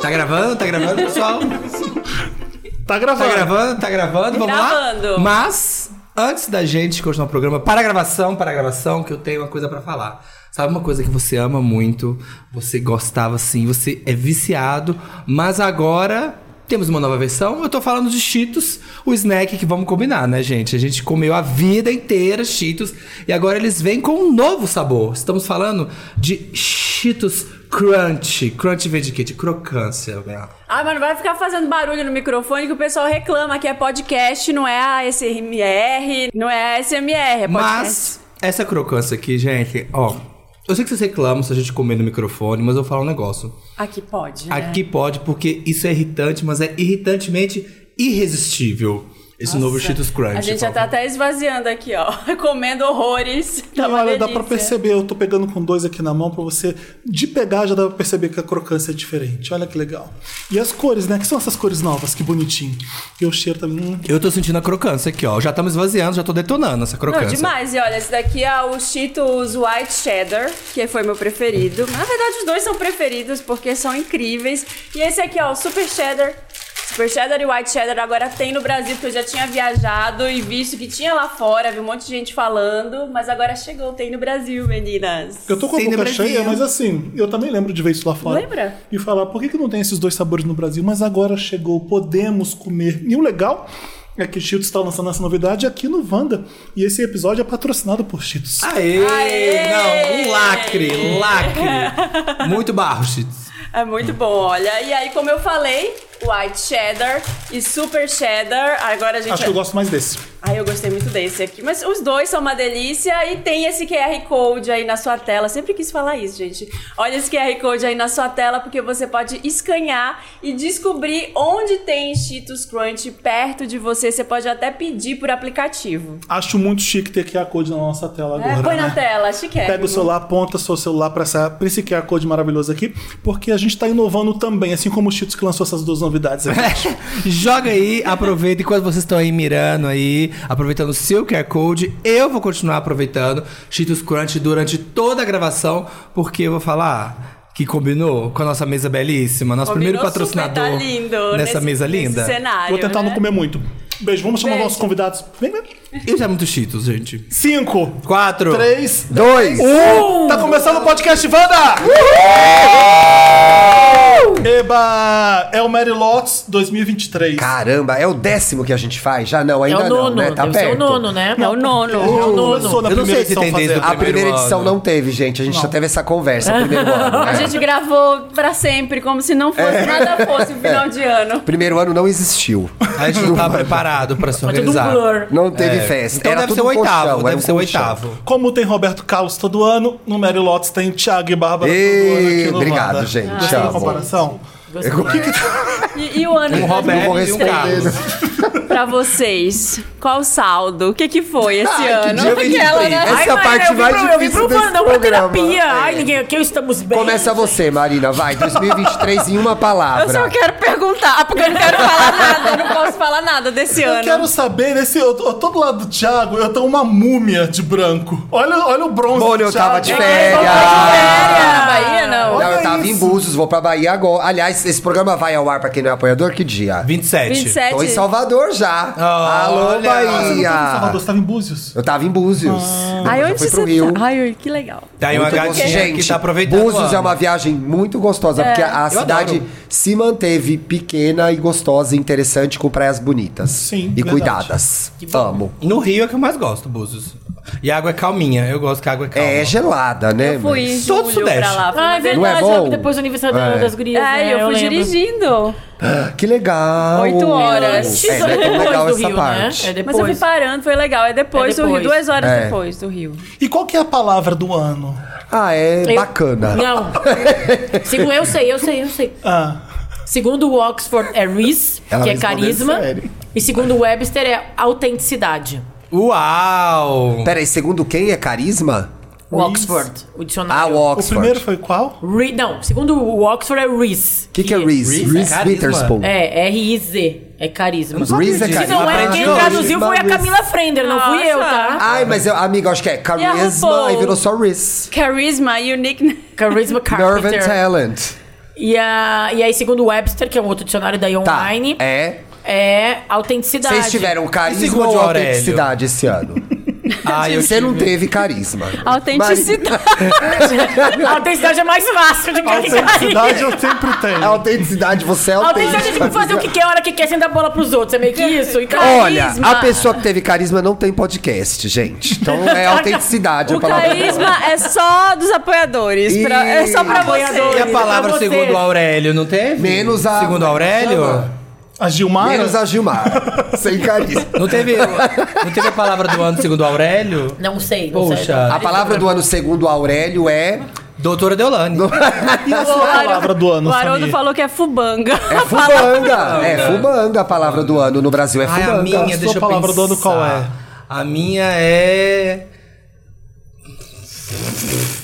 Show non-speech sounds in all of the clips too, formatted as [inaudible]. Tá gravando, tá gravando, pessoal? Tá Tá gravando. gravando, tá gravando, vamos lá? Gravando. Mas, antes da gente continuar o programa, para a gravação, para a gravação, que eu tenho uma coisa pra falar. Sabe uma coisa que você ama muito, você gostava assim, você é viciado, mas agora temos uma nova versão. Eu tô falando de Cheetos, o snack que vamos combinar, né, gente? A gente comeu a vida inteira Cheetos e agora eles vêm com um novo sabor. Estamos falando de Cheetos Crunch. Crunch vem de quê? De crocância, né? Ah, mas não vai ficar fazendo barulho no microfone que o pessoal reclama que é podcast, não é a SMR, não é a SMR, é podcast. Mas essa crocância aqui, gente, ó. Eu sei que vocês reclamam se a gente comer no microfone, mas eu vou falar um negócio. Aqui pode, né? Aqui pode, porque isso é irritante, mas é irritantemente irresistível. Esse novo Nossa, Cheetos Crunch. A gente já por tá favor. até esvaziando aqui, ó. [laughs] Comendo horrores. E Tá uma olha, dá pra delícia. perceber, eu tô pegando com dois aqui na mão pra você. De pegar já dá pra perceber que a crocância é diferente. Olha que legal. E as cores, né? Que são essas cores novas, que bonitinho. E o cheiro também. Hum, Eu tô sentindo a crocância aqui, ó. Já estamos esvaziando, já tô detonando essa crocância. Não, demais. E olha, esse daqui é o Cheetos White Cheddar, que foi meu preferido. Na verdade, os dois são preferidos porque são incríveis. E esse aqui, ó, o Super Cheddar. Super Cheddar e White Cheddar agora tem no Brasil, porque eu já tinha viajado e visto que tinha lá fora, vi um monte de gente falando, mas agora chegou, tem no Brasil, meninas. Eu tô com a Sim, boca no cheia, Brasil. mas assim, eu também lembro de ver isso lá fora. Lembra? E falar, por que, que não tem esses dois sabores no Brasil? Mas agora chegou, podemos comer. E o legal é que Cheetos tá lançando essa novidade aqui no Wanda. E esse episódio é patrocinado por Cheetos. Ah, Aê! Aê! Não, um lacre, [laughs] lacre. Muito barro, Cheetos. É muito bom, olha. E aí, como eu falei, White Cheddar e Super Cheddar. Agora a gente. Acho que eu gosto mais desse. Ai, eu gostei muito desse aqui. Mas os dois são uma delícia e tem esse QR Code aí na sua tela. Sempre quis falar isso, gente. Olha esse QR Code aí na sua tela, porque você pode escanear e descobrir onde tem Cheetos Crunch perto de você. Você pode até pedir por aplicativo. Acho muito chique ter QR Code na nossa tela É, agora. põe na né? tela, chiquérrimo. Pega o celular, aponta seu celular pra, essa, é pra esse QR Code maravilhoso aqui, porque a gente tá inovando também, assim como o Cheetos que lançou essas duas novidades aqui. Joga aí, aproveita. Enquanto vocês estão aí mirando aí, aproveitando o seu QR Code, eu vou continuar aproveitando Cheetos Crunch durante toda a gravação, porque eu vou falar que combinou com a nossa mesa belíssima, nosso Combinou primeiro patrocinador super, tá lindo nessa nesse- mesa nesse linda. cenário, Vou tentar né? não comer muito. Beijo, vamos chamar Beijo. nossos convidados. Vem, vem. Isso é muito Cheetos, gente. Cinco, Quatro. três, Dois. um. Tá começando o podcast Wanda! Eba! É o Mary Lotus 2023. Caramba, é o décimo que a gente faz? Já não, É ainda o nono, não, né? Tá deve ser perto. o nono, né? É o Ele nono. já É o começou nono. na Eu não primeira sei se edição tem desde o fazendo. A primeira Primeiro edição ano. não teve, gente. A gente já teve essa conversa, primeiro ano. né? A gente gravou pra sempre, como se não fosse É. nada fosse final de ano. Primeiro ano não existiu. A gente não tá preparado pra se É tudo um organizar. blur. Não teve É. festa. Então Era deve ser tudo o colchão, oitavo, era um deve ser o colchão. oitavo. Como tem Roberto Carlos todo ano, no Mary Lotus tem Thiago e Bárbara todo ano Ê, aqui no obrigado, Wanda. gente. Gostou da amo. comparação? E, e o ano Um de Não vou Roberto e um responder. Carlos. Pra vocês, qual o saldo? O que que foi esse Ai, que ano? dia bem Aquela, né? diferente. Essa é a Ai, parte eu vim mais pro- eu vim difícil pro desse Wanda, uma programa. terapia. É. Ai, ninguém aqui estamos bem. Começa você, Marina, vai. 2023 em uma palavra. Eu só quero perguntar, Ah, porque eu não quero [laughs] falar nada, eu não posso falar nada desse Eu ano. quero saber, nesse, eu, tô- eu tô do lado do Thiago, eu tô uma múmia de branco. Olha, olha o bronze Bom, do eu Thiago. tava de Sério, férias. na Bahia não. Não, Olha eu tava em isso. Búzios, vou pra Bahia agora. Aliás, esse programa vai ao ar pra quem não é apoiador, que dia? 27. 27. Tô em Salvador já. Alô, olha. Ah, você não tá Bahia. tava em Salvador, você tava em Búzios. Eu tava em Búzios. Ah. Depois Ai, eu onde fui você pro Rio. tá? Ai, oi, que legal. Tá aí uma Muito gostoso. gatinha Gente, que tá aproveitando. Búzios o é ano. uma viagem muito gostosa, É. porque a, a cidade adoro. se manteve pequena e gostosa e interessante com praias bonitas. Sim, E verdade. cuidadas. Amo. No Rio é que eu mais gosto, Búzios. E a água é calminha. Eu gosto que a água é calma. É gelada, né? Eu fui em mas- Todo julho Sudeste. pra lá. fui Ah, é na verdade. Não é verdade, bom? logo depois do aniversário É. das É, gurias. né? eu fui lembro. dirigindo. Ah, Que legal. Oito horas. É, não é Depois tão legal do essa Rio, parte. Né? É Mas eu fui depois. parando, foi legal. É depois, É do Rio, depois. duas horas É. depois do Rio. E qual que é a palavra do ano? Ah, é Eu- bacana. Não. Segundo, eu sei, eu sei, eu sei. Ah, Segundo o Oxford é Reese, Ela que é respondeu carisma. sério. E segundo o Webster é autenticidade. Uau! Peraí, segundo quem é carisma? O Oxford, o Ah, dicionário. o o Oxford. primeiro foi qual? Re- não, segundo o Oxford é Reese. O que, que é Reese? Reese? Reese Carisma. Witherspoon. É, R-I-Z. É carisma. Reese disso. é Que carisma. não é Aprendi quem hoje. traduziu foi a Camila Frender, não fui eu, tá? Ai, mas eu, amiga, acho que é E a carisma RuPaul? e virou só Reese. Charisma, uniqueness. [laughs] Charisma Nerve and Carpenter. Talent. E, a, e aí, segundo o Webster, que é um outro dicionário daí Tá. online, É. é, autenticidade. Vocês tiveram E carisma segundo ou Aurélio? autenticidade esse ano? Ah, [laughs] eu Tá, Você não tive- teve carisma. Autenticidade. [laughs] autenticidade é mais fácil de carregar. Autenticidade eu sempre A tenho. é, autenticidade, você é autêntica. Autenticidade é tipo fazer o que quer, a hora que quer, sem dar bola pros outros. É meio que isso. E cara, Olha, um Carisma. a pessoa que teve carisma não tem podcast, gente. Então [laughs] é autenticidade a O palavra. carisma é só dos apoiadores. E- pra- é só pra Apoiadores. E vocês. a palavra Pra vocês. segundo o Aurélio, não teve? Menos a- Segundo o Aurélio? A Gilmar. Menos a Gilmar. sem carisma. Não teve, não teve a palavra do ano segundo o Aurélio? Não sei, não sei. Poxa. A palavra do ano segundo Aurélio é. Doutora Deolane. E a sua palavra do ano, O Haroldo Samir? falou que é fubanga. É fubanga. É fubanga a palavra do ano no Brasil. É Ai, fubanga. a minha, A sua deixa eu palavra do pensar. ano qual é? A minha é...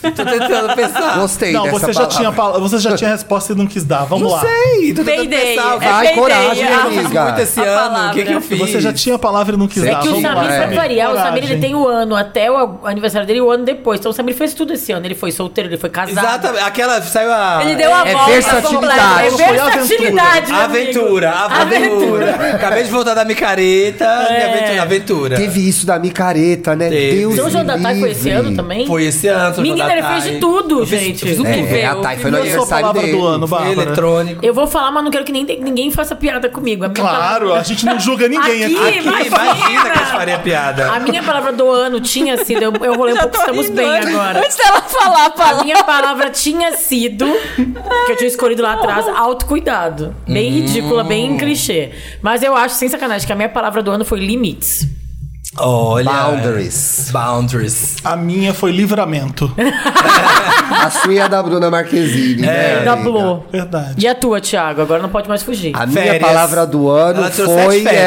Tô tentando pensar. Gostei Não, dessa você já, palavra. tinha, pala- você já tinha a resposta e não quis dar. Vamos lá. Sei, tô tentando Payday, pensar. é Vai, Vai, payday, coragem, a- amiga. muito esse A ano. O palavra. que, que eu fiz? Você já tinha a palavra e não quis Sei dar. que É Que o Vamos Samir, lá. pra Samir. variar, o Samir tá ele né? Coragem. tem o ano até o aniversário dele e o ano depois. Então o Samir fez tudo esse ano. Ele foi solteiro, ele foi casado. Exatamente. Aquela saiu a... Ele deu a É volta versatilidade. né? É Foi aventura. versatilidade, meu Aventura, amigo. aventura. Acabei de voltar da micareta. É. minha Aventura, aventura. Teve isso da micareta, né? Teve. Deus São João me da tá Thay foi esse livre. ano também? Foi esse ano. São João Menina, da ele fez Thay. de tudo, Eu fiz- gente. eu fiz um né? o É, quê? é, a Thay foi no E a sua aniversário palavra dele. do ano, Foi Bárbara? eletrônico. Eu vou falar, mas não quero que nem, ninguém faça piada comigo. A minha Claro, a palavra- gente não julga ninguém aqui. Aqui, Ih, Imagina que eu te faria piada. A minha palavra do ano tinha sido. Eu, eu rolei um Já pouco, tô estamos rindo né? bem antes- agora. Antes dela falar a A palavra. minha palavra tinha sido, que eu tinha escolhido lá atrás, autocuidado. Bem ridícula, bem clichê. Mas eu acho, sem sacanagem, que a minha palavra do ano foi limites. Olha. Boundaries. Boundaries. A minha foi livramento. A sua e a da Bruna É, Marquezine, né? da amiga? Blue. Verdade. E a tua, Thiago? Agora não pode mais fugir. A minha Férias. palavra do ano Ela tirou foi. sete férias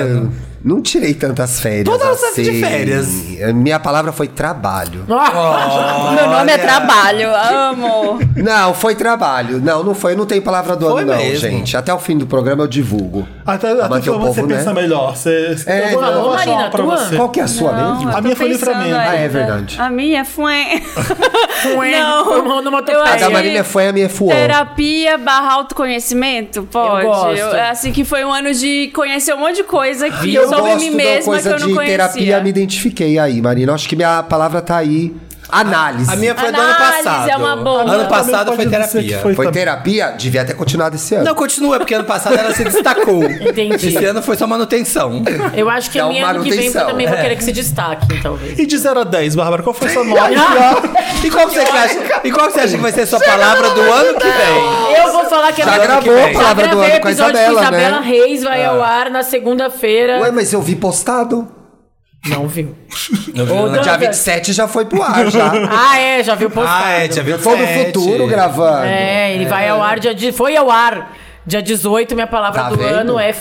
esse ano. Não tirei tantas férias. Todas elas assim. de férias. A Minha palavra foi Ah, trabalho. O meu nome é trabalho. Amo. Não, foi trabalho. Não, não foi. Não tem palavra do Foi ano, não, mesmo. gente. Até o fim do programa eu divulgo. Até, Pra até manter o você povo, né? pensa melhor. Você, É, eu vou, eu não. vou achar Marina, uma pra tua? você. Qual que é a sua mesmo? A minha foi livramento. Ah, é verdade. A minha foi. Fuê, foi uma Não, onomatopeia. eu A da achei- Marília foi a minha fuã. é Terapia barra autoconhecimento? Pode. Eu gosto. é assim que foi um ano de conhecer um monte de coisa que, E eu sobre gosto mim da mesma que coisa eu não de conhecia. terapia, me identifiquei aí, Marina. Acho que minha palavra tá aí. Análise. A minha foi do ano Análise passado. é uma boa. A minha Ano passado também foi pode dizer que terapia. foi Foi também. terapia? Devia ter continuado esse ano. Não, continua, porque ano passado ela se destacou. Entendi. Esse ano foi só manutenção. Eu acho que Dá a uma minha ano que vem manutenção. eu também vou É. querer que se [laughs] destaque, talvez. E de 0 a 10, Bárbara, qual É. foi sua nota? E qual que você acha? E qual que você acha que vai ser a sua palavra do ano que vem? Eu vou falar que a Já minha- gravou Já a palavra do gravei ano com a episódio Isabela, né? É. Isabela Reis vai ao ar na segunda-feira. Ué, mas eu vi postado. Não viu. Não viu, Ô, né? Dia Droga. 27 já foi pro ar, já. Ah, é, já viu postado. Ah, é, tinha Eu 27. tô no futuro gravando. É, ele vai ao ar dia de, foi ao ar dia 18, minha palavra Tá do vendo? ano é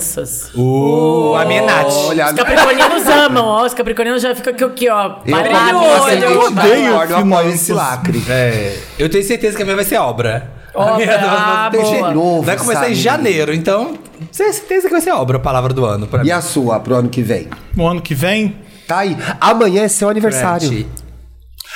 finanças. Uh, a minha é Nath. Olha, Os capricornianos amam, ó, os capricornianos já ficam aqui, aqui ó, assim, eu parado, apoio olho. o acidente eu da odeio Record, eu apoio finanças. esse lacre. É, eu tenho certeza que a minha vai ser obra. Obra, a minha ah, tem boa. jeito. Novo, vai começar sabe? em janeiro, então tenho certeza que vai ser obra a palavra do ano pra E mim. a sua pro ano que vem? No ano que vem? Tá aí. Amanhã é seu aniversário. Gretchen.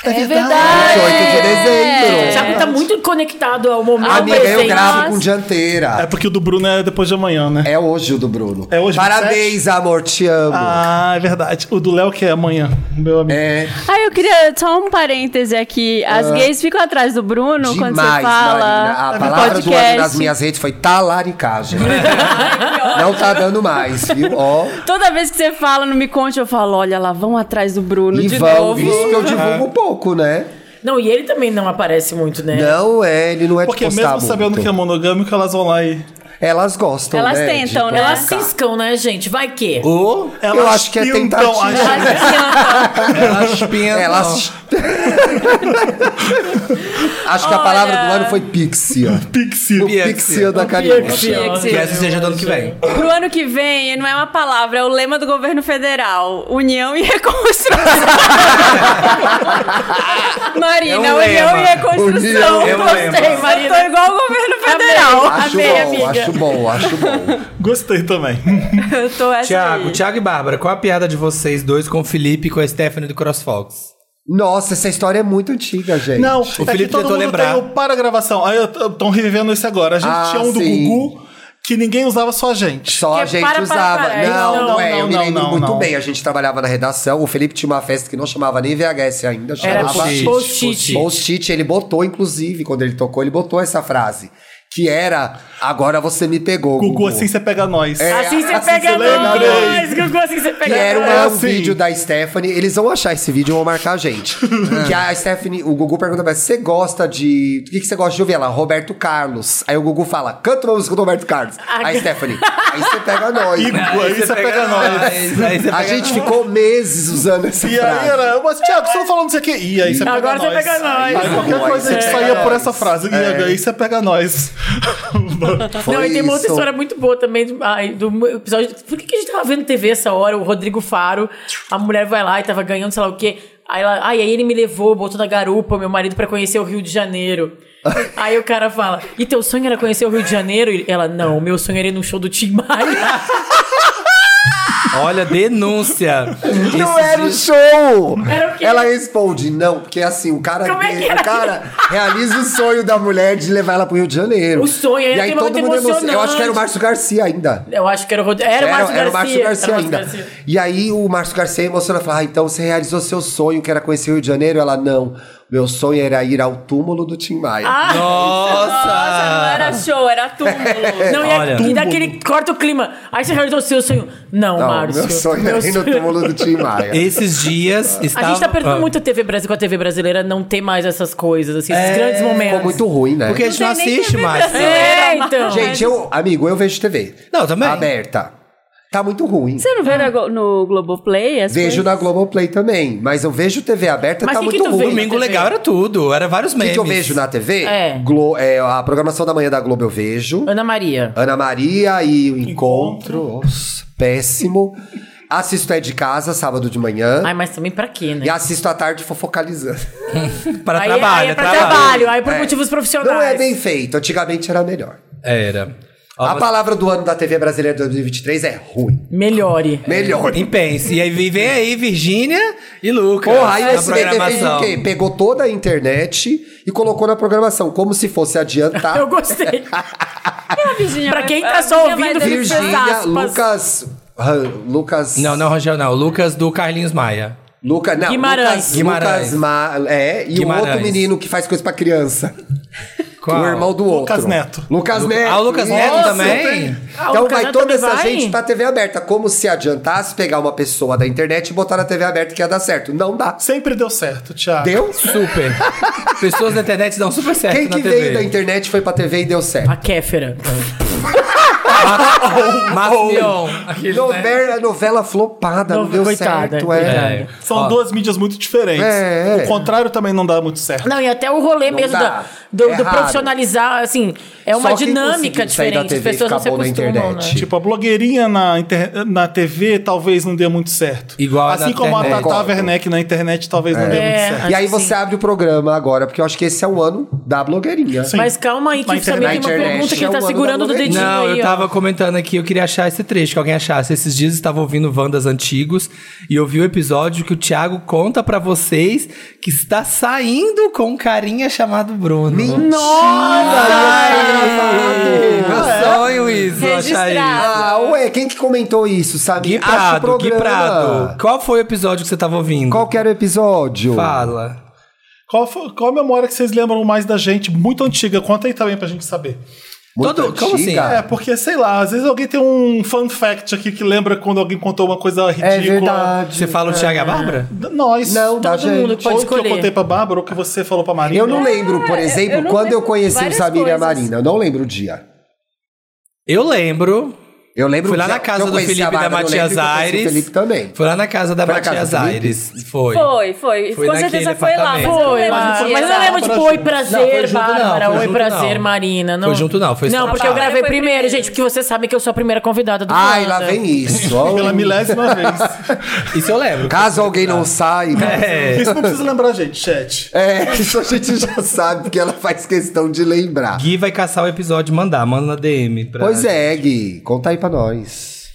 28 É verdade. de dezembro. O Thiago tá muito conectado ao momento Amiga, eu presente. gravo com É dianteira. porque o do Bruno é depois de amanhã, né? É hoje o do Bruno. É hoje, Parabéns, amor, te amo. Ah, é verdade. O do Léo que é amanhã, meu amigo. É. Ah, eu queria só um parêntese aqui. As gays ficam atrás do Bruno quando você Ah. Demais, Marina. fala. A no palavra do ano podcast. nas minhas redes [laughs] foi talaricagem. Não tá dando mais, viu? Ó. Toda vez que você fala, não me conte, eu falo: olha lá, vão atrás do Bruno E de vão, novo. visto que eu É. divulgo pouco, né? Não, e ele também não aparece muito, né? Não é, ele não é de Porque postar mesmo muito. sabendo que é monogâmico, elas vão lá e. Elas gostam, Elas né? tentam, de né? Elas postar. ciscam, né, gente? Vai que? Ou Elas acho que é pintam tentativa. a gente. assim, [laughs] elas É, pintam. Elas. [laughs] Acho que a palavra do ano [laughs] foi pixia. Pixie. O Pixia. pixia da Karina. Que é essa seja do ano que vem. Pro ano que vem, não é uma palavra, é o lema do governo federal: União e Reconstrução. Marina, É um União lema. e Reconstrução. União é um Gostei, lema. Marina. Eu tô igual o governo federal. Acho Amei, bom, amiga. acho bom, acho bom. Gostei também. É, Eu tô essa Tiago, aí. Tiago e Bárbara, qual a piada de vocês dois com o Felipe e com a Stephanie do CrossFox? Nossa, essa história é muito antiga, gente. Não, é que Felipe tentou todo mundo lembrar. tem o para gravação. Aí estão revivendo esse agora. A gente Ah, tinha um do sim. Gugu que ninguém usava, só a gente. Só Que a é gente para, para, usava. para. Não, Não, não, é. não, eu me não, lembro não, muito não. bem. A gente trabalhava na redação. O Felipe tinha uma festa que não chamava nem VHS ainda. Era Chamava post-it. post-it. Post-it. Ele botou, inclusive, quando ele tocou, ele botou essa frase. Que era, agora você me pegou, Gugu, Gugu. assim você pega nós. É, assim você assim pega você lembra. nós, Gugu, assim você Que pega era uma- nós. É um assim. vídeo da Stephanie. Eles vão achar esse vídeo e vão marcar a [laughs] gente. que a Stephanie, o Gugu pergunta pra ela, você gosta de. O que, que você gosta de ouvir? Ela, Roberto Carlos. Aí o Gugu fala, canta uma música do Roberto Carlos. Ah, Aí Stephanie, aí você pega nós. E Gugu, aí você pega nós. Aí é você A pega gente ficou meses usando essa E aí frase. era, mas Thiago, assim, você não falando isso aqui. E aí você pega Agora nós. você pega nós. Aí qualquer Gugu, aí coisa a você gente pega saía por nós. essa frase. E É. aí você pega nós. [laughs] Foi não, e tem uma outra isso. história muito boa também de- ai, do, episódio. Por que, que a gente tava vendo TV essa hora? O Rodrigo Faro, a mulher vai lá e tava ganhando, sei lá o quê. Aí, ela, ai, aí ele me levou, botou na garupa, meu marido, pra conhecer o Rio [laughs] de Janeiro. aí o cara fala: E teu sonho era conhecer o Rio de Janeiro? E ela: Não, meu sonho era ir num show do Tim Maia. [laughs] Olha, denúncia. Não Esses era o dias- show! Era o quê? Ela responde, não, porque assim, o cara, Como é que era? o cara realiza o sonho da mulher de levar ela pro Rio de Janeiro. O sonho, e era aí aquele todo momento mundo emocionou. Eu acho que era o emocionante. Márcio Garcia ainda. Eu acho que era o Rodrigo. Era, o Márcio Garcia. era o Márcio Garcia Era o ainda. Márcio Garcia. E aí o Márcio Garcia emociona fala: Ah, então você realizou seu sonho, que era conhecer o Rio de Janeiro? Ela, não. Meu sonho era ir ao túmulo do Tim Maia. Ah, Nossa! Nossa, não era show, era túmulo. Não, Olha. e, a, e daquele corta o clima. Aí você realizou o seu sonho. Não, não, Márcio. meu sonho meu era ir no sonho- túmulo do Tim Maia. Esses dias A estava... gente tá perdendo Ah. muito a TV brasileira, com a TV brasileira não ter mais essas coisas, assim, esses É, grandes momentos. Ficou muito ruim, né? Porque a gente não, Não tem nem assiste TV mais. É, então. Gente, eu, amigo, eu vejo TV. Não, eu também. Aberta. Tá muito ruim. Você não vê na Glo- no Globoplay? as coisas? Vejo na Globoplay também, mas eu vejo TV aberta, Mas tá que que muito tu ruim. vê? Domingo na TV. Legal era tudo. Era vários O que, memes. que eu vejo na TV? É. Glo- é, a programação da manhã da Globo eu vejo. Ana Maria. Ana Maria e o Encontro. encontro. Nossa, péssimo. Assisto É de Casa, sábado de manhã. Ai, mas também pra quê, né? E assisto à tarde fofocalizando. Para aí, trabalho, aí é pra trabalho. trabalho, aí por É. motivos profissionais. Não é bem feito, antigamente era melhor. Era. Ó, A você- palavra do ano da TV brasileira de 2023 é ruim. Melhore. Melhor. E pense. E aí vem vem aí Virgínia e Lucas. Porra, aí o na SBT fez o programação. quê? Pegou toda a internet e colocou na programação, como se fosse adiantar. [laughs] [laughs] [laughs] Eu gostei. A Virgínia Pra vai- um quem a tá só Virgínia ouvindo, vai- Virgínia- Virgínia, aspas. Lucas. Ran- Lucas. Não, não, Rangel, não. Lucas do Carlinhos Maia. Luca, não, Guimarães. Lucas, Guimarães. Lucas Ma, é, e o Guimarães. outro menino que faz coisa pra criança. Qual? O irmão do outro. Lucas Neto. Lucas Neto. Ah, o Lucas Neto Nossa, também? tem. Ah, o Então Lucas vai Neto toda também essa vai? gente pra TV aberta. Como se adiantasse pegar uma pessoa da internet e botar na TV aberta que ia dar certo. Não dá. Sempre deu certo, Thiago. Deu? Super. [laughs] Pessoas da internet dão super certo Quem É, na que TV. veio da internet foi pra TV e deu certo? A Kéfera. É. Mafion. Aquele, né? Novela, novela flopada, não, Não, deu coitada, certo. coitada. É. É. São Ó. duas mídias muito diferentes. É, é. O contrário também não dá muito certo. Não, e até o rolê Não mesmo dá. da- do, É do raro. profissionalizar, assim, é uma Só quem dinâmica conseguiu sair diferente. da As TV e pessoas não se ficar bom na acostumam, né? internet. Tipo, a blogueirinha na, inter- na TV talvez não dê muito certo. Igual a Assim da como a internet. Tata Werneck na internet talvez não dê muito É. certo. E aí Acho que você abre o programa agora, porque eu acho que esse é o ano da blogueirinha. Sim. Mas calma aí, que Assim, Na isso internet. também tem uma Na pergunta que internet. ele É tá o ano segurando da do dedinho Não, aí, eu tava ó. comentando aqui, eu queria achar esse trecho, que alguém achasse. Esses dias eu estava ouvindo Wandas antigos e eu vi o episódio que o Thiago conta pra vocês que está saindo com um carinha chamado Bruno. Ai, meu sonho isso, achar isso. Registrado. Ah, ué, quem que comentou isso, sabe? Gui Acha o Prado, Gui programa. Prado. Qual foi o episódio que você tava ouvindo? Qual que era o episódio? Fala. Qual, foi- qual a memória que vocês lembram mais da gente? Muito antiga. Conta aí também pra gente saber. Muito Todo- como antiga? assim? É, porque, sei lá, às vezes alguém tem um fun fact aqui que lembra quando alguém contou uma coisa ridícula. É verdade. Você fala o Thiago e a Bárbara? D- Nós. Não, da Tá, Todo mundo gente. pode ou que escolher. eu contei pra Bárbara, ou que você falou pra Marina. Eu não lembro, por exemplo, É, eu não quando eu lembro conheci o várias Samir e a coisas. Marina. Eu não lembro o dia. Eu lembro. Eu lembro Fui lá o dia na que casa eu do conheci Felipe e a da Bárbara, eu lembro Matias que eu conheci Aires. O Felipe também. Foi lá na casa da Foi na Matias casa do Felipe? Aires. Foi. Foi, foi. Foi Com certeza naquele foi lá. Mas eu não Foi, lembro mas, disso. mas eu não Bárbara lembro, tipo, oi, junto. Não, foi prazer, junto não, Bárbara, foi oi, junto prazer, não. Marina. Não. Foi junto não, foi Não, separado. porque eu gravei Bárbara foi primeiro, primeiro. gente, porque você sabe que eu sou a primeira convidada do Ai, Wanda. lá vem isso. ó. Pela [laughs] milésima vez. Isso eu lembro. Caso alguém não saiba. É. Isso não precisa lembrar, gente, chat. É, [laughs] isso a gente já sabe, porque ela faz questão de lembrar. é, Gui vai caçar o episódio e mandar. Manda na DM. Pra... Pois é, Gui, conta aí pra nós.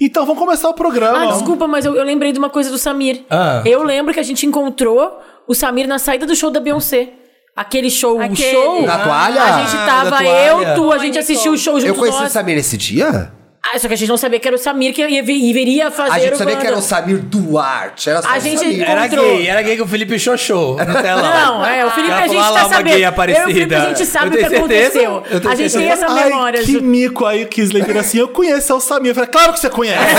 Então vamos começar o programa. Ah, desculpa, mas eu, eu lembrei de uma coisa do Samir. Ah. Eu lembro que a gente encontrou o Samir na saída do show da Beyoncé. Aquele show, o Aquele. show. Da toalha? A gente Ah, da tava, toalha. eu, tu, a gente assistiu o show junto Eu conheci o nós. Samir esse dia? Ah, só que a gente não sabia que era o Samir que ia, vi- e viria fazer A gente o sabia que era o Wanda. Samir Duarte. Era só A o gente- Samir. Era Era Encontrou. gay, era gay que o Felipe xoxou no telão. Não, é, o Felipe Ela a gente falou, "Ah lá, tá uma gay sabendo. Eu e o Felipe a aparecida." gente sabe Eu o que tenho certeza, aconteceu. eu tenho A gente tem certeza. essa Ai, memória. que Ju. mico aí, Kisley vira assim, eu conheço é o Samir. Eu falei, claro que você [laughs] conhece.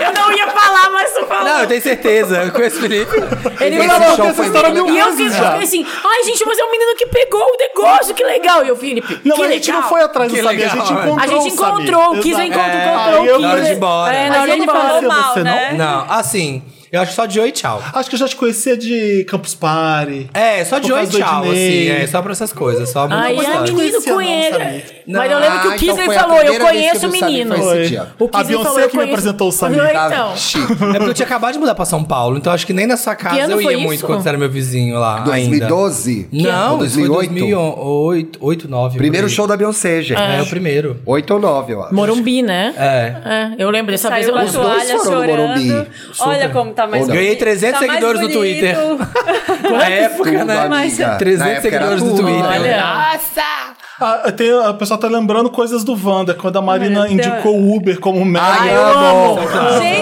Eu não ia falar, mas tu falou. Não, eu tenho certeza. Eu conheço o Felipe. Ele Esse falou. show essa foi história muito mil E eu legal. fiquei vezes já. assim, ai gente, mas é um menino que pegou o negócio, que legal. E eu, Felipe, Não, que a gente legal. não foi atrás do Que Samir, a legal, gente é. encontrou A gente o Samir. encontrou, o Kisley Exato. encontrou, É, encontrou eu o Na hora de ir Kisley. embora. É, na Mas hora de ir ele embora. falou Você mal, não? né? Não, assim, eu acho só de oi e tchau. Acho que eu já te conhecia de Campus Party. É, só de Por oi e causa do tchau, assim. Ednei. É, só pra essas coisas. Só muda Ai, a é, história. menino conhecia não, conhece. Samir. Mas eu lembro que o Ah, então Kisley foi a falou, eu primeira vez que conheço eu o vi o Samir, menino. foi Foi. Esse dia. O A Kisley Beyoncé falou, eu que me conheço- apresentou o Samir. Não, Tá Então, chique. É porque eu tinha acabado de mudar pra São Paulo, então acho que nem na sua casa ano eu foi ia muito isso? quando você era meu vizinho lá. ainda. 2012? Não, Ou 2008? 2008, 8, 9. Primeiro show da Beyoncé, gente. É, o primeiro. 8 ou 9, eu acho. Morumbi, né? É. É, eu lembro dessa vez. Saiu com Eu a lembro. dois toalha foram no Morumbi. chorando. Olha como tá mais Ou não. bonito. Ganhei 300 Tá mais seguidores no bonito. Twitter. Na época, Tudo, né? amiga. Na 300 época era seguidores no tudo. Twitter. Olha, Ah, tem, a pessoa tá lembrando coisas do Wanda, quando a Marina Meu Deus. indicou o Uber como médico. Ai, eu amo.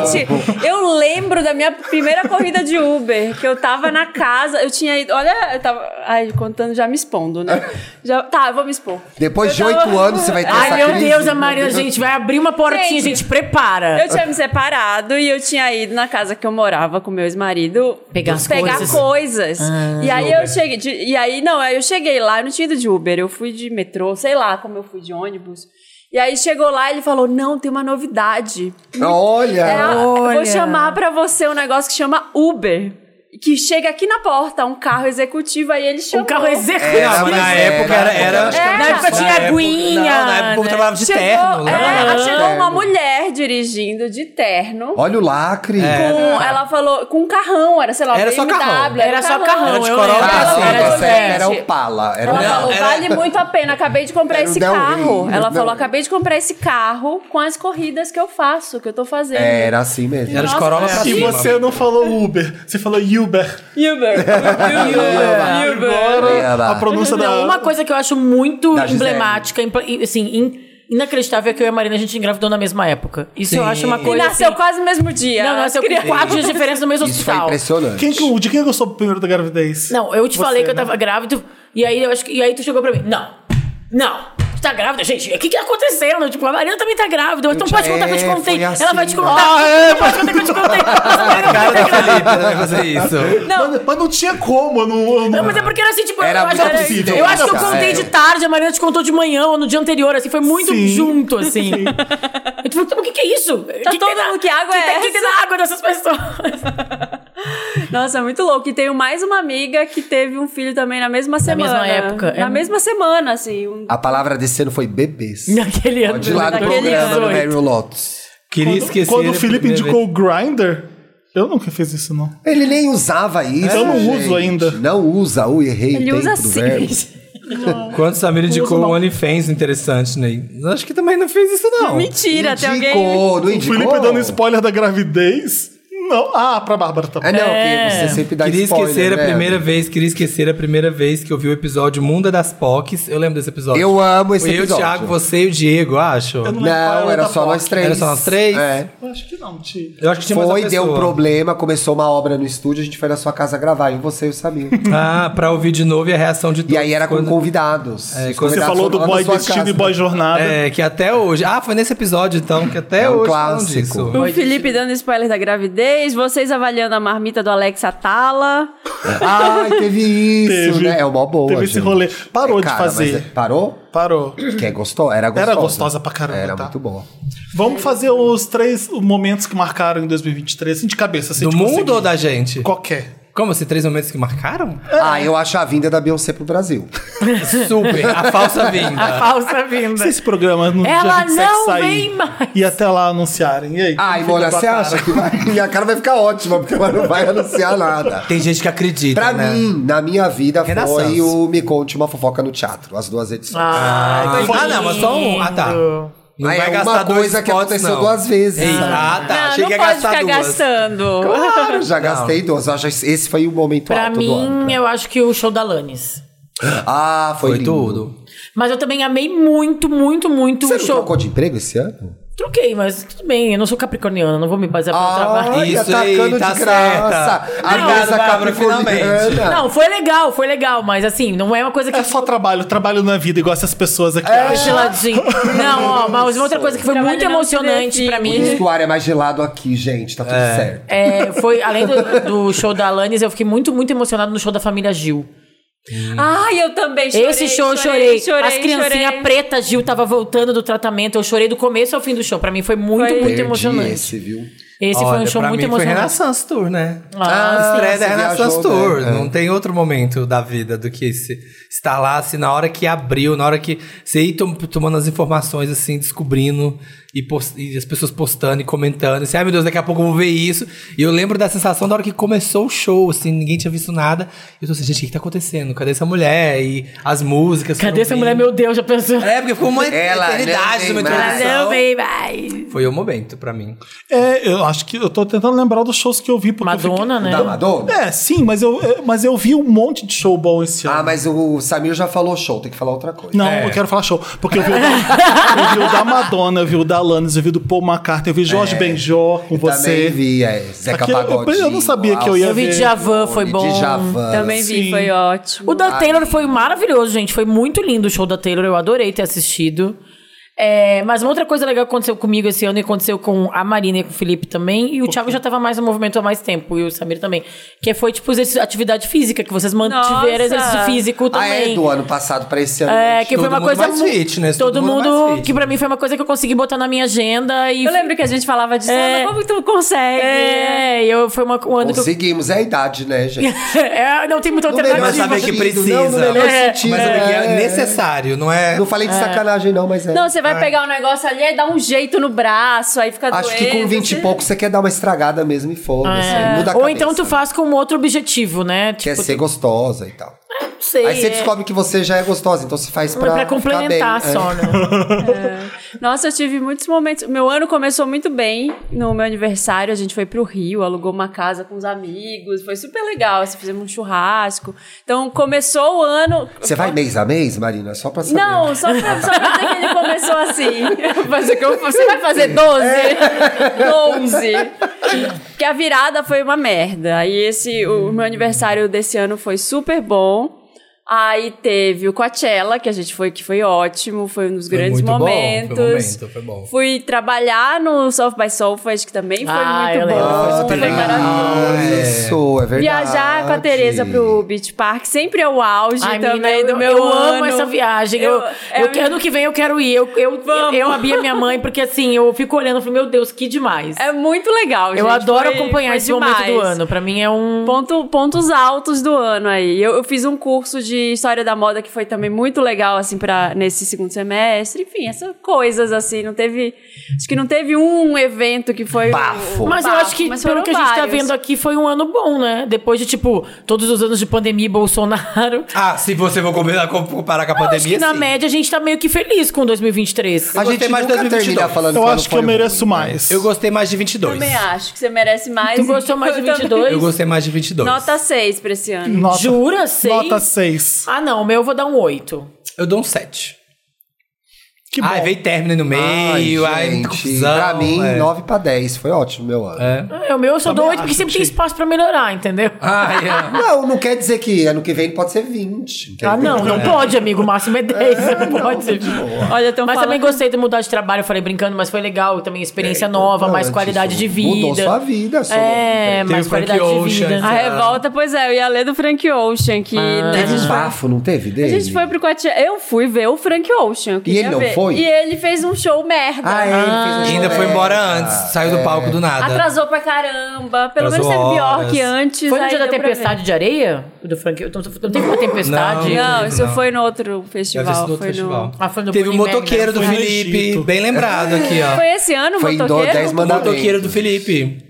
[laughs] Gente, eu lembro da minha primeira corrida de Uber, que eu tava na casa, eu tinha ido. Olha, eu tava. Ai, contando, já me expondo, né? Já, tá, eu vou me expor. Depois de Eu tava- oito anos, você vai ter ai essa meu crise. Deus, é a Marina, gente, vai abrir uma portinha, Gente, gente, prepara. Eu tinha me separado e eu tinha ido na casa que eu morava com meu ex-marido Pegar as coisas. Ah, coisas. e aí eu cheguei. de- e aí, não, aí eu cheguei lá, eu não tinha ido de Uber, eu fui de metrô, sei lá como eu fui de ônibus. E aí chegou lá e ele falou: não, tem uma novidade. Olha! É, eu Olha. vou chamar pra você um negócio que chama Uber. Que chega aqui na porta, um carro executivo, aí ele chamou. Um carro executivo. É, Não, mas na Mas época era. era- era, É. Na época tinha época- aguinha. não, na época o povo né? trabalhava de chegou, terno. é, né? chegou uma mulher dirigindo de terno. Olha o lacre. É. Com, é ela falou, com um carrão, era, sei lá, Era só BMW, carrão. Era só carrão, Era de eu Corolla lembro. pra Ah, cima. era, Era de era, era Verde. o Pala. Era Ela o- falou, era- vale muito a pena, acabei de comprar Era um esse Del carro. Rey, Ela não. falou, acabei de comprar esse carro com as corridas que eu faço, que eu tô fazendo. É, era assim mesmo. Era de Nossa, Corolla pra E cima. você não falou Uber, você falou Uber. Uber, Uber, Uber. Era. Agora a pronúncia da. Não, uma coisa que eu acho muito Da Gisele. emblemática, impl- e, assim, in- inacreditável é que eu e a Marina a gente engravidou na mesma época. Isso eu Sim. acho uma E E coisa. nasceu assim, quase no mesmo dia. Não, nasceu Queria- com quatro dias de diferença no mesmo Isso foi hospital. impressionante. Quem que, eu- de quem que eu sou primeiro da gravidez? Não, eu te Você, falei que eu né? tava grávida, e aí eu acho que- e aí tu chegou pra mim. Não, não. Tu tá grávida, gente? O que que tá acontecendo? Tipo, a Mariana também tá grávida. Então tinha- pode contar que eu te é, contei. foi assim, Ela vai te né? contar. Não pode contar que eu te contei. Mas a Cara Mariana não tá da grávida. Felipe, né? Fazer isso. Não, Mas, mas não tinha como, eu não. eu não- Não, mas é porque era assim, tipo, Era eu, acho, muita eu, coincidência, acho que eu contei é. de tarde, a Mariana te contou de manhã ou no dia anterior, assim, foi muito Sim. junto, assim. Eu tipo, o que, que é isso? Tá que todo tem na- mundo, que água que é tem- que tem na água dessas pessoas? [laughs] Nossa, é muito louco. E tenho mais uma amiga que teve um filho também na mesma semana. mesma época. Na É. mesma semana, assim. um- A palavra desse ano foi bebês. Naquele ano. De lá do Naquele programa do 18. Mary Lotus. Queria esquecer. Quando o da Felipe primeira é- indicou o Grindr, eu nunca fiz isso, não. Ele nem usava isso. Eu não gente. uso ainda. Não usa, o errei. o Ele tempo usa do assim. verbo. [laughs] vez. Quando o Samir indicou o OnlyFans, interessante, né? Acho que também não fez isso, não. Mentira, tem alguém. Indicou, não O indicou. Felipe dando spoiler da gravidez? Não. Ah, pra Bárbara tá bom. Ah, não, É. porque você sempre dá Queria spoiler. esquecer a né? primeira vez, queria esquecer a primeira vez que eu vi o episódio Munda das Pocs. Eu lembro desse episódio. Eu amo esse Foi Eu, o episódio. Thiago, você e o Diego, acho. Eu não lembro qual Não, o era da só Fox. nós três. Era só nós três? É. Eu acho que não, tio. Eu acho que tinha mais uma Foi, deu um pessoa. problema, começou uma obra no estúdio, a gente foi na sua casa gravar, e você e o Samir. Ah, pra ouvir de novo e a reação de todos. e aí era com quando- convidados. É, quando Você Os convidados falou do foram lá na boy sua destino casa. e boy jornada. É, que até hoje. Ah, foi nesse episódio então, que até É um hoje. clássico. falam disso. O Felipe dando spoiler da gravidez, vocês avaliando a marmita do Alex Atala. Ai, teve isso, Teve. né? É uma boa. Teve esse gente. rolê. Parou de Cara, fazer. mas é- parou? Parou. Que é gostosa. Era gostosa. Era gostosa pra caramba, Era tá? muito boa. Vamos fazer os três momentos que marcaram em 2023, assim, de cabeça. Assim, Do tipo, de mundo conseguir. ou da gente? Qualquer. Como assim? Três momentos que [laughs] marcaram? Ah, eu acho a vinda da Beyoncé pro Brasil. Super. A falsa [laughs] vinda. Falsa vinda. Se esse programa no Ela dia 27 não sair vem mais. e até lá anunciarem. E aí? [laughs] Como Ai, fica Mona, a tua você cara? acha que vai... [laughs] Minha cara vai ficar ótima, porque ela não vai anunciar nada. [laughs] Tem gente que acredita, Pra né? mim, na minha vida, Renan foi Santos. o Me Conte Uma Fofoca no Teatro. As duas edições. Ah, Ah, foi ah, não, mas só um. Ah, tá. lindo. Não Ah, é vai uma gastar dois coisa que spots, aconteceu não. duas vezes. Ei, Ah, tá. não, Achei não que pode ia gastar ficar duas. gastando. Claro, já gastei duas. Acho que esse foi o momento Ah, Pra alto do tá. ano. mim, eu acho que o show da Lannis. Ah, foi, Foi lindo. tudo. Mas eu também amei muito, muito, muito Você o não show. trocou de emprego esse ano? Troquei, mas tudo bem, eu não sou capricorniana, não vou me basear Ah, pelo trabalho. Ai, Isso aí, atacando tá de graça. certa. A Obrigado, mesa Bárbara, capricorniana. finalmente. Não, foi legal, foi legal, mas assim, não é uma coisa que. É só trabalho, trabalho na vida, igual essas pessoas aqui. É. Ah, acham. Geladinho. Não, ó, mas uma outra coisa que foi Trabalho muito não emocionante se pra Por mim. isso que o ar é mais gelado aqui, gente. Tá tudo certo. É, foi, além do, do show da Alanis, eu fiquei muito, muito emocionado no show da família Gil. Ai, eu também chorei. Esse show eu chorei. As criancinhas pretas, Gil tava voltando do tratamento. Eu chorei do começo ao fim do show. Pra mim foi muito, Foi- muito Perdi emocionante. Esse, esse, viu? foi um Olha, show pra muito mim Foi emocionante. Renaissance Tour, né? a Ah, estreia sim, da você Renaissance viajou, Tour. né? É. Não tem outro momento da vida do que esse, estar lá, assim, na hora que abriu, na hora que você ir tom- tomando as informações, assim, descobrindo e, pos- e as pessoas postando e comentando. Assim, ai meu Deus, daqui a pouco eu vou ver isso. E eu lembro da sensação da hora que começou o show, assim, ninguém tinha visto nada. Eu tô assim, gente, o que, que tá acontecendo? Cadê essa mulher? E as músicas. que eu Cadê não essa vi. mulher? Meu Deus, já pensou. É, porque ficou uma Ela não eternidade tem numa mais. introdução. vem mais. Foi o momento pra mim. É, eu acho que eu tô tentando lembrar dos shows que eu vi. Porque eu Madonna, né? Da Madonna? fiquei- É, sim, mas eu, é, mas eu vi um monte de show bom esse ano. Ah, mas o Samir já falou show, tem que falar outra coisa. Não, É. eu quero falar show. Porque eu vi, o da, eu vi o da Madonna, eu vi o da Alanis, eu vi do Paul McCartney, eu vi Jorge Benjó com É. Eu você. Também vi, é. Zeca Aqui eu- eu- Pagodinho. eu não sabia que eu ia Eu vi ver. Djavan, foi bom. Djavan. Ah, Também vi, Sim. foi ótimo. O da Taylor foi maravilhoso, gente. Foi muito lindo o show da Taylor. Eu adorei ter assistido. É, mas uma outra coisa legal que aconteceu comigo esse ano e aconteceu com a Marina e com o Felipe também. E o Thiago já tava mais no movimento há mais tempo. E o Samir também. Que foi, tipo, exercício- atividade física, que vocês mantiveram Nossa! exercício físico Ah, também. é do ano passado pra esse ano. né? É, que Todo foi uma mundo coisa. mais mu- fitness, todo, todo mundo mundo. mais fitness. que pra mim foi uma coisa que eu consegui botar na minha agenda. E Eu lembro que a gente falava disso, É. "Ah, mas como tu consegue? É, eu, foi uma, um ano que eu. Conseguimos, é a idade, né, gente? [laughs] É, não tem muita No melhor Mas alternativa. sabe que sentido, precisa. Não, no melhor É, sentido. Mas sabe que é é. necessário, não é? Não falei de sacanagem, não, mas é. Não, você vai pegar um negócio ali e dá um jeito no braço, aí tá fica Acho que doendo, com 20 e você- pouco você quer dar uma estragada mesmo e foda-se. Muda a Ou cabeça. então tu faz com outro objetivo, né? Quer Tipo, ser gostosa e tal. não sei. Aí você é- descobre que você já é gostosa, então você faz pra. pra, ficar complementar bem. É. só, né? Nossa, eu tive muitos momentos. Meu ano começou muito bem. No meu aniversário, a gente foi pro Rio, alugou uma casa com os amigos. Foi super legal. assim, fizemos um churrasco. Então, começou o ano. Você vai mês a mês, Marina? Só pra saber. Não, só pra, só pra dizer que ele começou assim. [laughs] Mas é o que eu- você vai fazer 12? 12. Porque a virada foi uma merda. Aí esse, o meu aniversário desse ano foi super bom. Aí teve o Coachella, que a gente foi, que foi ótimo, foi um dos Foi grandes muito bom, momentos. Foi um momento, foi bom. Fui trabalhar no South by Southwest, que também é, foi Ah, muito eu bom. lembro, foi super foi legal. maravilhoso. tá. Isso, é verdade. Viajar com a Tereza pro Beach Park sempre é o auge Ai, também menina, eu, do meu eu ano. amo essa viagem. Eu, Eu- eu, é que- a- ano que vem eu quero ir. Eu, eu, Vamos. eu abri a minha mãe, porque assim, eu fico olhando e falo, meu Deus, que demais. É muito legal, eu gente, adoro foi- acompanhar foi esse momento do demais. ano. Pra mim é um. Ponto- pontos altos do ano aí. Eu, eu fiz um curso de história da moda que foi também muito legal, assim, para nesse segundo semestre. Enfim, essas coisas, assim, não teve. Acho que não teve um evento que foi. Bafo. um Mas eu bafo, acho que, mas pelo foram que a gente tá vários. vendo aqui, foi um ano bom, né? Depois de, tipo, todos os anos de pandemia e Bolsonaro. Ah, se você for combinar- comparar com a Acho que pandemia, na assim, sim. média a gente tá meio que feliz com 2023. A gostei mais gente mais nunca 2022. termina falando Eu que acho que eu mereço mais. Eu gostei mais de 22. Também acho que você merece mais. Tu gostou mais [laughs] de Eu também- 22? Eu gostei mais de 22. Nota 6 pra esse ano. Nota, Jura? Seis? Nota 6. Ah, não, o meu eu vou dar um 8. Eu dou um 7. Que bom. Ai, veio término no meio, ai, gente, confusão. pra mim, é. 9 pra 10. Foi ótimo, meu ano. É. O meu eu Tá só dou Também 8 porque acho, sempre tem gente. espaço pra melhorar, entendeu? Ai, [laughs] é. Não, não quer dizer que ano que vem pode ser 20. entendeu? Ah, não, não pode, amigo. O máximo é 10. não pode ser. Olha, tão Mas falando- também gostei de mudar de trabalho, eu falei brincando, mas foi legal. Também experiência nova, mais importante, qualidade de isso vida. tipo, mudou sua vida, sua É, vida. mais Teve qualidade de Frank vida. Ocean. A revolta, pois é, eu ia ler do Frank Ocean, que né, a Teve gente um foi bafo, não teve A dele? gente foi pro Coachella. Eu fui ver o Frank Ocean. eu queria ele não ver. foi? E ele fez um show merda. Ah, é, ele fez um Ainda show foi embora dessa. antes, saiu do palco do nada. Atrasou pra caramba. Pelo Atrasou menos teve pior horas. que antes. Foi no aí dia da deu pra tempestade de areia? Do Frank. Não, não teve uma tempestade? ver. Não, isso Não. foi no outro Deve ter festival. sido outro foi no... festival. Ah, foi no Teve o Burning Man, Motoqueiro né? do Foi no Felipe, Egito. bem lembrado aqui, ó. [laughs] Foi esse ano o Ah. Foi em do- motoqueiro? dez O mandamentos. Motoqueiro do Felipe.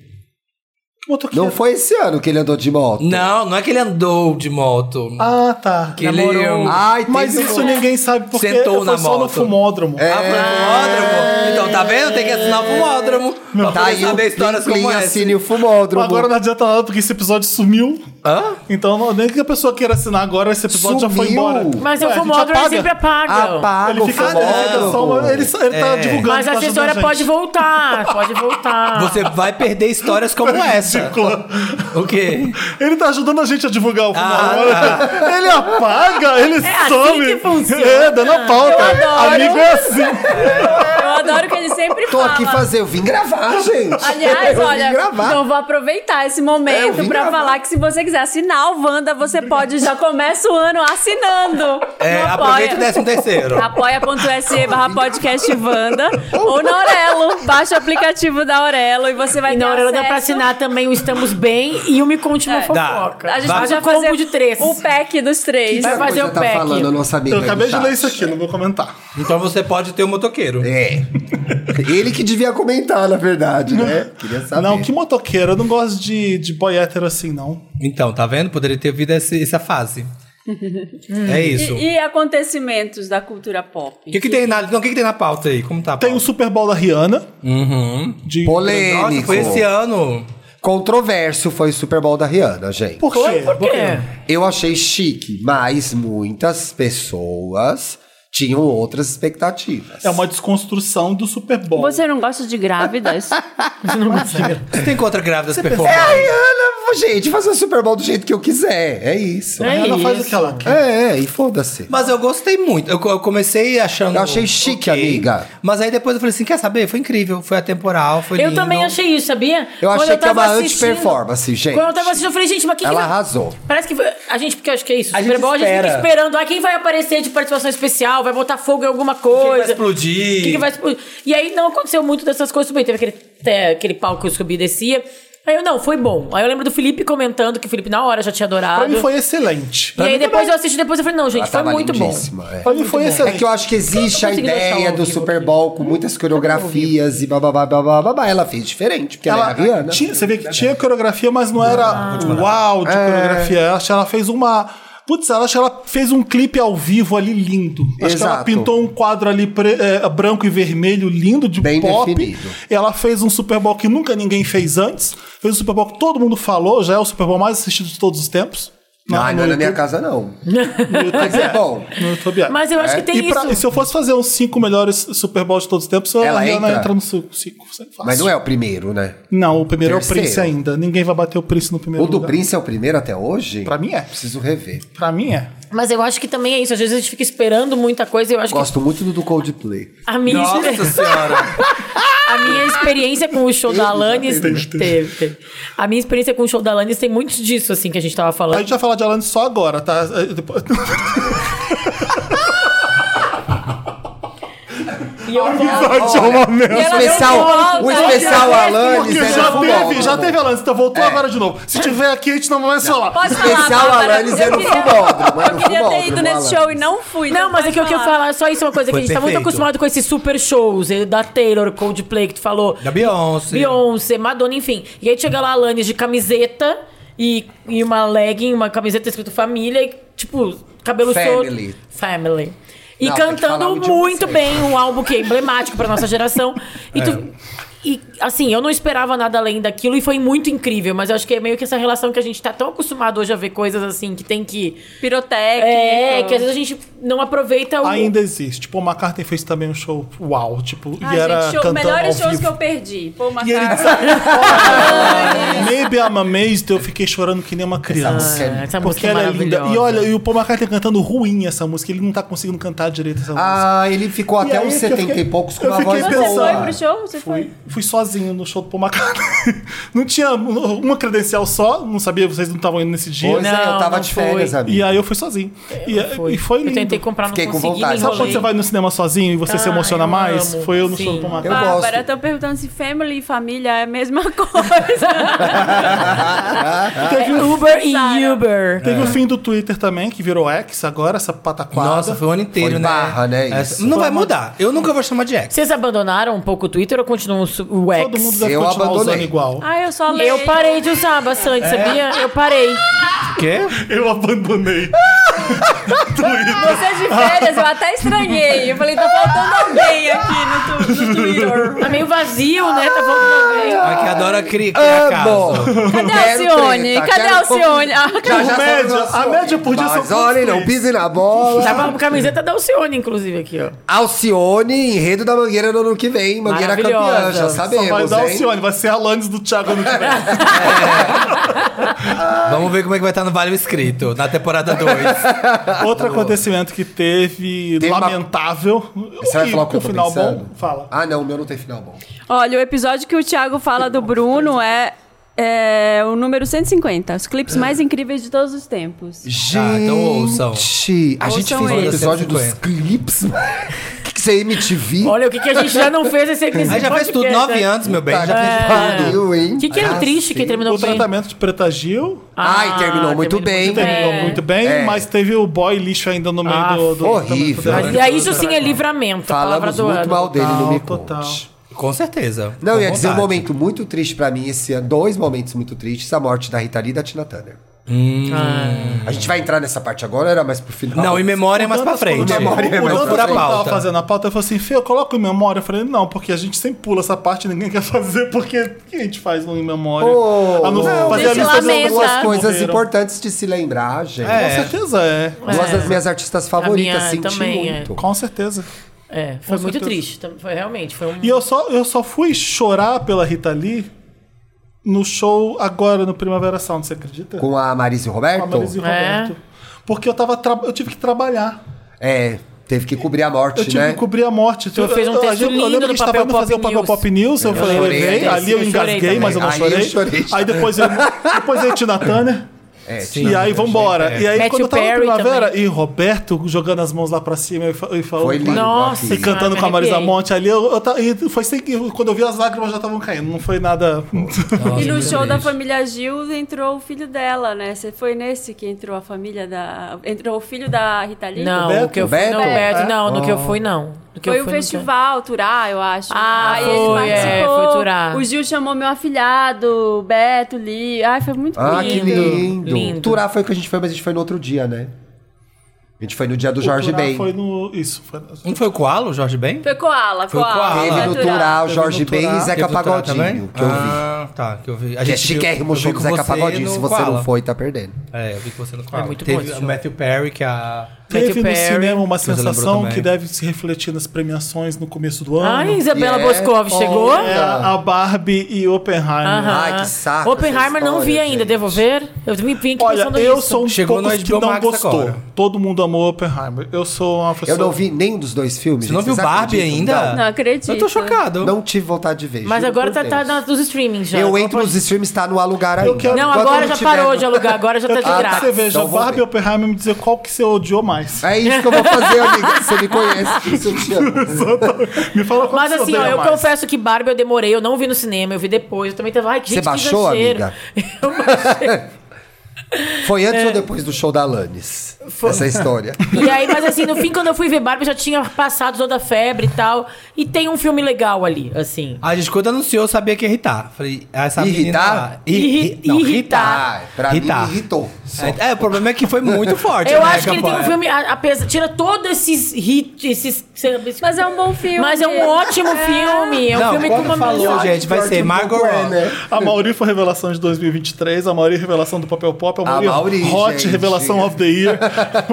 Que motoqueiro? Não foi esse ano que ele andou de moto. Tá Não, não é que ele andou de moto. Ah, tá. que ele é um- namorou. Ai, tem É, Mas isso ninguém sabe porque Sentou foi na só no moto. fumódromo. Ah, foi fumódromo? Então, tá vendo? Tem que assinar o fumódromo. Pra Tá poder aí o saber histórias Plim como essa. assine o fumódromo. Agora não adianta nada porque esse episódio sumiu. Hã? Ah. Então, não- nem que a pessoa queira assinar agora, esse episódio já foi Sumiu. embora. Mas Ué, eu a vou gente modo, apaga. sempre apagam. Apaga Ele o fica, ele fica só uma- fumódromo. ele, só- ele É. tá divulgando. Mas tá a ajudando assessora gente. pode voltar. Pode voltar. Você vai perder histórias como essa. Ridícula. O quê? Ele tá ajudando a gente a divulgar o fumódromo. Ah, [laughs] Ele apaga, ele É assim some. que funciona. É, dando a pauta. Eu adoro. Amigo é assim. Eu adoro que ele sempre Tô fala. aqui fazer, eu vim gravar, gente. Aliás, eu olha, vim gravar. então vou aproveitar esse momento É, Eu vim pra gravar. falar que se você quiser assinar o Wanda, você pode, já começa o ano assinando. É, No aproveita o Apoia. décimo terceiro. apoia.se barra podcast Wanda ou na Aurelo. Baixa o aplicativo da Aurelo e você vai E ter na hora dá pra acesso- assinar também o Estamos Bem e o Me Conte Uma É. Fofoca. A gente Vai vai já um combo fazer de três. o pack dos três. Vai fazer Coisa o tá pack. falando a nossa amiga Eu acabei do de chat. ler isso aqui, não vou comentar. Então você pode ter o motoqueiro. É. Ele que devia comentar, na verdade, né? Queria saber. Não, que motoqueiro. Eu não gosto de, de boy hétero assim, não. Então, tá vendo? Poderia ter vivido esse- essa fase. Hum. é isso. O E, e acontecimentos da cultura pop. que, que tem na, não, o que, que tem na pauta aí? Como tá a pauta? Tem o Super Bowl da Rihanna. Uhum. De... Nossa, Polêmico. foi esse ano. Controverso foi o Super Bowl da Rihanna, gente. Por quê? Foi? Por quê? Eu achei chique, mas muitas pessoas tinham outras expectativas. É uma desconstrução do Super Bowl. Você não gosta de [laughs] grávidas? Você tem contra grávidas É a performantes? Rihanna, gente, fazer o Super Bowl do jeito que eu quiser. É isso. A É Rihanna faz o isso. que ela quer. É, é, e foda-se. Mas eu gostei muito. Eu, co- eu comecei achando. Eu achei chique, ok. amiga. Mas aí depois eu falei assim: quer saber? Foi incrível, foi atemporal, foi Eu lindo. também achei isso, sabia? Eu Quando achei que é tava uma assistindo- anti-performance, gente. Quando eu tava assistindo, eu falei, gente, mas quem Ela que vai... arrasou. Parece que foi- a gente, porque eu acho que é isso. A Super gente Bowl, a gente fica espera. esperando. Ah, quem vai aparecer de participação especial? Vai botar fogo em alguma coisa? Vai explodir. O que, que vai explodir? E aí não aconteceu muito dessas coisas. Tudo bem, teve aquele, te- aquele palco que eu subi e descia. Aí eu, não, foi bom. Aí eu lembro do Felipe comentando que o Felipe na hora já tinha adorado. Pra mim foi excelente. E aí depois eu assisti, depois eu falei, não, gente, Ela foi tava muito bom. lindíssima, é. Foi Pra mim muito foi bom. excelente. É que eu acho que existe Eu a não tô conseguindo achar ideia ao do vivo Super aqui. Bowl com muitas coreografias e bababá, babá, babá. Ela fez diferente, porque Ela ela, é a Rihanna. tinha, você vê que tinha coreografia, mas não era uau de É. coreografia. Eu acho que ela fez uma. Putz, eu acho que ela fez um clipe ao vivo ali lindo. Acho que ela Exato. pintou um quadro ali pre- é, branco e vermelho lindo de Bem pop. definido. Ela fez um Super Bowl que nunca ninguém fez antes. Fez um Super Bowl que todo mundo falou, já é o Super Bowl mais assistido de todos os tempos. Não, não é na minha YouTube. casa, [laughs] não. No YouTube Mas é bom. No YouTube é. Mas eu acho É. que tem e isso. pra- se eu fosse fazer uns cinco melhores Super Bowl de todos os tempos, Ela a Rihanna entra? entra, no 5. fácil. Mas não é o primeiro, né? Não, o primeiro é o Terceiro. Prince ainda. Ninguém vai bater o Prince no primeiro O do lugar. Prince é o primeiro até hoje? Ah, Pra mim é. Preciso rever. Pra mim é. Mas eu acho que também é isso. Às vezes a gente fica esperando muita coisa e eu acho Gosto muito do do Coldplay. que a minha, Nossa [laughs] senhora. a minha experiência com o show da Alanis teve, teve, teve. teve. A minha experiência com o show da Alanis tem muito disso, assim, que a gente tava A falando. gente vai falar de Alanis só agora, tá? [laughs] É, Depois... [laughs] E eu Invadiu o momento. O ela especial, deu o volta, especial ela deu Alanis é Porque é já no teve, fumódromo. já teve Alanis, então voltou É. agora de novo. Se tiver aqui, a gente não vai mais falar. O Pode falar, especial Bárbara. Alanis é Eu no queria- fumódromo. é Eu no queria ter ido fumódromo, nesse show e Alanis. não fui. Não, mas é pode que o que eu falar. falar, só isso é uma coisa Foi que a gente tá muito perfeito. acostumado com esses super shows eh, da Taylor, Coldplay, que tu falou. Da Beyoncé. Beyoncé, Madonna, enfim. E aí chega lá a Alanis de camiseta e, e uma legging, uma camiseta escrito família e, tipo, cabelo Family. solto. Family. E Não, tem que falar cantando o de muito vocês. bem um álbum que é emblemático pra nossa geração. E, tu- e, assim, eu não esperava nada além daquilo e foi muito incrível. Mas eu acho que é meio que essa relação que a gente tá tão acostumado hoje a ver coisas assim, que tem que... Pirotécnico. É, que às vezes a gente não aproveita o... Ainda existe. Pô, o McCartney fez também um show uau, tipo, Ai, e era Ah, gente, show, cantando melhores ao shows vivo. que eu perdi. Pô, uma E ele cara. Maybe I'm amazed, eu fiquei chorando que nem uma criança. música é É. Ah, essa Porque música é ela é linda. maravilhosa. E olha, e o Paul McCartney cantando ruim essa música, ele não tá conseguindo cantar direito essa música. Ah, ele ficou E até aí uns que eu 70 fiquei- e poucos com eu uma fiquei voz pensando- boa. Você foi pro show? Você foi? Fui, fui sozinho no show do Paul McCartney. [laughs] Não tinha uma credencial só, não sabia, vocês não estavam indo nesse dia. Pois é, eu Não, tava não de foi. férias, E amigo. aí eu fui sozinho. E, e foi Eu lindo. tentei comprar, não Fiquei com consegui, vontade. me Sabe Sabe quando enrolei. você vai no cinema sozinho e você se Ah, emociona eu mais? amo. Foi eu no show Sim. do Paul Eu McCartney. Bárbara, gosto. estão perguntando se family e família é a mesma [laughs] coisa. Teve, o- Uber e Sara. Uber. teve É. o fim do Twitter também, que virou X agora, essa pataquada. Nossa, um foi o ano inteiro, Foi né? barra, né, Essa- isso. Não vai mudar. Eu nunca vou chamar de ex. Vocês abandonaram um pouco o Twitter ou continuam su- o X. Todo mundo deve Eu continuar abandonei. usando igual. Ah, eu só leio. Eu parei de usar bastante, sabia? Eu parei. Quê? Eu abandonei. [laughs] Você é de férias, eu até estranhei. Eu falei, tá faltando alguém aqui no, tu- no Twitter. Tá meio vazio, né? Tá faltando alguém. A que adora cri- é, criar Amo! caso. Cadê a Quero Alcione? treta, Cadê quero a Alcione? conflito. Ah, Já, já média- sou do a média por dia são Mas olha, não conflitos. pise na bola. Tava com camiseta da Alcione, inclusive, aqui, ó. Alcione, enredo da Mangueira no ano que vem. Mangueira Maravilhosa. campeã, já Só sabemos, Vai dar hein? Alcione, vai ser a Lannis do Thiago ano que vem. Vamos ver como é que vai estar no Vale o Escrito, na temporada 2. [laughs] [laughs] Outro acontecimento que teve, Tem uma- lamentável. Você vai falar o que com eu tô final pensando? bom? Fala. Ah, não, o meu não tem final bom. Olha, o episódio que o Thiago fala do Bruno é, é o número 150. Os clipes mais É. incríveis de todos os tempos. Gente, então ouçam. a gente Ouçam fez um ele. episódio dos 150. clips. [laughs] que você é MTV? Olha, o que, que a gente já não fez esse aqui. Aí já fez tudo, nove anos, meu bem. Já fez que pariu, Tá hein? O que, que era Ah, triste que sim. terminou Ah, O bem? tratamento de Preta Gil Ai, terminou muito bem. terminou É. muito bem, Ah, É. mas teve o boy lixo ainda no meio Ah, do, do. horrível. do- Mas, [laughs] é, isso sim é livramento. a palavra Falamos do muito ano. mal dele no Me Total, Conte. Com certeza. Não, Com ia dizer um vontade. momento muito triste pra mim esse ano. Dois momentos muito tristes. A morte da Rita Lee e da Tina Turner. A gente vai entrar nessa parte agora, era mais pro final. Hum. Não, em memória é mais pra frente. Em memória é O mais Não Dantas, pra fura a quando tava pauta. fazendo a pauta, eu falei assim, Fê, eu coloco em memória. Eu falei, não, porque a gente sempre pula essa parte, ninguém quer fazer, porque o que a gente faz no em memória? Ô, a Ah, não, não, fazer a gente, lista das lamenta. pessoas duas que coisas morreram. importantes de se lembrar, gente. Com certeza é. Duas das minhas artistas favoritas, minha senti também, é. muito. Com certeza. É, foi Com muito certeza. triste. tam- Foi realmente. Foi um... E eu só, eu só fui chorar pela Rita Lee no show agora, no Primavera Sound, você acredita? Com a Marise a Roberto? Marise É. Roberto. Porque eu, tava tra- eu tive que trabalhar. É, teve que cobrir a Eu morte, tive né? que cobrir a morte. Tu fez um eu, texto eu, eu lindo lembro que a no gente tava Papel indo Pop fazer o Papel News. Pop News. Eu, falei, chorei, eu errei. eu Ali eu chorei engasguei, também. mas eu não Aí eu chorei. chorei. Aí depois eu, depois eu Tina Turner. É, Sim. E aí, vambora. E aí, Matthew quando eu tava Perry no Primavera, também. e Roberto jogando as mãos lá pra cima e fa- e falando... Foi lindo. Nossa, aqui. E cantando Ah, com a me Marisa arrepiei. Monte ali, eu, eu ta- e foi sem que- quando eu vi as lágrimas já estavam caindo, não foi nada. E no muito show da triste. família Gil entrou o filho dela, né? Você foi nesse que entrou a família da. Entrou o filho da Rita Lee? Não, Beto? o que eu fui. Beto? Não, Beto, É? não, no que eu fui, não. No que Foi eu um fui, não sei. festival, Turá, eu acho. Ah, Aí foi, ele é, participou. foi Turá. O Gil chamou meu afilhado, Beto, Li. Ai, foi muito Ah, que lindo. lindo. Lindo. Turá foi o que a gente foi, mas a gente foi no outro dia, né? A gente foi no dia do Jorge Turá Ben. Foi no. Isso, foi. Não Um foi o Koala, o Jorge Ben? Foi Koala, Foi Koala. Koala. Ah, Teve foi no Turá. Turá o Teve no Jorge Ben Turá. e Zeca Pagodinho, que eu vi. Ah, tá, que eu vi. A Que é viu- chiquérrimo o eu vi show do com Zeca você Pagodinho. no Se você Koala. não foi, tá perdendo. É, eu vi que você no Koala. É muito bom Teve esse o show. Matthew Perry, que é a... Teve no Perry. cinema uma Você lembrou sensação também. que deve se refletir nas premiações no começo do ano. Ai, Isabela Yeah. Boscov chegou? É, a Barbie e Oppenheimer. Aham. Ai, que saco Oppenheimer essa não vi história, ainda, gente. devolver? Eu me vim aqui Olha, pensando eu nisso. sou um dos Chegou no poucos que HBO não Max gostou. agora. Todo mundo amou Oppenheimer. Eu sou uma pessoa. Eu não vi nenhum dos dois filmes. Você não gente. viu Vocês Barbie acreditam? ainda? Não acredito. Eu tô chocado. Não, não tive vontade de ver. Mas juro agora por tá, tá Deus. na- nos streamings já. Eu Então entro pode- nos streams, tá no alugar ainda. quero- Não, Enquanto agora já tiver parou no- de alugar, agora já tá Eu de [laughs] quero que graça. Ah, você veja Então vou Barbie e ver. Oppenheimer e me dizer qual que você odiou mais. [laughs] É isso que eu vou fazer, amiga. Você me conhece, por isso eu te amo. Me fala qual Mas que você assim, ó, odeia eu mais. confesso que Barbie eu demorei, eu não vi no cinema, eu vi depois. Eu também tava, ai, que Você gente, baixou, que exagero. amiga? Eu baixei. Foi antes ou depois do show da Alanis? Essa história. [laughs] E aí, mas assim, no fim, quando eu fui ver Barbie, já tinha passado toda a febre e tal. E tem um filme legal ali, assim. Ah, A gente, quando anunciou, eu sabia que ia irritar. Falei, "Ah, essa Irritar? menina... Irri- Irri- não, Ah, irritar. pra mim me irritou. só. É, o problema é que foi muito forte. [laughs] Eu né, acho que ele tem campanha. um filme, a- apesar, tira todos esses hits, esses. Mas é um bom filme. Mas é um ótimo filme. É um Não, filme com quando uma falou, mensagem. gente, vai Pior ser que um Margot pouco é, Robbie. né? A Mauri foi revelação de 2023, a Mauri revelação do papel pop, a Mauri, A Mauri, Hot gente. revelação of the [laughs] year,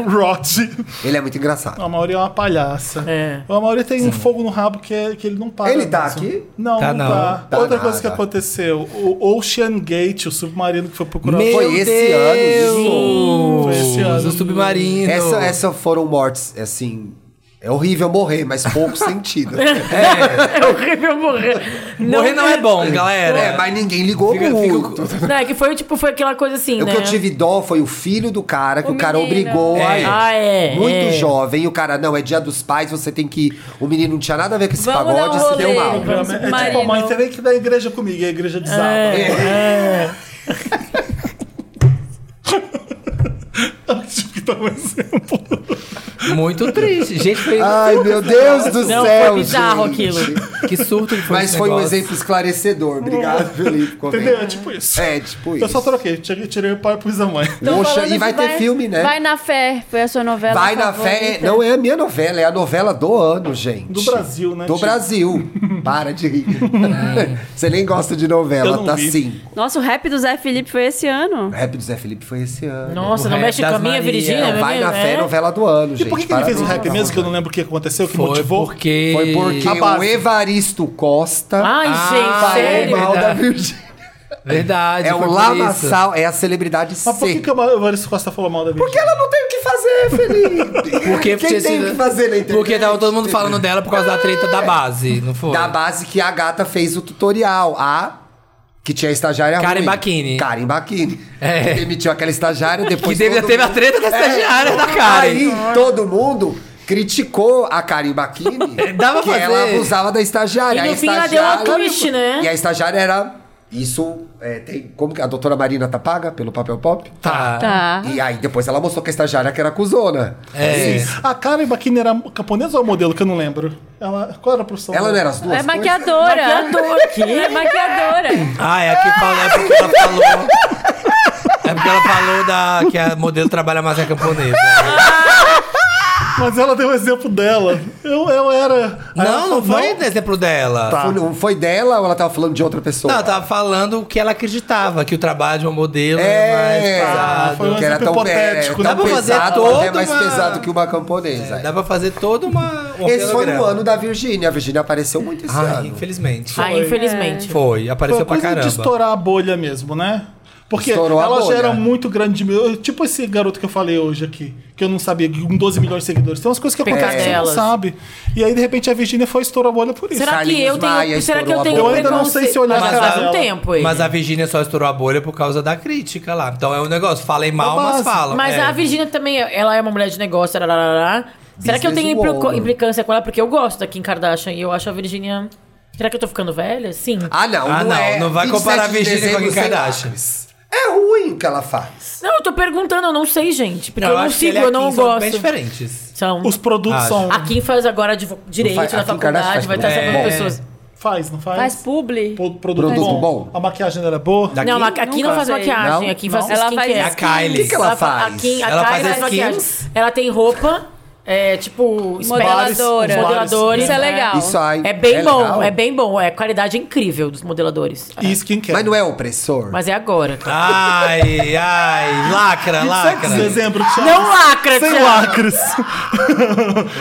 Rot. Ele é muito engraçado. A Mauri é uma palhaça. É. A Mauri tem um fogo no rabo que, é- que ele não para. Ele tá mesmo. aqui? Não, Tá não, não. tá. Tá Outra nada. coisa que aconteceu, o Ocean Gate, o submarino que foi procurar... Meu Foi esse Deus! ano, isso? Foi esse ano. O submarino. Essa, essa foram mortes, assim. É horrível morrer, mas pouco sentido. É, [laughs] É horrível morrer. Morrer não é bom, galera. né? mas ninguém ligou Fica- fica- muito. Não, é que foi tipo, foi aquela coisa assim, É o né? que eu tive dó foi o filho do cara, que o, O cara menino. obrigou a É. ir. Ah, é, Muito é. jovem, e o cara, não, é dia dos pais, você tem que ir. O menino não tinha nada a ver com esse Vamos pagode, dar um se deu rolê. mal. É tipo, a Submarino. mãe, você vem que da igreja comigo, e a igreja É. desaba. [laughs] [laughs] Acho que tá um exemplo. Muito triste. Gente, foi. Ai, meu Deus do Não, céu, foi bizarro gente. aquilo. Que surto que foi Mas esse foi um negócio. exemplo esclarecedor. Obrigado, Felipe. Convém. Entendeu? É tipo isso. É, tipo Eu isso. Então, só troquei, tirei, tirei o pai e pus a mãe. Tão Poxa, falando e vai que ter filme, né? Vai na fé, foi a sua novela. Vai na fé. favorita. Não é a minha novela, é a novela do ano, gente. Do Brasil, né, Do tia? Brasil. [laughs] Para de rir. É. Você nem gosta de Eu novela, não tá vi. sim. Nossa, o rap do Zé Felipe foi esse ano. O rap do Zé Felipe foi esse ano. Nossa, não rap mexe das com a minha Maria. Virgínia, Não, meu vai na amigo, fé, é? novela do ano, gente. E por que, que ele fez o Parabéns. rap mesmo? Que eu não lembro o que aconteceu, o que Foi motivou. porque. Tipo, Foi porque A o base. Evaristo Costa Ai, Ah, gente, falou sério. mal da verdade. Virgínia. Verdade. É foi o por isso. lamaçal, é a celebridade Mas por que, C. que o Maurício Costa falou mal da Virgínia? Porque ela não tem o que fazer, Felipe. Porque Quem tinha tem sido- o que fazer na internet? Porque tava todo mundo falando dela por causa da treta da base, não foi? Da base que a gata fez o tutorial. A. Que tinha a estagiária Karen ruim. Bacchini. Karen Bacchini. É. Demitiu aquela estagiária Que depois. teve, todo teve a mundo- É. treta da estagiária da Karen. Aí todo mundo criticou a [laughs] Karen Bacchini. É, Dava que fazer. ela abusava da estagiária. E no A fim ela deu uma estagiária- twist, né? E a estagiária era. Isso é, tem. Como que a doutora Marina tá paga pelo papel pop? Tá. Tá. E aí depois ela mostrou que a estagiária que era cuzona. É. A Karen Bakini era japonesa ou modelo? Que eu não lembro. Ela, qual era a profissão? Ela não dela? era as duas. É coisas? maquiadora. Maquiadora aqui. É maquiadora. Ah, é que fala, é porque ela falou. É porque ela falou da, que a modelo trabalha mais na camponesa. Mas ela deu o exemplo dela. Eu, eu era. Aí ela Não, não falou, foi um exemplo dela. Foi- Foi dela ou ela tava falando de outra pessoa? Tá. Não, ela tava falando o que ela acreditava, que o trabalho de uma modelo É, é mais pesado. foi um que era exemplo tão, hipotético, é, né? tão Dá pra fazer pesado, toda até mais uma- pesado que uma camponesa. Dá pra fazer toda uma. um Esse foi o holograma. ano da Virgínia. A Virgínia apareceu muito esse Ai, ano. infelizmente. Ah, infelizmente. Foi, Foi apareceu a pra coisa de caramba. estourar a bolha mesmo, né? Porque Estourou a ela já bolha. era muito grande. meu- Tipo esse garoto que eu falei hoje aqui, que eu não sabia, com 12 milhões de seguidores. Tem umas coisas que acontecem que você não Pecadelas. sabe. E aí, de repente, a Virgínia foi estourar a bolha por isso. Será que Carlinhos eu Maia tenho. Será que eu estourou a tenho bolha. Eu ainda não sei se olhar Mas pra faz cara um dela. tempo aí. Mas a Virgínia só estourou a bolha por causa da crítica lá. Então é um negócio, falem mal, Da mas base. falam. Mas é. a Virgínia também, ela é uma mulher de negócio, tararara. Será que eu tenho Business implico- woman. implicância com ela? Porque eu gosto da Kim Kardashian e eu acho a Virgínia. Será que eu tô ficando velha? Sim. Ah, não. Ah, não, é. não vai comparar a 27 de Virgínia com a Kim dezembro, sei lá. Kardashian. É ruim o que ela faz. Não, eu tô perguntando, eu não sei, gente. Porque Não, eu não acho que sigo, ele e eu a não Kim são bem gosto. diferentes. São. Os produtos Ah, Acho. são. A Kim faz agora advo- direito Não faz- na a Kim Kardashian faculdade, vai estar faz- salvando é. pessoas. Faz, não faz? Faz publi. Pro- produto Produto bom. bom. A maquiagem dela é boa. Da Não, Kim? a a Kim não Nunca faz sei. maquiagem, Não? a Kim faz Ela faz skincare. A Kylie. O que ela fa- A faz? Kim, a Ela Kylie faz faz maquiagem. skins? Ela tem roupa, é, tipo, espelhos, Modeladora. modeladores. Isso é legal. Isso aí. É bem bom, legal? é bem bom. É qualidade incrível dos modeladores. E skincare. Mas não é opressor? Mas é agora. Tá. Ai, ai, é lacra, 27 de lacra. dezembro, Thiago. Não lacra, Sem Thiago. lacres.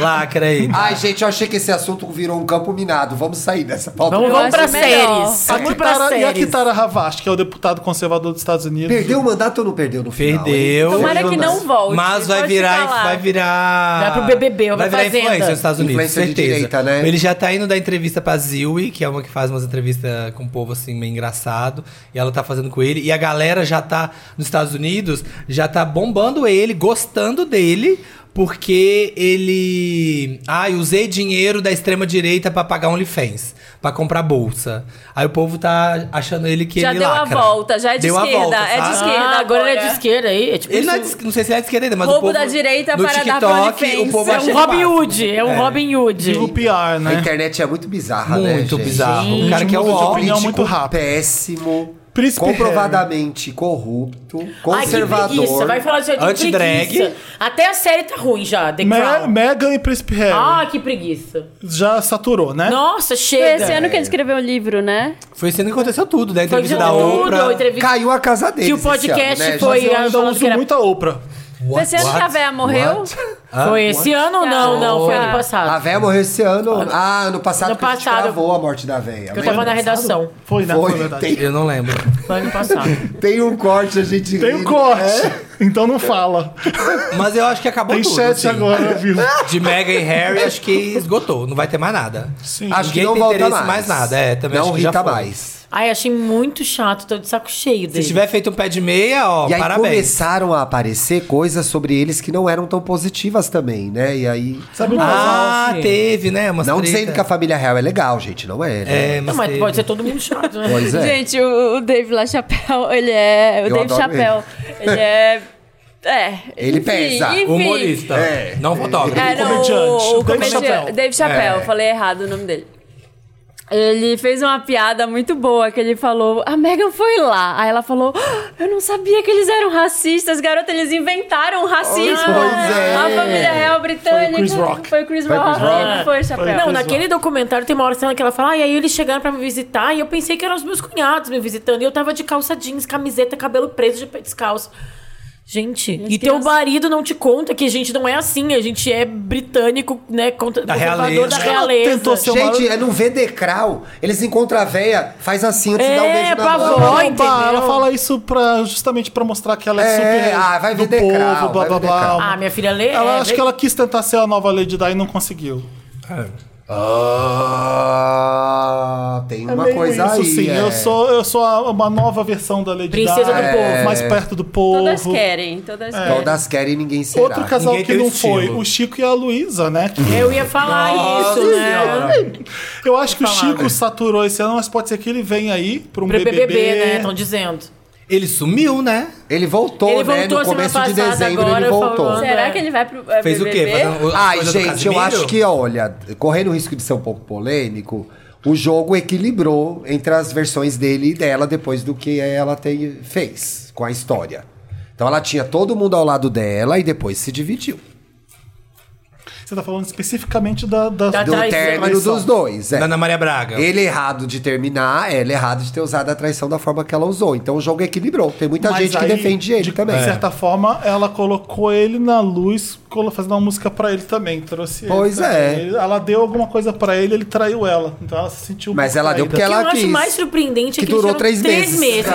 Lacra aí. Ai, gente, eu achei que esse assunto virou um campo minado. Vamos sair dessa pauta. Vamos, Eu vamos acho pra melhor. séries. A Vamos pra Kitara- e a séries. Kitara Havash, que é o deputado conservador dos Estados Unidos. Perdeu o mandato ou não perdeu no final? hein? Perdeu. Tomara que não volte. Mas vai pode virar, ficar lá. vai virar. Vai pro BBB ou vai pra virar Fazenda. influência nos Estados Unidos, Influência de certeza. direita, né? Ele já tá indo dar entrevista pra Zilwe, que é uma que faz umas entrevistas com o povo assim meio engraçado, e ela tá fazendo com ele. E a galera já tá nos Estados Unidos, já tá bombando ele, gostando dele. Porque ele. Ai, usei dinheiro da extrema direita pra pagar OnlyFans, pra comprar bolsa. Aí o povo tá achando ele que Já ele deu a lacra. volda, já é de Deu a esquerda, volta, é de sabe? esquerda. Ah, agora ele é de agora. esquerda aí. É tipo Ele não, é isso. de- não sei se ele é de esquerda ainda, mas Roubo o povo, da direita no para dar TikTok, OnlyFans. o povo É um É um acha Robin Hood, é um Robin Hood. Digo PR, A né? internet é muito bizarra, né, muito gente? bizarro. Gente, o cara que é o muda de ó. opinião. Político muito rápido. um tipo, péssimo, Príncipe comprovadamente corrupto, Ai, que preguiça. conservador. Vai falar de de Anti-drag. preguiça. Até a série tá ruim já, The Me Crown. Megan e Príncipe Harry. Ah, que preguiça. Já saturou, né? Nossa, Foi chega. esse ano que ele escreveu o livro, né? Foi sendo que aconteceu tudo, né? Foi Entrevista de da tudo, Oprah. entrevista. Caiu a casa dele. Que o podcast foi- Mas eu a- ainda falando que uso era- muito a Oprah. What? Esse ano que a What? véia morreu. What? Foi esse ano ou não? Não, foi ano A passado. véia morreu esse ano. Ah, ano passado Ano que a gente passado. gravou a morte da véia. Eu tava na redação. Foi, né? Foi, Foi, verdade. tem, Eu não lembro. Foi ano passado. [laughs] tem um corte, a gente Tem ri, um corte. né? Então não fala. Mas eu acho que acabou Tem tudo. chat assim. agora, viu? De Meghan e Harry, acho que esgotou. Não vai ter mais nada. Sim. Acho que Ninguém não tem volta interesse mais. em mais nada, é, também não acho que já irrita foi. mais. Ai, achei muito chato, tô de saco cheio dele. Se tiver feito um pé de meia, ó, e aí parabéns. começaram a aparecer coisas sobre eles que não eram tão positivas também, né? E aí... Sabe o que Ah, Nossa. teve, né? Umas Não treta. dizendo que a família real é legal, gente. Não é, É, né? Não, mas, mas teve. pode ser todo mundo chato, né? Pois é. Gente, o, o Dave LaChapelle, ele é. O Eu Dave adoro Chapelle. Ele é. É. Ele enfim, pesa. Enfim. humorista. É. Não fotógrafo. Era Comediante. o, o Dave comediante. Chappelle. Dave Chappelle, falei errado o nome dele. Ele fez uma piada muito boa que ele falou: a Megan foi lá. Aí ela falou: "Ah, eu não sabia que eles eram racistas, garota, eles inventaram o racismo. Pois é. A família real britânica. Chris Rock. Foi o Chris Foi o Chris Rock. Rock. Foi o Chappelle. Não, Pois naquele documentário tem uma hora cena que ela fala, ah, e aí eles chegaram pra me visitar e eu pensei que eram os meus cunhados me visitando. E eu tava de calça jeans, camiseta, cabelo preso, de pé descalço. Gente, e teu crianças- marido não te conta que a gente não é assim, a gente é britânico, né? Contra, Da conservador realeza. da Ela realeza. tentou ser Gente, é no VDCRAL. Eles encontram a véia, faz assim, antes de dar um É, beijo na pra mão. avó. Ela, entendeu? ela fala isso pra, justamente pra mostrar que ela é, É, super ah, vai do ver povo, degrau, blá vai blá ver blá. degrau. Ah, minha filha lê. Ela é, acho que ela quis tentar ser a nova Lady Di e não conseguiu. Ah, tem uma É meio coisa isso, aí. sim. é. Eu sou, eu sou a- uma nova versão da Lady Princesa Di, do povo. É. mais perto do povo. Todas querem, todas querem. Todas querem e ninguém será. é. Outro casal Ninguém que tem não o estilo. foi, o Chico e a Luísa, né? Que- Eu ia falar Nossa isso, né? Senhora. É. Eu acho que o Falar, Chico né? saturou esse ano, mas pode ser que ele venha aí pra um Pro BBB. BBB, né? Estão dizendo. Ele sumiu, né? Ele voltou, Ele né? voltou No semana começo de passada dezembro agora, ele voltou. falando. Será que ele vai pro é, Fez o quê? BBB? um Fazendo o- as Ai, coisas do gente, eu Casimiro? acho que, olha, correndo o risco de ser um pouco polêmico, o jogo equilibrou entre as versões dele e dela depois do que ela tem, fez com a história. Então ela tinha todo mundo ao lado dela e depois se dividiu. Você tá falando especificamente da, da, Da Do traição. término Traição. dos dois, Da é. Ana Maria Braga. Ele errado de terminar, ela errado de ter usado a traição da forma que ela usou. Então o jogo equilibrou. Tem muita Mas gente que aí, defende ele de, também. É. De certa forma, ela colocou ele na luz, colo- fazendo uma música pra ele também. Trouxe ele Pois também. é. Ele- Ela deu alguma coisa pra ele, ele traiu ela. Então ela se sentiu. um Mas pouco ela deu traída. porque O que ela eu quis. acho mais surpreendente é que que durou eles tiveram três meses.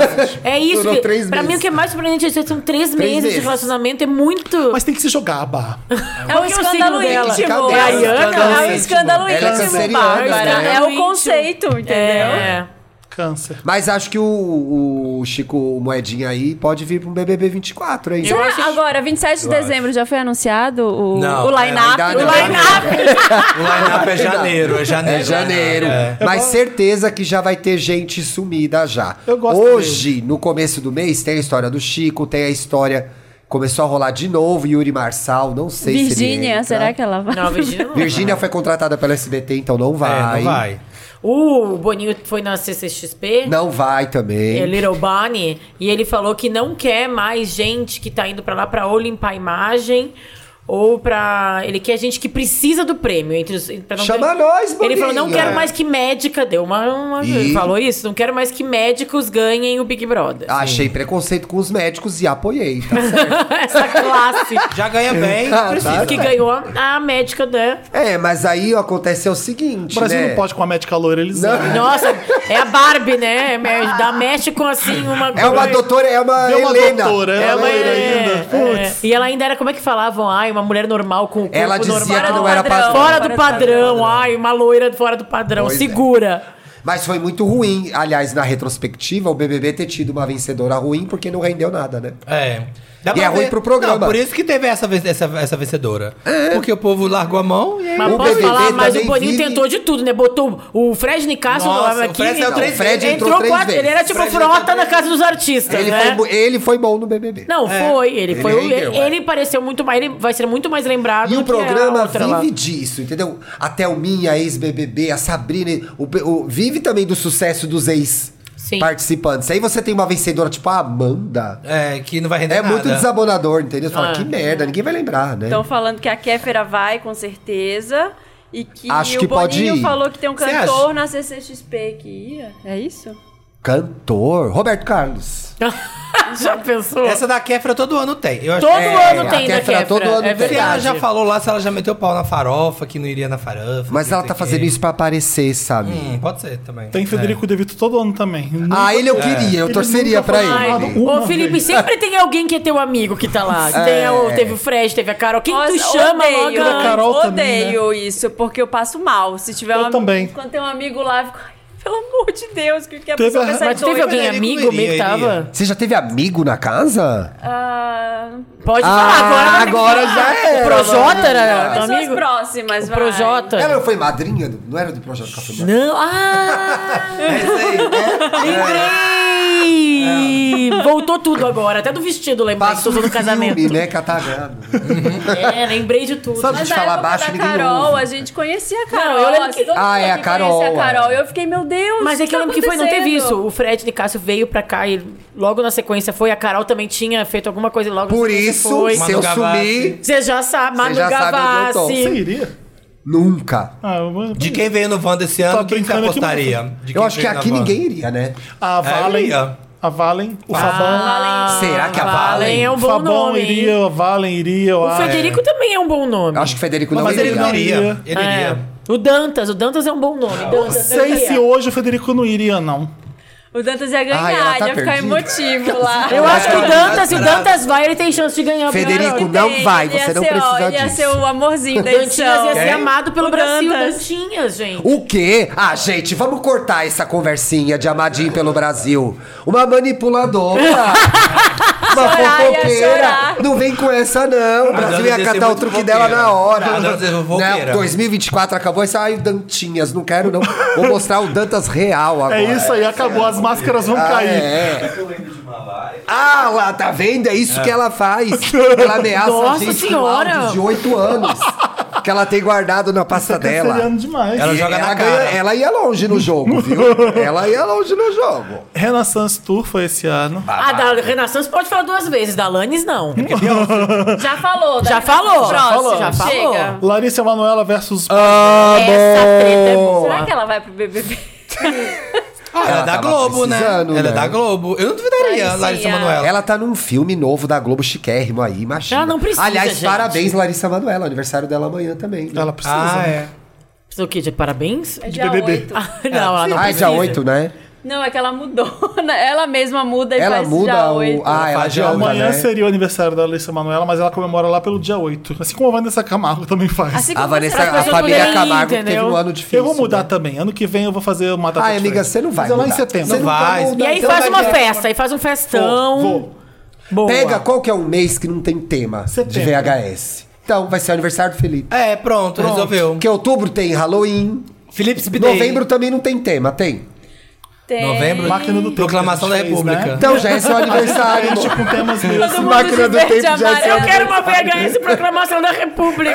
É isso. Durou que- três pra mim, meses. o que é mais surpreendente é que são três, meses, de meses. relacionamento. É muito. Mas tem que se jogar, Bah. É um Porque escândalo o signo dela- íntimo. Cadê? É um escândalo- Ela é é um escândalo Ela é íntimo, canceriana, Bárbara. né? É o Íntimo. conceito, entendeu? É. Câncer. Mas acho que o, o Chico Moedinha aí pode vir pra um BBB 24, hein? É Será? Agora, 27 de dezembro já foi anunciado o, Não, o line-up? ainda o não. é, line-up! O line-up é janeiro, é janeiro. É janeiro. É. Mas certeza que já vai ter gente sumida já. Eu gosto Hoje, no começo do mês, tem a história do Chico, tem a história. Começou a rolar de novo, Yuri Marçal, não sei se. ele Virgínia, entra. será que ela vai? [laughs] Não, a Virgínia não. Virgínia foi contratada pela SBT, então não vai. É, não vai. Uh, o Boninho foi na CCXP. Não vai também. É Little Bunny, e ele falou que não quer mais gente que tá indo pra lá pra ou limpar a imagem ou pra. Ele quer gente que precisa do prêmio. Entre os, pra não Chama nós, Ele falou: não Boninho. quero mais que médica. Deu uma. uma- Ih. Ele falou isso: não quero mais que médicos ganhem o Big Brother. [laughs] Achei preconceito com os médicos e apoiei. Tá Essa classe Já ganha bem. Ah, [laughs] tá que certo. ganhou a, a médica da. É, mas aí acontece é o seguinte, O Brasil né? não pode com a médica loira, eles amam. Nossa, é a Barbie, né? É me- Da México, assim, uma. É uma doutora, é uma É uma Helena. doutora, é É, uma é, loira ainda. é. E ela ainda era, como é que falavam? Ai, uma mulher normal com o corpo Ela dizia normal. que não era Padrão. padrão. Fora Fora do do padrão, ai, uma loira fora do padrão, Pois é. segura. Mas foi muito ruim. Aliás, na retrospectiva, o BBB ter tido uma vencedora ruim porque não rendeu nada, né? É. Dá E é ruim pro programa. É. Não, por isso que teve essa, ven- essa, essa vencedora. Porque o povo largou a mão e aí... Mas O posso BBB falar, mas o também Boninho vive- tentou de tudo, né? Botou o Fred Nicasso Nossa, no o Fred saiu três vezes. Fred entrou é três quatro, vezes. é ele era tipo Fred frota entrou na três casa dos artistas, Ele, né? foi, bo- ele foi bom no BBB. Não, foi, ele, Ele foi o- rendeu, ele, é. ele pareceu muito mais, ele vai ser muito mais lembrado E do o que a programa outra vive lá. disso, entendeu? A Thelminha, a ex-BBB, a Sabrina, o, pe- o- vive também do sucesso dos Sim. ex-participantes. Aí você tem uma vencedora tipo a Amanda. É, que não vai render É nada. muito desabonador, entendeu? Você fala, Ah. que merda, ninguém vai lembrar, né? Estão falando que a Kéfera vai, com certeza. E que Acho o que pode Boninho ir. falou que tem um Cê cantor na CCXP que ia. É isso? Cantor, Roberto Carlos. [laughs] Já pensou? Essa da Kefra todo ano tem. Eu acho Todo É, ano a tem da Kéfera, Kéfera, todo ano é tem. Se ela verdade. já falou lá, se ela já meteu o pau na farofa, que não iria na farofa. Mas que ela não sei tá o fazendo quê. isso pra aparecer, sabe? Hum, pode ser também. É. Tem Federico De Vito todo ano também. Ah, ele eu queria, eu Ele torceria nunca pra foi ele. Ai, Nada, Ô, uma Felipe, vez. sempre tem alguém que é teu amigo que tá lá. É. Tem o- teve o Fred, teve a Carol. Quem tu Nossa, chama odeio, logo? A Carol também, né? odeio isso, porque eu passo mal. Se tiver Eu um ami- também. Quando tem um amigo lá, eu fico... "Ai, Pelo amor de Deus, que que a Teve pessoa a- pensa Mas em dois? teve alguém Ele amigo comeria, meu que tava? Você já teve amigo na casa? Ah, Pode Ah, falar agora. agora né? já O era. Projota era teu pessoas Tá. amigo? próximas, O vai. Projota. Ela é foi madrinha? do- Não era do projeto Café Belgrado? Não, ah! [laughs] É isso aí, né? Lembrei! Voltou tudo agora, até do vestido lembrei que Passa todo um do casamento. filme, né? Catagrado. É, lembrei de tudo. Sabe- Mas de na falar época baixo, da ninguém Carol, ouve. a gente conhecia a Não, eu Carol. lembro assim, que- todo Ah, mundo é a aqui Carol, conhecia é. a Carol. Eu fiquei, meu Deus, Mas é o tá que eu lembro que foi, não teve isso. O Fred de Cássio veio pra cá e logo na sequência foi. A Carol também tinha feito alguma coisa e logo Por na sequência isso, foi. se Manu eu Gavassi. sumir, Você já sabe, Manu já sabe onde eu tô. Gavassi. Você iria? nunca. Ah, eu vou- De quem veio no Wanda esse ano, quem você brincando aqui, apostaria? De quem Eu acho que veio na aqui Wanda? ninguém iria, né? A Valen. iria. a Valen, o Fabão. Ah, Será que a Valen- é um o bom Fabão nome? hein? iria, a Valen iria. eu O acho. Frederico também é um bom nome. Eu acho que o Federico não Mas Mas né? iria. ele não iria. Ele É. iria. O Dantas, o Dantas é um bom nome. Dantas, é. Não sei Dantas. se hoje o Federico não iria, não. O Dantas ia ganhar, Ai, ela tá ele ia ficar perdida. emotivo lá. Eu acho que o É, Dantas, se o desgraça. Dantas vai, ele tem chance de ganhar. Federico, Cara, não vai, Ele ia você não ser, ó, precisa Ele ia disso. ser o amorzinho da Dantinhas ia edição. ser Quem? amado pelo O Brasil. Dantas. Dantinhas, gente. O quê? Ah, gente, vamos cortar essa conversinha de amadinho pelo Brasil. Uma manipuladora. Uma Chorar, ia fofoqueira. chorar. Não vem com essa, não. O Brasil Dani ia ia ser catar o muito truque fofoqueira. dela na hora. A Dani ia ser fofoqueira. Não, 2024 acabou e saiu Dantinhas. Não quero, não. Vou mostrar o Dantas real agora. É isso aí, acabou. As máscaras vão Ah, cair. é. Ah, lá, tá vendo? É isso que ela faz. Ela ameaça Nossa a gente Senhora. com áudios de oito anos. Que ela tem guardado na pasta dela. Canceriano demais. Ela E joga na ganha- cara. ela ia longe no jogo, viu? [laughs] ela ia longe no jogo. Renaissance Tour foi esse ano. Ah. A Ah, da Renaissance pode falar duas vezes, da Lannis não. Hum. Já falou, Já Dantas, falou, já Próximo, falou, já chega. falou. Larissa Manoela versus. Ah. Tá Essa treta é boa. Será que ela vai pro [laughs] BBB? Ah, ela é Ela da tava Globo, né? Ela precisando, é né? da Globo. Eu não duvidaria, Ai, sim, Larissa é. Manoela. Ela tá num filme novo da Globo Chiquérrimo aí, imagina. Ela não precisa, Aliás, gente. parabéns, Larissa Manoela. Aniversário dela amanhã também. né? Ela precisa. Ah, né? é. Precisa o quê? De parabéns? É dia BBB. 8. [laughs] Ah, não, ela não ah, é precisa. dia 8, né? Não, é que ela mudou. [laughs] né? Ela mesma muda e ela faz muda dia o. 8. Ah, ela faz dia dia 8, Amanhã né? tá seria o aniversário da Larissa Manoela, mas ela comemora lá pelo dia 8. Assim como a Vanessa Camargo também faz. Assim A como Vanessa, as a pessoas família poderem ir, Camargo teve entendeu? um ano difícil. eu vou mudar né? também. Ano que vem eu vou fazer uma data Ai, Ah, amiga, diferente. você não Mas vai. é lá em mudar. setembro. Você não Vai. mudar, E aí então faz vai uma dar- festa, aí faz um festão. Vou. Boa. Pega qual que é um mês que não tem tema de Setembro. VHS. Então, vai ser o aniversário do Felipe. É, pronto, resolveu. Porque outubro tem Halloween. Felipe Spidey. Novembro também não tem tema, tem. É. Tem. Novembro. Máquina do Tempo Proclamação que né? a da gente fez, República. Então já é [laughs] seu aniversário. Gente, Tipo, com temas meio Todo mundo Máquina de do verde tempo e já se amarelo. Eu quero uma VHS Proclamação da É, República.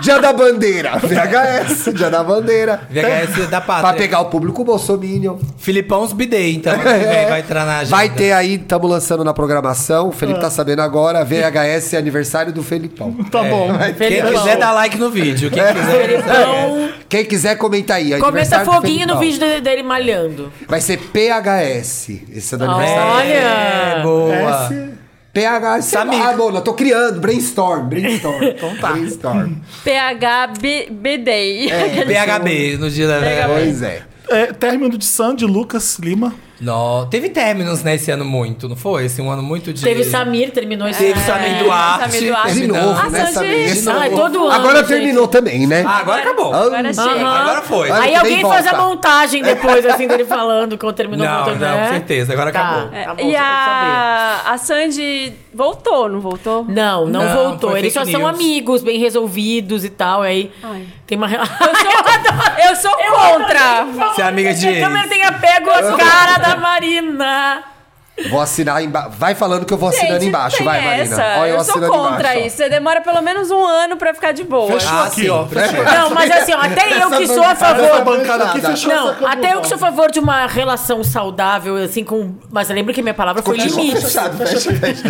Dia da Bandeira. VHS, Dia da Bandeira. é VHS da Pra Pátria. Tá. pegar o público bolsominion. Filipão Spidey, então. [laughs] que vem, vai entrar na agenda. Vai ter aí, estamos lançando na programação. O Felipe tá Ah. sabendo agora. VHS é aniversário do Felipão. Tá bom. Quem Felipão. quiser dar like no vídeo. É. Quem quiser. Então, Quem quiser, comenta aí. começa aniversário do foguinho no Felipão. vídeo de- dele malhando. Vai ser PHS. Esse é do aniversário. Olha. É, boa. Esse- PHS. Tá sei Samir. lá, Mona, ah, tô criando. Brainstorm, [laughs] brainstorm. então tá. Brainstorm. PH BD. É. [laughs] É. PHB no dia da. Pois é. É, término de Sandy Lucas Lima. Não, teve términos, né, esse ano muito, não foi? Esse um ano muito de... Teve Samir, É, terminou esse Teve É. Samir Duarte. Samir Duarte. De Terminando. novo, Ah, né, Sandy? Samir? Esse- Ah, é todo ano. Agora gente. terminou também, né? Ah, agora acabou. Agora chega. Aham. Agora foi. Ano Aí que alguém vem faz volta. a montagem depois, assim, dele falando quando terminou o Não, montagem. não, né? com certeza, agora Tá, acabou. tá bom, é, e só pra saber. a, a Sandy voltou, não voltou? Não, não, Não, voltou. foi Eles só fake são news. amigos, bem resolvidos e tal. Aí Ai. tem uma. [laughs] Eu [laughs] Eu sou contra! Você é [laughs] amiga de A ex. câmera tem apego às caras da [laughs] Marina. Vou assinar embaixo. Vai falando que eu vou assinando Gente, embaixo. não tem Vai, essa. Marina. Olha, eu, eu, sou assinando contra embaixo. ó. isso. Você demora pelo menos um ano pra ficar de boa. Fechou Ah, aqui, sim, ó. fechou. Não, mas assim, ó, até eu que sou a Essa favor. bancada aqui Fechada. fechou essa Não, câmera. até eu que sou a favor de uma relação saudável, assim, com. Mas lembra que minha palavra foi Continua limite. fechado, fecha, fecha.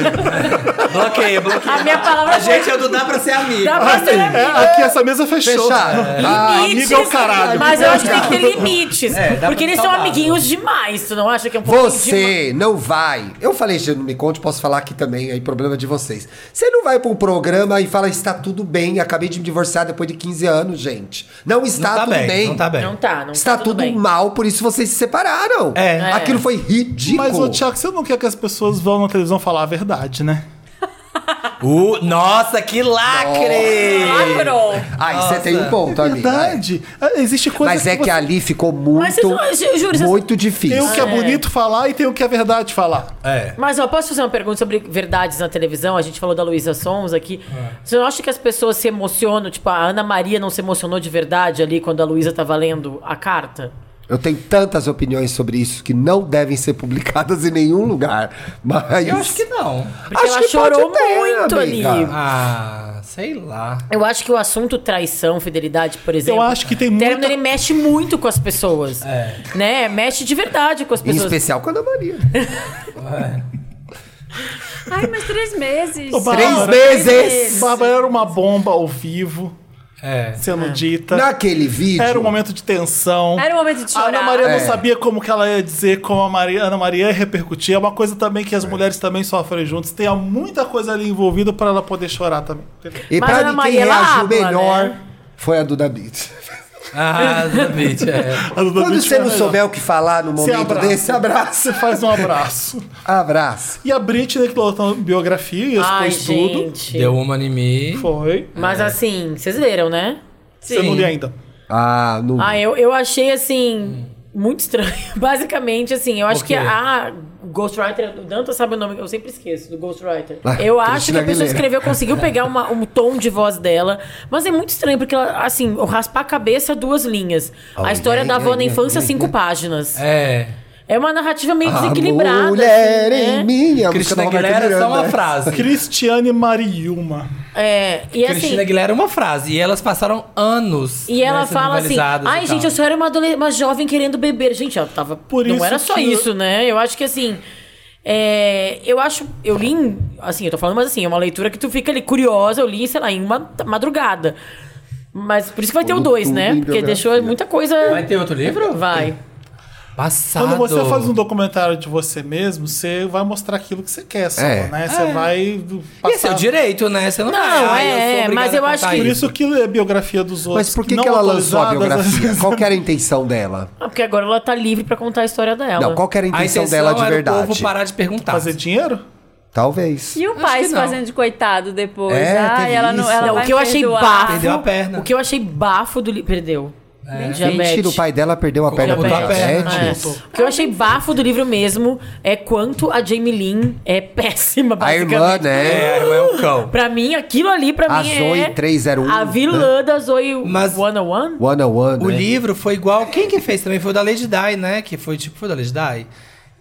Bloqueia, bloqueia. A minha palavra A foi. gente é do Dá Pra Ser Amigo. Dá pra ser É, aqui essa mesa fechou. Fechado. Ah, limites, amigo é o caralho. Mas eu acho que tem que ter limites. É, dá pra um porque eles são saudável. amiguinhos demais, tu não acha que é um pouco Você não vai. Eu falei, gente, não me conte, posso falar aqui também, aí problema de vocês. Você não vai pra um programa e fala, está tudo bem, acabei de me divorciar depois de 15 anos, gente. Não está Não tá tudo bem, bem. não tá bem. Não tá, não Está tá tudo, bem. mal, por isso vocês se separaram. É. Aquilo foi ridículo. Mas, ô, Thiago, você não quer que as pessoas vão na televisão falar a verdade, né? Uh, nossa, que lacre! Lacrou. Aí Nossa. É você tem um ponto, amiga. É Verdade. Ah, Existe coisa Mas é que você- ali ficou muito, Mas vocês não- eu juro, vocês- muito difícil. Tem o que é bonito falar e tem o que é verdade falar. É. Mas ó, posso fazer uma pergunta sobre verdades na televisão? A gente falou da Luísa Sons aqui. Você não acha que as pessoas se emocionam? Tipo, a Ana Maria não se emocionou de verdade ali quando a Luísa tava lendo a carta? Eu tenho tantas opiniões sobre isso que não devem ser publicadas em nenhum lugar. Mas. Eu acho que não. Porque ela que pode chorou ter, muito amiga. ali. Ah, sei lá. Eu acho que o assunto traição, fidelidade, por exemplo. acho que tem Término, muita- ele mexe muito com as pessoas. É. Né? Mexe de verdade com as Em pessoas. especial com a Ana Maria. Ai, mas três meses. Ô, Três Bárbara, meses! Bárbara era uma bomba ao vivo É. sendo dita. Naquele vídeo. Era um momento de tensão. Era o momento de A chorar. Ana Maria É. não sabia como que ela ia dizer, como a Maria, Ana Maria ia repercutir. É uma coisa também que as mulheres também sofrem juntas. Tem muita coisa ali envolvida pra ela poder chorar também. entendeu? E Mas a pra Ana mim, quem Maria, ela reagiu habla, melhor né? foi a Duda Beat. Ah, Zabit, é. A Duda Quando Beach você foi a não melhor. souber o que falar no Você momento abraça. desse, abraço. Você faz um abraço. Abraço. E a Britney que lançou a biografia e Ai, expôs tudo. gente. Deu uma em mim. Foi. É. Mas assim, vocês leram, né? Você não li ainda. Ah, não. Ah, eu, eu achei assim. Muito estranho. [laughs] Basicamente, assim, eu acho Por que quê? a Ghostwriter, o Danta sabe o nome, eu sempre esqueço do Ghostwriter. Ah, eu Cristina acho que a pessoa Aguilera. escreveu, conseguiu pegar uma- um tom de voz dela, mas é muito estranho, porque ela, assim, o raspar a cabeça, duas linhas. a Olha, história da avó na olha, infância, olha. cinco páginas. É. É. uma narrativa meio A desequilibrada. mulher assim, né? em mim. a música Cristina da Roberta Aguilera é só Miranda. uma frase. Cristiane Mariuma. É, e assim. Cristina Aguilera é uma frase. E elas passaram anos. E ela né, sendo fala assim: rivalizadas e ai, gente, tal." eu só era uma, adole- uma jovem querendo beber. Gente, ela tava. Por não isso era só que- isso, né? Eu acho que assim. é, eu acho. Eu li. em- Assim, eu tô falando, mas assim, é uma leitura que tu fica ali curiosa. Eu li, sei lá, em uma t- madrugada. Mas por isso que vai ter o no 2, tudo em né? Porque biografia. deixou muita coisa. Vai ter outro É. livro? Vai. Tá Passado. Quando você faz um documentário de você mesmo, você vai mostrar aquilo que você quer só, É. né? Você vai E passar... é seu direito, né? Você não, Não, vai, "Ai, é, sou obrigada mas eu a acho contar que- Por isso que a biografia dos outros Mas por que, não que ela lançou a autorizadas, às biografia? vezes, Qual que era a intenção dela? Ah, porque agora ela tá livre pra contar a história dela. Não, qual que era a A intenção intenção dela é de era o verdade? povo parar de perguntar. tá? Fazer dinheiro? Talvez. E o Acho um pai que se não. fazendo de coitado depois. É, Ai, teve ela não. isso. Ela Não, vai o que eu achei perdoar. bafo. Perdeu a perna. O que eu achei bafo do livro. Perdeu. É. Mentira, o pai dela perdeu a perna Perdeu pro a perna. né? diabetes. O que né? eu achei bafo do livro mesmo é quanto a Jamie Lynn é [laughs] péssima, A basicamente. irmã, né? É, é o cão. Pra mim, aquilo ali, pra A mim, Zoe é 301, a vilã né? da Zoe Mas- 101. One on one, O né? livro foi igual. Quem que fez também? Foi o da Lady Di, né? Que foi tipo, foi da Lady Di?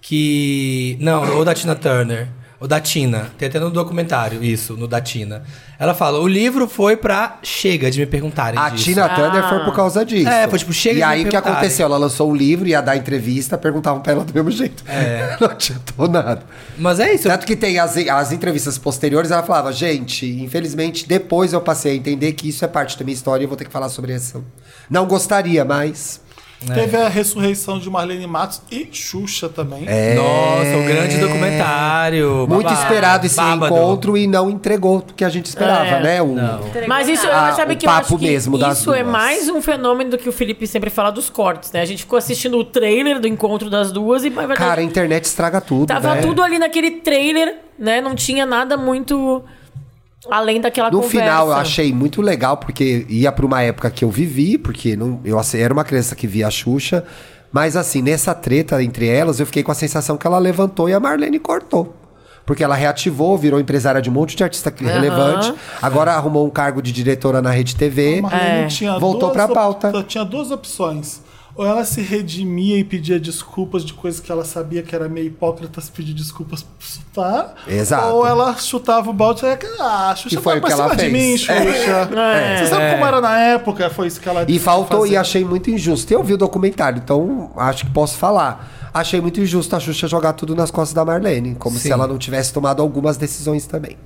Que. Não, ou da Tina Turner. Ou da Tina. Tem até no documentário isso, no da Tina. Ela fala: o livro foi pra chega de me perguntarem. A é disso. Tina Turner foi por causa disso. É, foi tipo, chega E de me aí o que perguntarem. aconteceu? Ela lançou o livro, ia dar entrevista, perguntavam pra ela do mesmo jeito. É. [laughs] Não adiantou nada. Mas é isso. Tanto que tem as, as entrevistas posteriores, ela falava, gente, infelizmente, depois eu passei a entender que isso é parte da minha história e eu vou ter que falar sobre isso. Não gostaria, mas. Teve a ressurreição de Marlene Matos e Xuxa também. É. Nossa, o grande documentário. Muito babado, esperado esse bábado. encontro e não entregou o que a gente esperava, É, né? O, Mas isso, Ah, sabe o que eu acho papo que mesmo das isso é duas. mais um fenômeno do que o Felipe sempre fala dos cortes, né? A gente ficou assistindo o trailer do encontro das duas e, na verdade, Cara, a internet estraga tudo. tava né? tudo ali naquele trailer, né? Não tinha nada muito além daquela No conversa. final eu achei muito legal, porque ia pra uma época que eu vivi, porque não, eu assim, era uma criança que via a Xuxa. Mas assim, nessa treta entre elas, eu fiquei com a sensação que ela levantou e a Marlene cortou. Porque ela reativou, virou empresária de um monte de artista relevante. Agora arrumou um cargo de diretora na Rede TV. A Marlene tinha É. Voltou duas pra op- pauta. Tinha duas opções. Ou ela se redimia e pedia desculpas de coisas que ela sabia que era meio hipócrita se pedir desculpas por chutar. Exato. Ou ela chutava o balde e falava, ah, a Xuxa Que foi tá o pra que cima ela de fez. mim, Xuxa. É. Você sabe como era na época? Foi isso que ela E disse faltou, fazer. e achei muito injusto. Eu vi o documentário, então acho que posso falar. Achei muito injusto a Xuxa jogar tudo nas costas da Marlene, como se Sim. ela não tivesse tomado algumas decisões também.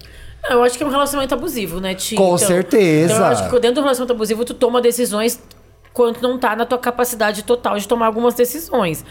Não, Eu acho que é um relacionamento abusivo, né, Ti? Com certeza. Então, eu acho que dentro do relacionamento abusivo, tu toma decisões quando não tá na tua capacidade total de tomar algumas decisões.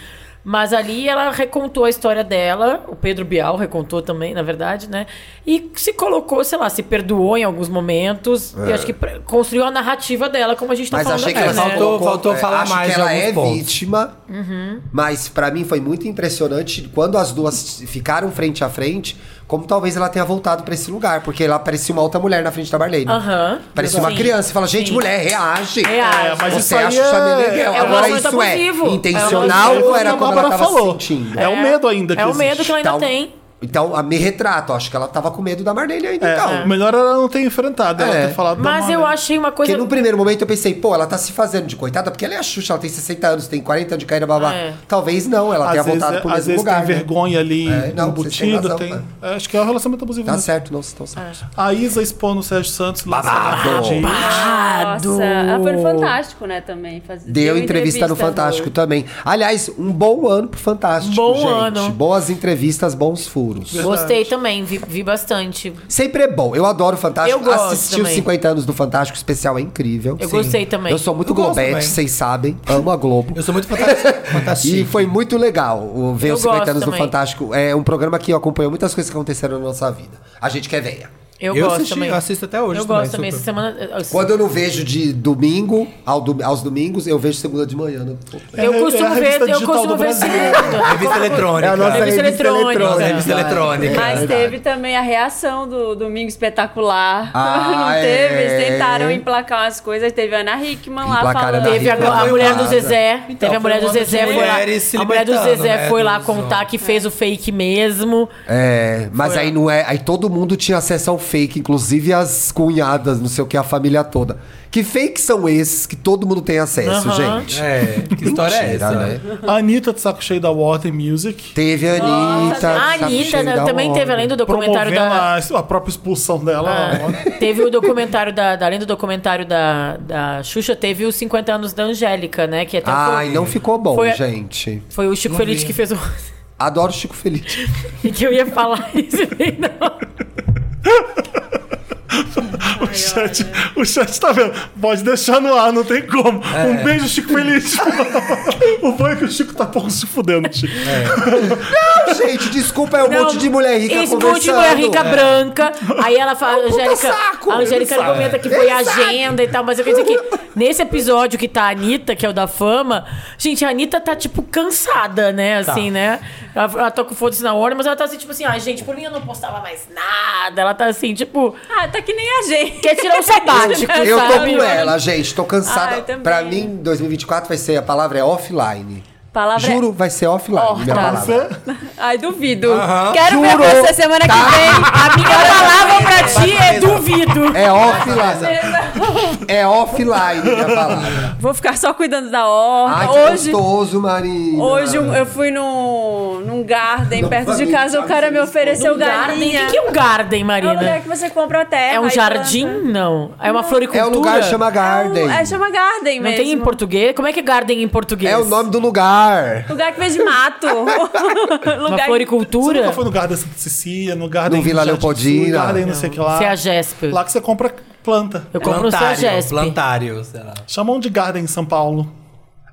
Mas ali ela recontou a história dela, o Pedro Bial recontou também, na verdade, né? E se colocou, sei lá, se perdoou em alguns momentos. E acho que pra- construiu a narrativa dela, como a gente tá É. Mas falando achei que aqui, ela é, né? faltou- faltou falar acho mais que de ela alguns é pontos. vítima Uhum. Mas pra mim foi muito impressionante quando as duas ficaram frente a frente, como talvez ela tenha voltado pra esse lugar, porque ela parecia uma outra mulher na frente da Marlene. Aham. Parecia uma Sim. criança. Você fala, gente, Sim. mulher, reage. Reage. É, mas Você isso aí acha o é- Xamê legal. é um Agora relacionamento isso abusivo. é É intencional um ou era relacionamento como abusivo. ela A tava Bárbara falou. sentindo? É o medo ainda É que Tá o medo que ela ainda Então- tem. Então, a me retrato. Acho que ela tava com medo da Marlene ainda, É, então. O melhor era ela não ter enfrentado, ela É. ter falado da Mas eu Marlene. achei uma Porque coisa. no primeiro momento eu pensei, pô, ela tá se fazendo de coitada, porque ela é a Xuxa, ela tem 60 anos, tem 40 anos de carreira, babá. É. Talvez não, ela tenha às vezes, é- voltado pro às mesmo vezes lugar. tem né? vergonha ali É, não, vocês têm embutida. razão, Tem né? é, Acho que é um relacionamento abusivo. Tá mesmo. certo, não estão certo. A Isa expondo o Sérgio Santos lá. Babado. Gente, Nossa, ela foi no Fantástico, né, também. Faz... Deu entrevista no Fantástico também. Aliás, um bom ano pro Fantástico, Bom gente. ano. Boas entrevistas, bons furos. Gostei também, vi, vi bastante. Sempre é bom. Eu adoro o Fantástico. Eu gosto Assisti os também. 50 anos do Fantástico, o especial é incrível. Eu gostei também. Eu sou muito Eu gosto globete, também. vocês sabem. Amo a Globo. Eu sou muito fantástico. [laughs] E fantástico. foi muito legal o- ver Eu os 50 gosto anos também. do Fantástico. É um programa que acompanhou muitas coisas que aconteceram na nossa vida. A gente quer veia. Eu, Eu gosto assisti- também. eu assisto até hoje Eu também, gosto também. super. Essa semana. eu- eu- Quando eu não vejo de domingo ao do- aos domingos, eu vejo segunda de manhã. né? Eu É, é a costumo ver, revista eu digital costumo do ver Brasil. [laughs] segunda. Revista eletrônica. É revista eletrônica. Nossa, eletrônica. revista eletrônica. Mas teve também a reação do Domingo Espetacular. Ah, [laughs] não teve? Eles é. tentaram emplacar umas coisas. Teve a Ana Hickman lá Emplacar a falando. Ana Teve a, Hickman. a mulher do Então, Zezé. teve a foi mulher um do ano de Zezé. Foi lá, mulheres se a mulher do libertando, Zezé né, foi lá dos contar homens. que fez o fake mesmo. É, mas aí não é. Aí todo mundo tinha acesso ao fake, inclusive as cunhadas, não sei o que, a família toda. Que fakes são esses que todo mundo tem acesso, Aham. gente? É, que história é Mentira, essa? né? a Anitta de saco cheio da Water Music. Teve a Anitta. A sabe, Anitta cheio né, da também onda. teve, além do documentário Promovendo da. a, a própria expulsão dela. Ah, teve o documentário da, da- Além do documentário da, da Xuxa, teve os 50 anos da Angélica, né? Que até Ai, foi, não ficou bom, foi a- gente. foi o Chico Feliz que fez o. [laughs] Adoro Chico Feliz. [laughs] e que eu ia falar isso [laughs] e não. o, chat, o chat tá vendo. Pode deixar no ar, não tem como. É. Um beijo, Chico Feliz. [laughs] o bom é que o Chico tá pouco se fudendo, Chico. É. Gente, desculpa, é um Não, monte de mulher rica Esse monte conversando. de mulher rica branca. Aí ela fala, Angélica. saco! A Angélica Ele sabe. comenta que Ele foi a sabe. agenda e tal, mas eu quero dizer que nesse episódio que tá a Anitta, que é o da fama, gente, a Anitta tá, tipo, cansada, né? Assim, né? Ela, ela tá com foda-se na hora, mas ela tá assim, tipo assim, ai, gente, por mim eu não postava mais nada. Ela tá assim, tipo, Ah, tá que nem a gente. quer tirar [laughs] um sabático. Eu tô sabe? com ela, gente. Tô cansada. Ah, eu também. pra mim, 2024 vai ser a palavra é offline. Palavra é- Juro, vai ser offline. Horta. Minha palavra. Ai, duvido. Aham. Quero ver Juro. Tá. você semana que [laughs] vem. A minha palavra pra ti é duvido. [laughs] É offline. É offline, minha palavra. Vou ficar só cuidando da horta. Ai, que hoje, gostoso, Marina. hoje um- eu fui num, num garden Não perto de falei, casa. O sabe, cara me vocês ofereceu Um garden. galinha. O que é um garden, É um lugar Marina? que você compra a terra. É um e jardim? planta. Não. É uma floricultura? É o lugar que chama É, Garden. um, é, chama garden Não mesmo. tem em português? Como é que é garden em português? É o nome do lugar. Um Lugar que fez de [laughs] mato. Uma lugar que... Você floricultura? nunca foi no Garden Santa Cecília, no Garden... No Vila Jardim Sul, Leopoldina. Garden não sei o que lá. Você é a Jesp. Lá que você compra planta. é Eu compro um Plantário, Sagesp. plantário, sei lá. Chamam de Garden em São Paulo.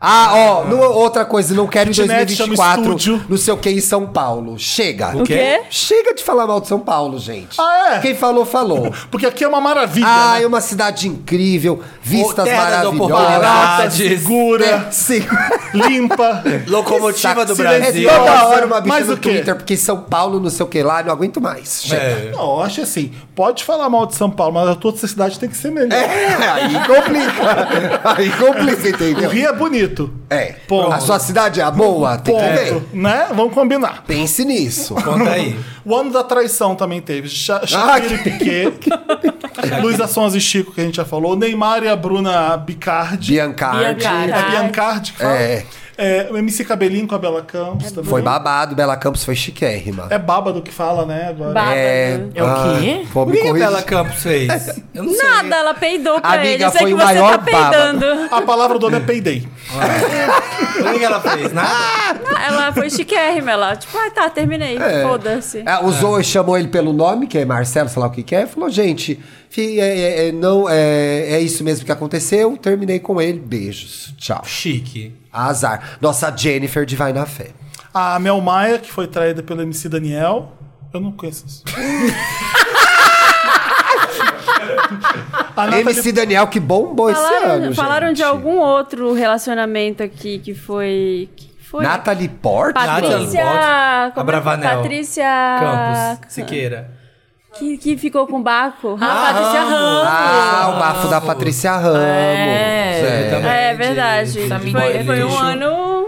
Ah, ó, não- outra coisa, não quero em Kitnet chama 2024, estúdio. não sei o que, em São Paulo. Chega. O quê? Chega de falar mal de São Paulo, gente. Ah, é? Quem falou, [laughs] falou. Porque aqui é uma maravilha. Ah, né? é uma cidade incrível, vistas Terra das maravilhosas. É, oportunidades. Barata, Tá segura, [laughs] Sim. [laughs] limpa. Locomotiva do Saco É Brasil. silencioso. toda hora uma bicha Mas no o quê? Twitter, porque São Paulo, não sei o que lá, não aguento mais. Chega. É. Não, eu acho assim, pode falar mal de São Paulo, mas a tua cidade tem que ser melhor. É, aí [laughs] complica. Aí complica, O entendeu? Rio é bonito. É. Ponto. A sua cidade é a boa? Tem que ver. Ponto. Né? Vamos combinar. Pense nisso. Conta aí. O ano da traição também teve. Sha- Ah, Shakira e [laughs] Piquet. Luiz Assons e Chico, que a gente já falou. Neymar e a Bruna Bicardi. Biancardi. Biancardi. A Biancardi, que fala. É. É, o MC Cabelinho com a Bela Campos também. Foi babado, Bela Campos foi chiquérrima. É bábado que fala, né? agora? Bábado. É o quê? Pô, O me que que a é corrija. Bela Campos fez? Eu não sei. Nada, ela peidou pra Amiga, ele. Eu sei foi que o você maior tá babado. peidando. A palavra do ano é payday. O que que ela fez? Nada. Ah, Ela foi chiquérrima. Ela, tipo, ah, tá, terminei. Foda-se. É, o Zoe chamou ele pelo nome, que é Marcelo, sei lá o que que é, falou, gente, fi, é, é- é, não, é, é isso mesmo que aconteceu, terminei com ele, beijos, tchau. Chique. Azar. Nossa, Jennifer de Vai na Fé. A Mel Maia, que foi traída pelo MC Daniel. Eu não conheço [laughs] isso. a Nathalie- MC Daniel, que bombou esse Falaram, ano, falaram gente. de algum outro relacionamento aqui que foi. que- Foi. Natalie Portman? Patrícia. Natalie Portman. como é que- Abravanel. Patrícia. Campos, Siqueira. Que, que ficou com o Baco. Ah, Patrícia Ramos. Ah, o bafo da Patrícia Ramos. É. É. Também é de- verdade. de Foi- boy Foi, foi um lixo. ano.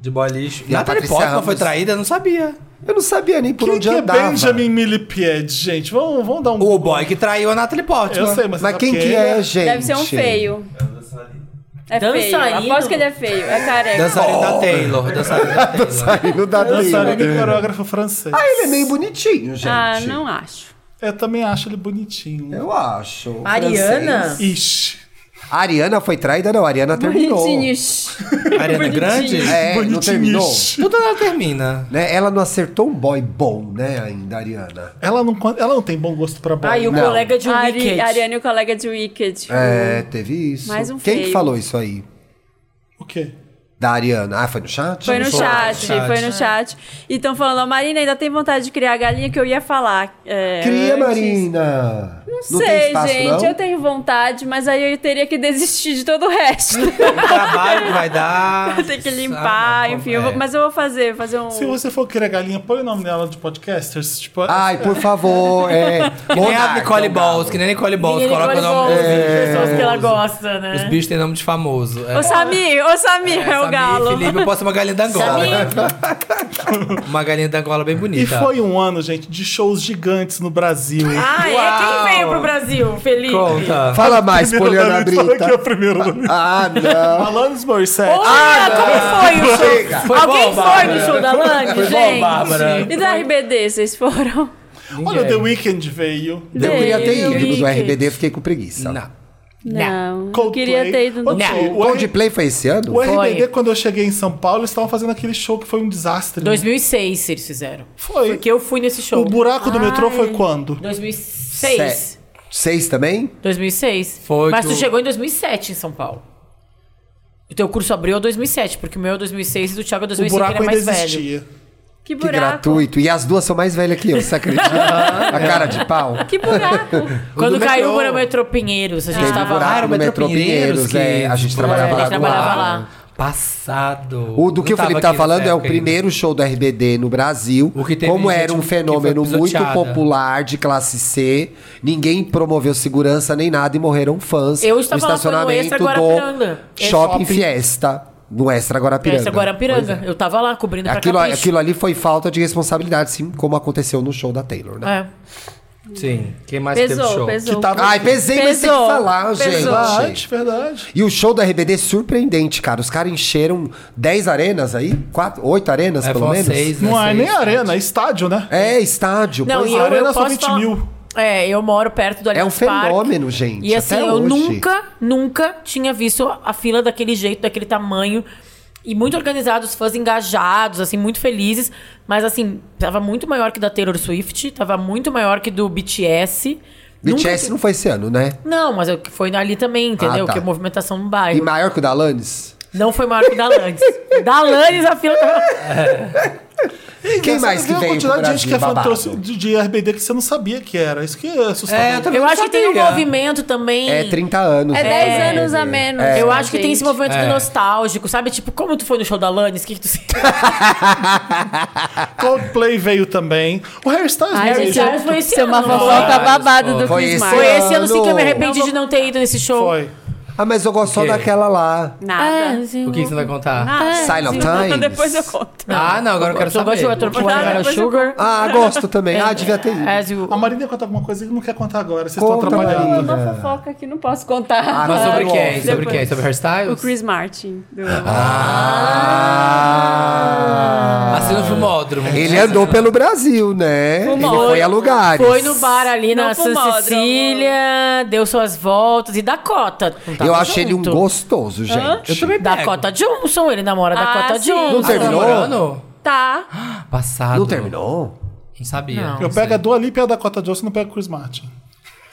De boy lixo. E a Natalie Patrícia Portman foi Ramos. traída? Não sabia. Eu não sabia nem por Quem onde que é andava. Oh, Benjamin Millipede, gente? Vamos, vamos dar um... O boy que traiu a Natalie Portman. Eu sei, mas... Mas sabe quem que é, gente? Deve ser um feio. É feio. Dançarino? Aposto que ele é feio. É careca. Dançarina Oh. da Taylor. Dançarina [laughs] da Taylor. Saindo da Dançarino e Taylor. coreógrafo francês. Ah, ele é meio bonitinho, gente. Ah, não acho. Eu também acho ele bonitinho. Eu acho. Ariana? Francês. Ixi. A Ariana foi traída? Não, a Ariana terminou. Bonitinhos. Ariana Grande? É, não terminou. Bonitinhos. Tudo ela termina. Né? Ela não acertou um boy bom, né, ainda, a Ariana? Ela não, ela não tem bom gosto pra né? bola. Ah, e o Não. colega de Wicked. Ari, Ariane e o colega de Wicked. É, teve isso. Hum. Mais um Quem que feio. falou isso aí? O quê? Da Ariana? Ah, foi no chat? Foi no chat, chat. É. foi no chat. E estão falando, a Marina ainda tem vontade de criar galinha que eu ia falar. é, Cria, antes. Marina! Não, Sei, gente, eu tenho vontade, mas aí eu teria que desistir de todo o resto. O trabalho que vai [laughs] dar. Tem que limpar, Ah, enfim. eu vou- é. mas eu vou fazer, fazer um. Se você for querer galinha, põe o nome dela de podcasters. Tipo, Ai, por favor, é. Nem a Monarca, Nicole um Balls, que nem galo. a Nicole Balls. Ninguém Coloca o ligou nome. de É. volta, pessoas que ela gosta, né? Os bichos têm nome de famoso. É. Ô Samir, ô Samir, é, o Samir, galo. Felipe, eu posso ser uma galinha da Angola. [laughs] uma galinha da Angola bem e tá. bonita. foi um ano, gente, de shows gigantes no Brasil. Ah, Uau! é quem veio pro Brasil, Felipe? Conta. Fala mais, Primeiro da Poliana lista, olha aqui é o Brita. primeiro da lista. Ah, não. Alanis Morissette. Olha, como foi o show? Chega. Foi Alguém bom, foi Bárbara. no show da Lang, Foi bom, gente? Bárbara. E do RBD, vocês foram? Olha, The Weeknd veio. Eu queria ter Veio, ido do Wicked. RBD, fiquei com preguiça. Não. Não, eu Coldplay. queria ter ido no Outro show. show. O Coldplay foi esse ano? O RBD, Foi. quando eu cheguei em São Paulo, eles estavam fazendo aquele show que foi um desastre. né? 2006 se eles fizeram. Foi. Porque eu fui nesse show. O buraco do metrô foi quando? 2006. Se- Seis também? 2006. Foi Mas que tu o- chegou em 2007 em São Paulo. O teu curso abriu em 2007, porque o meu é 2006 e do Thiago é O 2005, ele é buraco ainda mais velho. existia. Que Que buraco. gratuito. E as duas são mais velhas que eu, você acredita? A cara de pau. Que buraco. Quando do caiu o metrô. buraco metrô Pinheiros, a gente Teve tava Ah, buraco era o no metrô Metrô Pinheiros Pinheiros, que- é, a gente É, trabalhava a lá gente do trabalhava lado. lá. Passado. O do que Não o Felipe aqui tá nessa falando é o época ainda. primeiro show do RBD no Brasil. O que teve como gente era um que foi fenômeno muito pisoteada. popular de classe C, ninguém promoveu segurança nem nada e morreram fãs Eu no estava lá, foi no estacionamento Extra do Guarapiranga. Shopping Shopping. Fiesta, no Extra Guarapiranga. Essa Guarapiranga. Eu tava lá cobrindo pra Aquilo, é- capricho. aquilo ali foi falta de responsabilidade, sim, como aconteceu no show da Taylor, né? É. Sim. Quem mais teve Pesou, show? pesou. Que tava- Ai, pesei, mas tem que Ah, Pesou, falar, pesou. Verdade, gente. verdade. E o show do RBD é surpreendente, cara. Os caras encheram 10 arenas aí? Quatro, 8 arenas, É, pelo foram menos? seis, né? Não é Seis, nem sete. arena, é estádio, né? É, estádio. Não, pois e é. eu, Arena eu só posso 20 falar- mil. É, eu moro perto do É um Allianz Parque. fenômeno, gente. E assim, até eu hoje. nunca, nunca tinha visto a fila daquele jeito, daquele tamanho. E muito organizados, os fãs engajados, assim, muito felizes. Mas assim, tava muito maior que da Taylor Swift, tava muito maior que do BTS. BTS não foi esse ano, né? Nunca... Não, mas eu- que foi ali também, entendeu? Ah, tá. Que é movimentação no E bairro. maior que o da Alanis? Não foi maior que o da Lannis. da Lannis a fila tava... [laughs] Quem mais Você que vê veio A quantidade pro de gente que é fã Brasil trouxe de de RBD que você não sabia que era. Isso que é É, eu assustador. também Eu não acho que tem um sabia. movimento também. É 30 anos. É né? 10 anos a menos. Eu né, acho que tem esse gente? movimento É. do nostálgico, sabe? Tipo, como tu foi no show da Lannis, o que, que tu sentiu? Coldplay veio também. O Harry Styles Ai, veio. Harry gente, Styles eu- foi esse Seu ano, mafofota foi? tá babado do Foi Chris esse Martin. Foi esse ano sim que eu me Ano. arrependi de não ter ido nesse show. Foi. Ah, mas eu gosto O só quê? daquela lá. Nada. Ah, [laughs] O que que você vai contar? Silent [laughs] Times. Depois eu conto. Ah, não, agora eu quero só saber. gosto de Water Polo, Nada, era depois eu Sugar. Ah, gosto também. Ah, devia ter ido. As you... A Marina conta alguma coisa que não quer contar agora. Vocês estão Conta, atrapalhando. Não, Marina. uma fofoca que não posso contar. tá. Ah, Mas sobre Depois. quem? Sobre Depois. quem? Sobre O hairstyles? Chris Martin. do- Ah! Assim no filmódromo. Ele é andou pelo Brasil, né? Ele Foi. foi a lugares. Foi no bar ali Não na fumou, Santa Cecília, deu suas voltas e Dakota. não tava Eu achei ele um junto. gostoso, gente. Eu também pego. Dakota Johnson, um, ele namora Ah, Dakota sim. Johnson. Não Ah, terminou? namorando? Tá. Passado. Não terminou? Não sabia. Não. Eu pego a Dua Lipa e a Dakota Johnson, não pego o Chris Martin.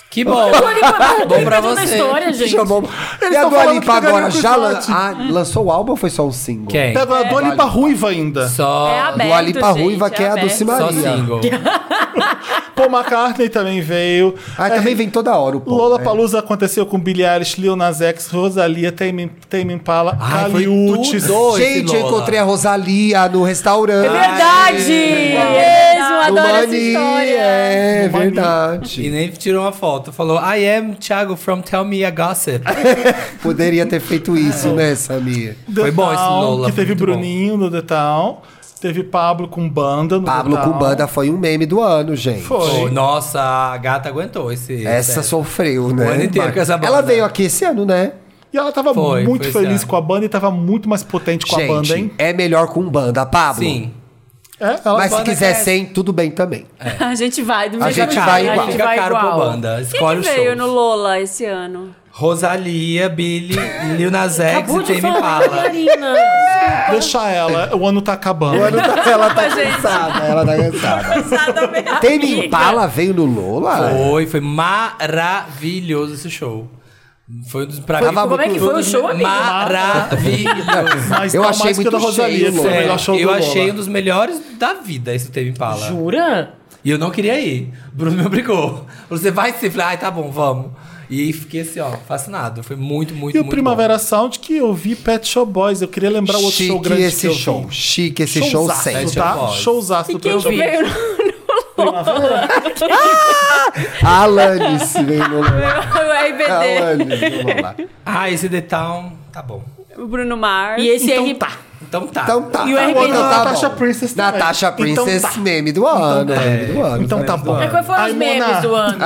Que [laughs] bom. Dua Lipa não bom tem pra toda a você. história, gente. Chamou. Eles e a tão Dua falando que Lipa agora pegaria o já lan- Cristóvão. ah, lançou o álbum ou foi só um single? Quem? É a Dua Lipa ruiva ainda. Só, É aberto, Dua Lipa gente, Ruiva, que é a do aberto. Simaria. só single. Paul McCartney também veio. Ah, também vem toda hora o Paul. Lola né? Palusa aconteceu com Billie Eilish, Lil Nas X, Rosalia, Tame Tame Impala, Ai, foi Caliute. tudo. Oi, Gente, eu Lola. encontrei a Rosalia no É restaurante. verdade! Mesmo, É No adoro essa Mani, história. É No Mani. E verdade. nem tirou uma foto. Falou, I am Thiago from Tell Me a [laughs] Gossip. Poderia ter feito isso, né, Samir? The Foi bom esse Town, Lola, Que foi teve muito bom. Bruninho no The Town, teve Pablo com banda no Pablo The com Town. banda foi um meme do ano, gente. Foi. Oh, nossa, a gata aguentou esse. Essa só sofreu, né? ano inteiro com essa banda. Ela veio aqui esse ano, né? E ela tava Foi, muito foi feliz esse com a banda e tava muito mais potente com gente, a banda, hein? é melhor com banda, Pablo. Sim. É, ela Mas se banda quiser quer- sem, tudo bem também. A gente vai do A mesmo gente jeito. vai igual. A gente vai caro pra banda. Quem que Escolhe o show. veio no Lola esse ano? Rosalia, Billy, Lil Nas X Acabou e Tame de falar, Impala. Marina. Deixa ela, o ano tá acabando. O ano tá- ela [laughs] tá cansada, ela tá cansada. Exatamente. Tame Impala veio no Lola? Foi, foi maravilhoso esse show. Foi um dos pra Tava Como é que um foi o dos show, amigo? Maravilhoso. Mas Eu tá achei mais que o da muito cheio, Rosalia, que [laughs] foi o Lola. melhor show eu do Lola. achei um dos melhores da vida esse Tame Impala. Jura? E eu não queria ir. Bruno me obrigou. Você vai se falei, ai, tá bom, vamos. E aí fiquei assim, ó, fascinado. Foi muito, muito, E o muito Primavera Sound que eu vi Pet Show Boys. Eu queria lembrar o outro Chique show grande esse que eu show. vi. Chique esse show Showzaço, sempre. Pet Show tá? Boys. Showzaço do Quem Pet que Show Boys. veio no A Alanis veio no Lola. no RBD? Alanis no Lola. bom. Ah, esse The Town, tá bom. O Bruno Mars. [laughs] E esse Então RP. tá. Então tá. Então tá. E o RBD Então tá Natasha bom. Princess também. Natasha Então Princess, tá. meme do ano. Meme do ano. Então tá bom. Mas Quais É foram Ai, os memes Mona. do ano?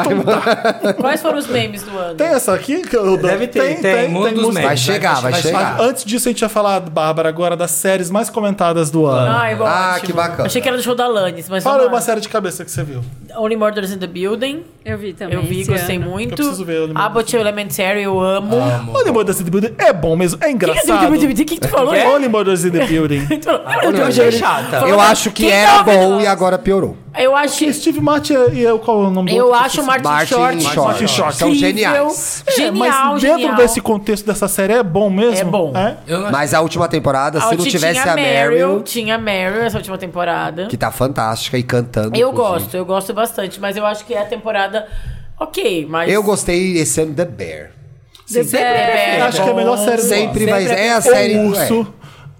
Quais foram os memes do ano? Tem essa aqui? que eu- Deve ter, tem, um dos música. memes. Vai chegar, vai Mas chegar. antes disso, a gente ia falar, Bárbara, agora das séries mais comentadas do ano. Ai, bom, Ah, ótimo. que bacana. Achei que era do show da Lannis, mas Fala aí vamos uma lá. série de cabeça que você viu. Only Murders in the Building. Eu vi também. Eu vi, esse gostei ano. muito. preciso ver Only Murders. Abbott Elementary, eu Ah, amo. Only Murders in the Building é bom mesmo, é O que, que, engraçado. é do- do- do- do- que que tu falou? Quê? Only Murders in the [laughs] Building. Tu falou- Eu achei chata. Eu acho que Quem era tá ouvindo bom nós? e agora piorou. Eu acho, Steve Martin e eu, qual é o nome do eu outro? acho o Martin, Martin Short, Short. Martin Short. São incrível, geniais. É, Genial, mas dentro genial. desse contexto dessa série é bom mesmo? É bom. Eu não Mas a última temporada, Ah, se não tinha tivesse a Meryl, Tinha a Meryl essa última temporada. que tá fantástica e cantando. Eu inclusive. gosto, eu gosto bastante, mas eu acho que é a temporada ok, mas... Eu gostei esse ano The Bear. sempre É, Eu acho que é a melhor série do ano. Sempre vai Sempre é é a Ou série. Urso,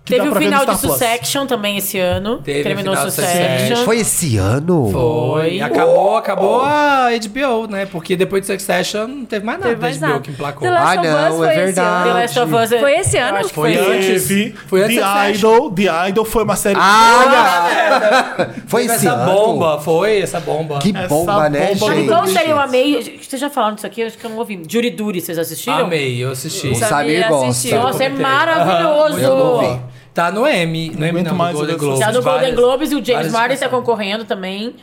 que Teve dá o pra ver final no de Star Plus. Succession também esse ano. Teve o Terminou final de Succession. é. Foi esse ano? foi. Foi. E acabou, acabou a HBO, né? Porque depois de Succession não teve mais nada Teve mais da HBO nada. que emplacou. The Last Ah, of Us não, foi é esse ano. verdade. The Last of Us. é- Foi esse eu ano? acho que Foi foi antes. Teve Foi antes The dessa Idol. The Idol foi uma série... Ah, não. Foi esse essa ano. bomba, foi essa bomba. Que Essa bomba, né, bomba Sabe gente? qual série Então Então, eu amei? Vocês já falaram disso aqui, eu acho que eu não ouvi. Jury Duty, vocês assistiram? Amei, eu assisti. O Samir Samir gosta. assistiu. Nossa, é Comentei. Eu não vi. maravilhoso! Tá no M, no M aguento não, no mais Golden olhar Globes. Tá no Golden várias- Globes e o James várias Martin está indicações. concorrendo também.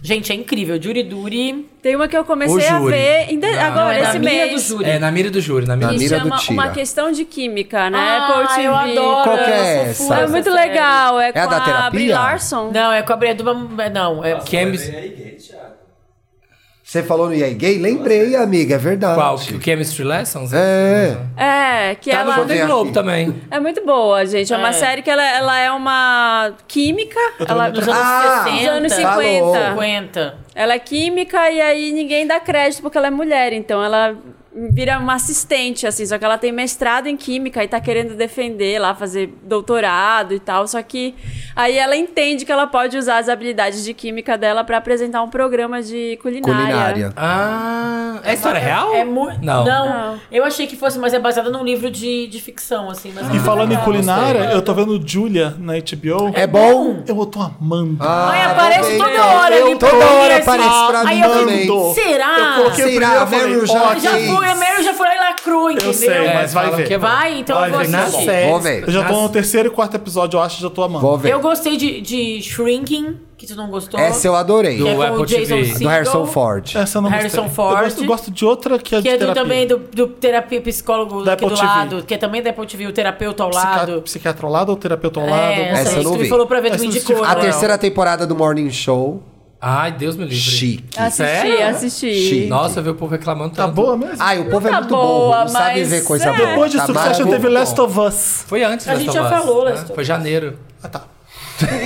Gente, é incrível. né? Jury Duty. Tem uma que eu O comecei a júri. ver ainda Não, Não, agora, é esse da mira do mês. júri. É, na mira do júri, na mira Na do que júri. mira do chama tira. Uma Questão de Química, né? na Ah, Apple TV. eu adoro. Qual que é eu sou essa? fã É dessa muito série. legal. É, da com terapia? a Brie Larson. Não, é com a Bria do Bam- é, Não, é... Chemis... Você falou no Yay Gay? Lembrei, amiga, é verdade. Qual? O Chemistry Lessons? É. É, que Tá no ela... Golden Deixa eu Globe ver aqui. também. É muito boa, gente. É uma É. série que ela, ela é uma química. Ela, Dos anos Ah, 60. dos anos 50. falou. 50. ela é química e aí ninguém dá crédito porque ela é mulher. Então ela vira uma assistente, assim. Só que ela tem mestrado em química e tá querendo defender lá, fazer doutorado e tal. Só que aí ela entende que ela pode usar as habilidades de química dela pra apresentar um programa de culinária. Culinária. Ah, é história real? É muito. Não. Não. Não. Eu achei que fosse, mas é baseada num livro de, de ficção, assim. Mas é E muito falando em legal. culinária, eu tô vendo Julia na HBO. É bom? Eu tô amando. Ai, Ah, aparece também, toda então. hora Eu- ali. Toda pra mim, hora assim, aparece pra aí mim eu fico, também. Amando. Será? Eu coloquei Será? primeiro, eu falei, Meryl já ok. Já fez. foi, a Meryl já foi lá e lacrou, entendeu? sei, É, mas vai falam ver. que é bom. Vai, então Vai eu vou ver. Na assistir. série. Vou ver. Eu já tô Nas- no terceiro e quarto episódio, eu acho, já tô amando. Vou ver. Eu gostei de, de Shrinking, que tu não gostou. Essa eu adorei. que é Do com Apple o Jason TV. Do Segel, Do Harrison Ford. Essa eu não Harrison gostei. Ford. Eu gosto, gosto de outra que é de Que é do, terapia. também do, do terapia psicólogo Da aqui do Apple TV. lado, que é também da Apple TV, o terapeuta ao Psica- lado. Psiquiatra ao lado ou terapeuta ao lado? É, alguma Essa eu essa não aí que tu vi. me falou pra ver, tu Essa me eu não indicou. assisti. A Noel. terceira temporada do Morning Show. Ai, Deus me livre. Chique. Assisti, Sério? assisti. Chique. Nossa, eu vi o povo reclamando Tá tanto. boa mesmo? Ai, o povo é Tá muito bobo, boa, não sabe mas ver coisa é. boa. Depois de tá Succession maravilhoso. teve Last of Us. Foi antes A Last of gente já Us, falou né? Last of Foi janeiro. Ah,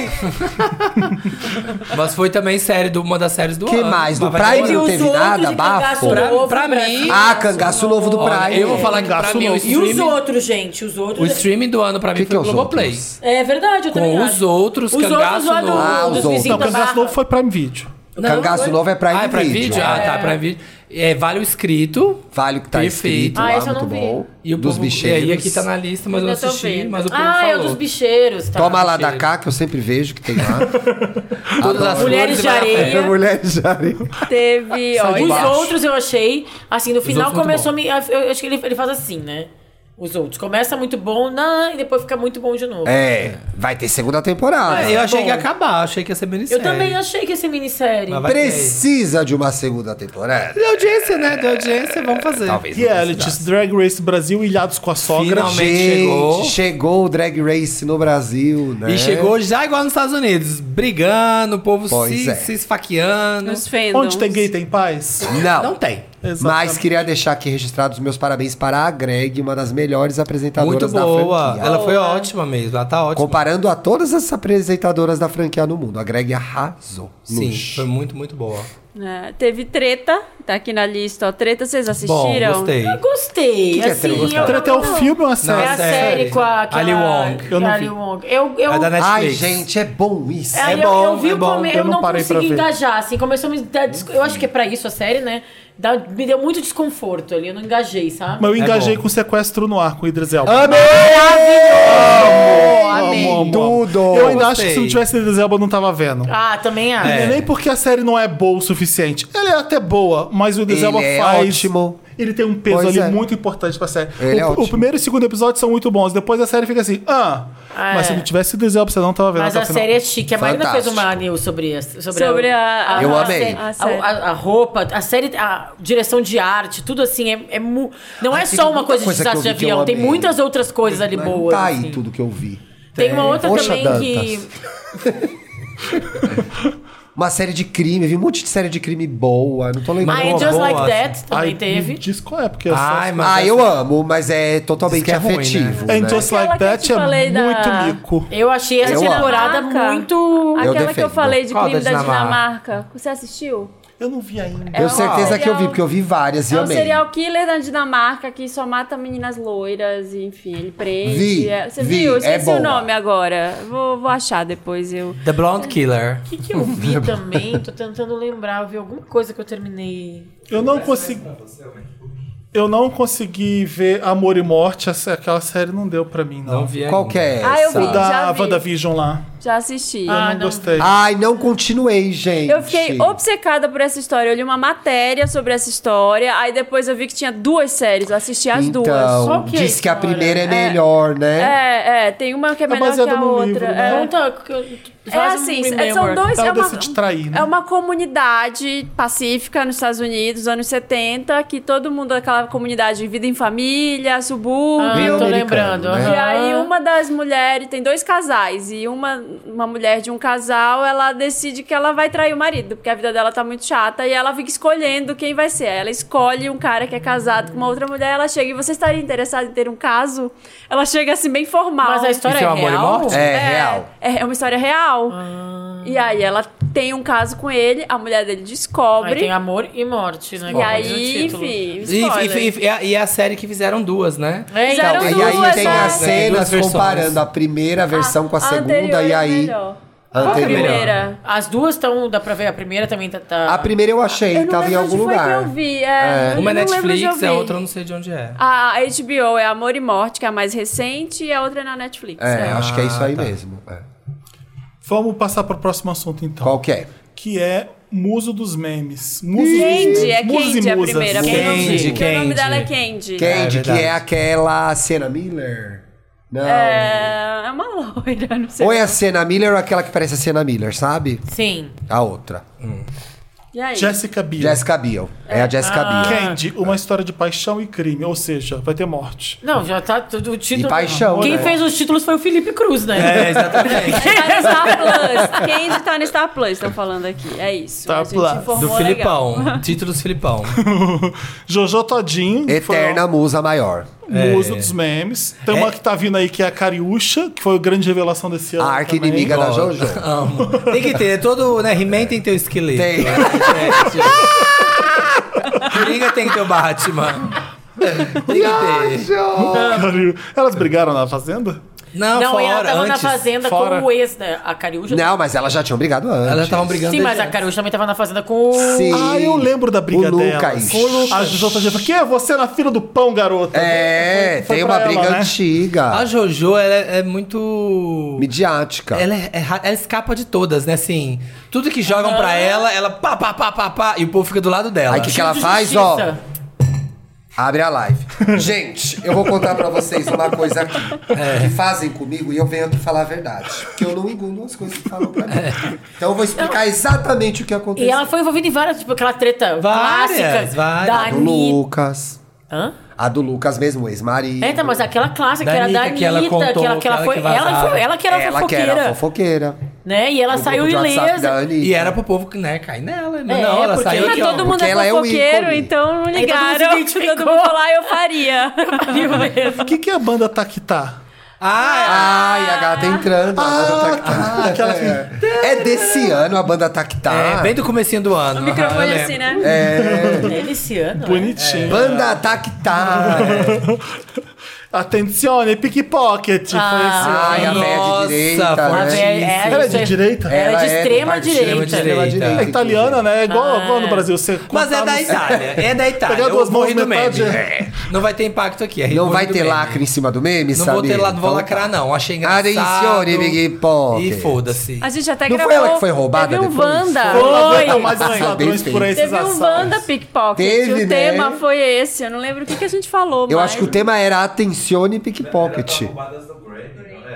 tá. [laughs] Mas foi também série do, uma das séries do Que ano. mais? Do Mas vai Prime ter não outra. teve nada? Bafo? Pra- pra mim- Ah, cangaço novo do Olha, Prime. Eu vou falar que pra Gasto mim o novo. E os streaming, outros, gente? Os o outros. streaming do ano pra mim Que que foi o é os Globoplay. outros? É verdade, eu também Com acho. os outros, Os outros cangaço lá do, novo. Ah, os dos outros. vizinhos Não, o da Cangaço Barra. Novo foi Prime Video. O cangaço foi- novo é Prime ah, é pra Video. vídeo? Ah, tá, pra vídeo. É, vale o escrito. Vale o que tá Perfeito. escrito Ah, lá, esse eu muito não vi. bom. E o dos povo, bicheiros. E aí aqui tá na lista, mas eu não Eu tô assisti. vendo. Mas o povo ah, é o falou. dos bicheiros. Tá. Toma lá da bicheiro. cá, que eu sempre vejo que [laughs] tem lá. Todas as Mulheres flores de e areia. maravilha. Mulher de areia. Teve, ó, Os baixo. outros eu achei. Assim, no final outros muito começou a bom. me. Eu eu acho que ele, ele faz assim, né? Os outros. Começa muito bom, na, e depois fica muito bom de novo. É, vai ter segunda temporada. É, Eu achei que ia acabar, achei que ia ser Eu minissérie. também achei que ia ser minissérie. é. Mas vai ter aí. Precisa de uma segunda temporada. De audiência, né? De audiência, vamos fazer. Talvez. não Realities, precisasse. é, Drag Race Brasil, Ilhados com a Sogra. é, Finalmente. Gente, chegou. chegou. o Drag Race no Brasil, né? E chegou já igual nos Estados Unidos, brigando, o povo Pois se, é. se esfaqueando. nos fandoms. Onde tem gay tem paz? Não. Não tem. Exatamente. Mas queria deixar aqui registrados meus parabéns para a Greg, uma das melhores apresentadoras Muito da boa. franquia. Ela foi ótima mesmo, ela tá ótima. Comparando a todas as apresentadoras da franquia no mundo, a Greg arrasou. Sim, Luxo. foi muito, muito boa. É, teve treta, tá aqui na lista, ó. Treta, vocês Bom, assistiram? gostei. Eu gostei. Que que é assim, ter gostado? eu- Era até o filme ou a É série? a série. série com a. aquela- Ali Wong. Eu não Ali vi. Wong. Eu, eu, É da Netflix. Ai, gente, é bom isso. Aí É eu, bom, eu vi é o bom. come- Eu eu não não, parei pra consegui ver. engajar, assim, começou a me dar, des- eu acho que é pra isso a série, né? Dá- me deu muito desconforto ali, eu não engajei, sabe? Mas eu engajei bom. com Sequestro no Ar, com o Idris Elba. É amei. Tudo. Eu ainda acho Gostei. que se não tivesse Idris Elba, eu não tava vendo. Ah, também acho. Não é nem porque a série não é boa o suficiente. Ela é até boa, mas o Idris Ele Elba é faz... ótimo. Ele tem um peso Pois ali é. muito importante pra série. Ele o, é o ótimo. primeiro e o segundo episódio são muito bons. Depois a série fica assim, ah... Ah, Mas se é. não tivesse Idris Elba, você não tava vendo Mas até a o final. série é chique. A Marina fez Fantástico. uma news sobre a, sobre, Sobre a- Eu a- amei. A, a série. a- a roupa, a série, a direção de arte, tudo assim. É, é mu- não Ai, é tem só uma muita coisa de coisa que eu desastre de vi que eu avião, tem amei. muitas outras coisas ali Não boas. Tá aí assim. tudo que eu vi. Tem É. uma outra Poxa, também Dantas. que. [laughs] Uma série de crime, vi um monte de série de crime boa, não tô lembrando. A é boa, Angels boa, Like assim. That também Ai, teve. Me diz qual é, porque Ai, essa... mas ah, essa- eu amo, mas é Diz totalmente que é ruim, afetivo. né? né? And Just Aquela Like que eu That te é falei da- muito mico. Eu achei essa Eu amo. temporada Dinamarca. muito. Aquela que defendo. eu falei de Qual crime da da Dinamarca? Dinamarca. Você assistiu? Eu não vi ainda. Eu É um certeza que eu vi, serial- porque eu vi várias e É um amei. serial killer da Dinamarca que só mata meninas loiras, e, enfim, ele prende. Vi, É- Você vi, viu? Esqueci é boa. o nome agora. Vou, vou achar depois eu. The Blonde Killer. O que, que eu [laughs] vi também? Tô tentando lembrar, eu vi alguma coisa que eu terminei. Eu não consegui. Eu não consegui ver Amor e Morte, essa- aquela série não deu pra mim, não. Não vi Qual ainda. que é essa? Ah, eu vi. Da Já vi. WandaVision lá. Já assisti. Eu Ah, não não. gostei. Ai, não continuei, gente. Eu fiquei obcecada por essa história. Eu li uma matéria sobre essa história. Aí depois eu vi que tinha duas séries. Eu assisti as então, duas. Qual que é a diz que a história? primeira é melhor, né? É, é. Tem uma que é melhor baseado que a num outra. livro, né? é. Conta. tá, que eu- É faz um assim, remember. são dois. Ela É uma, deve se distrair, né? é uma comunidade pacífica nos Estados Unidos, anos 70, que todo mundo, aquela comunidade, vida em família, Ah, subúrbio. eu tô americano, lembrando. né? aham. E aí uma das mulheres, tem dois casais, e uma, uma mulher de um casal, ela decide que ela vai trair o marido, porque a vida dela tá muito chata, e ela fica escolhendo quem vai ser. Ela escolhe um cara que é casado com uma outra mulher, ela chega, e você estaria interessado em ter um caso? Ela chega assim, bem formal. Mas a história Isso é é um amor e real? morte? É, real. É, é uma história real. Ah. E aí ela tem um caso com ele, a mulher dele Aí descobre. tem amor e morte, né? e como diz o aí, título. enfim, E, spoiler. e- e- e a, e a série que fizeram duas, né? É, Fizeram então, Eram e aí duas, tem né? as Tem duas cenas versões. comparando a primeira versão com a, segunda anterior e é aí. melhor. a Qual a anterior. primeira? As duas estão. Dá pra ver, a primeira também tá. tá- A primeira eu achei, Eu não tava em lembro algum onde lugar. Foi que eu vi. É, eu Uma é não lembro onde eu Netflix, vi. a outra eu não sei de onde é. A HBO é Amor e Morte, que é a mais recente, e a outra é na Netflix. É, né? acho que é isso aí tá. mesmo. É. Vamos passar pro próximo assunto, então. Qual que é? Que é Muso dos Memes. Muso Candy, é Musos e Candy a musas. primeira. porque eu não vi. Candy, Porque O nome Candy. dela é Candy. É Candy, que verdade. é aquela Cena Miller? Não. É, é uma loira, é não sei. Ou é a Cena Miller ou aquela que parece a Cena Miller, sabe? Sim. A outra. E aí? Jessica Biel. Jessica Biel. É a Jessica Ah. Biel. Candy, uma história de paixão e crime, ou seja, vai ter morte. Não, já tá tudo o título. E paixão, Quem né? fez os títulos foi o Felipe Cruz, né? É, [laughs] exatamente. Tá no Star Plus. Quem tá no Star Plus, estão falando aqui. É isso. Star A gente Plus. informou Do legal. Filipão. Título do Filipão. Jojo Todinho. que foi Eterna musa maior. a Musa dos memes. Tem uma que tá vindo aí que é a Cariúcha, que foi a grande revelação desse ano. A arca também. inimiga da Jojo. [laughs] Amo. Tem que ter. é Todo, né? He-Man tem que ter o esqueleto. Tem. né? Coringa tem que ter o Batman. Tem que ter. Ah, Cariú- Elas brigaram na Fazenda? Não, é, Não, fora, ela tava antes. na Fazenda fora. com o ex, né? A Cariúcha. Não, mas elas já tinham brigado antes. Elas estavam brigando. Sim, mas desde a Cariúcha também tava na Fazenda com o... Sim. Ah, eu lembro da briga O Lucas. delas. A Jojo Todinho falou, quem é você na fila do pão, garota? É, Foi- foi tem pra uma ela, briga né? antiga. A Jojo, ela é, é muito. Midiática. Ela, é- é ra- ela escapa de todas, né? Assim, tudo que jogam pra ela, ela pá, pá, pá, pá, pá, e o povo fica do lado dela. Aí o que, que ela faz, ó? é- Abre a [laughs] live. Gente, eu vou contar pra vocês uma coisa aqui. É. Que fazem comigo e eu venho aqui falar a verdade. Porque eu não engulo as coisas que falam pra É. mim. Então eu vou explicar exatamente o que aconteceu. E ela foi envolvida em várias, tipo, aquela treta Várias, clássica várias. da Do Anitta. Lucas. Hã? A do Lucas mesmo, o ex-marido. É, tá, mas aquela clássica Da que era da Anitta, que ela Anitta, contou, que ela, que ela que ela foi, que ela vazava. foi- ela que era É, ela que fofoqueira, era fofoqueira. né? E ela O saiu grupo de WhatsApp da ilesa. Anitta. E era pro povo, né, cair nela. Mas É, não, ela porque- saiu Mas aqui, ó. todo mundo Porque ela é é um fofoqueiro, ícone. então não Aí todo mundo se ligaram. identificou. todo mundo falar, eu [laughs] faria. O que, que é a banda Taquitá? Ah, Ai, a gata tá entrando. a Ah, banda Tactá. é. É desse ano a banda tá Tactá. é, bem do comecinho do ano. O microfone aham, eu assim, lembro. né? É desse ano. Bonitinho. Banda tá Tactá. Attenzione, pickpocket. Ah, foi esse Ai, a ano. nossa, média de direita. A foi- assim. né? velha- é, Ela é isso de aí. direita? Ela é de Ela é do extrema partido direita. de direita. É italiana, né? É igual, igual no Brasil. Você Mas é cortar da no- [laughs] Itália. É da Itália. Pegar Eu duas mãos morri do e metade. meme. É. Não vai ter impacto aqui. é Não morri vai do ter meme. lacre em cima do meme, Não sabe? vou ter lá, não vou Então lacrar, tá. não. Achei engraçado. Attenzione, Big Pocket. E foda-se. A gente até Não foi gravou. ela que foi roubada Teve um depois? Wanda. Foi, Foi, não, mas foi. esses ladrões Bem por aí, esses Teve um assaltos. Wanda pickpocket. Teve, e o né? tema foi esse. Eu não lembro o que, que a gente falou. Eu mais. acho que o tema era Attenzione Pickpocket.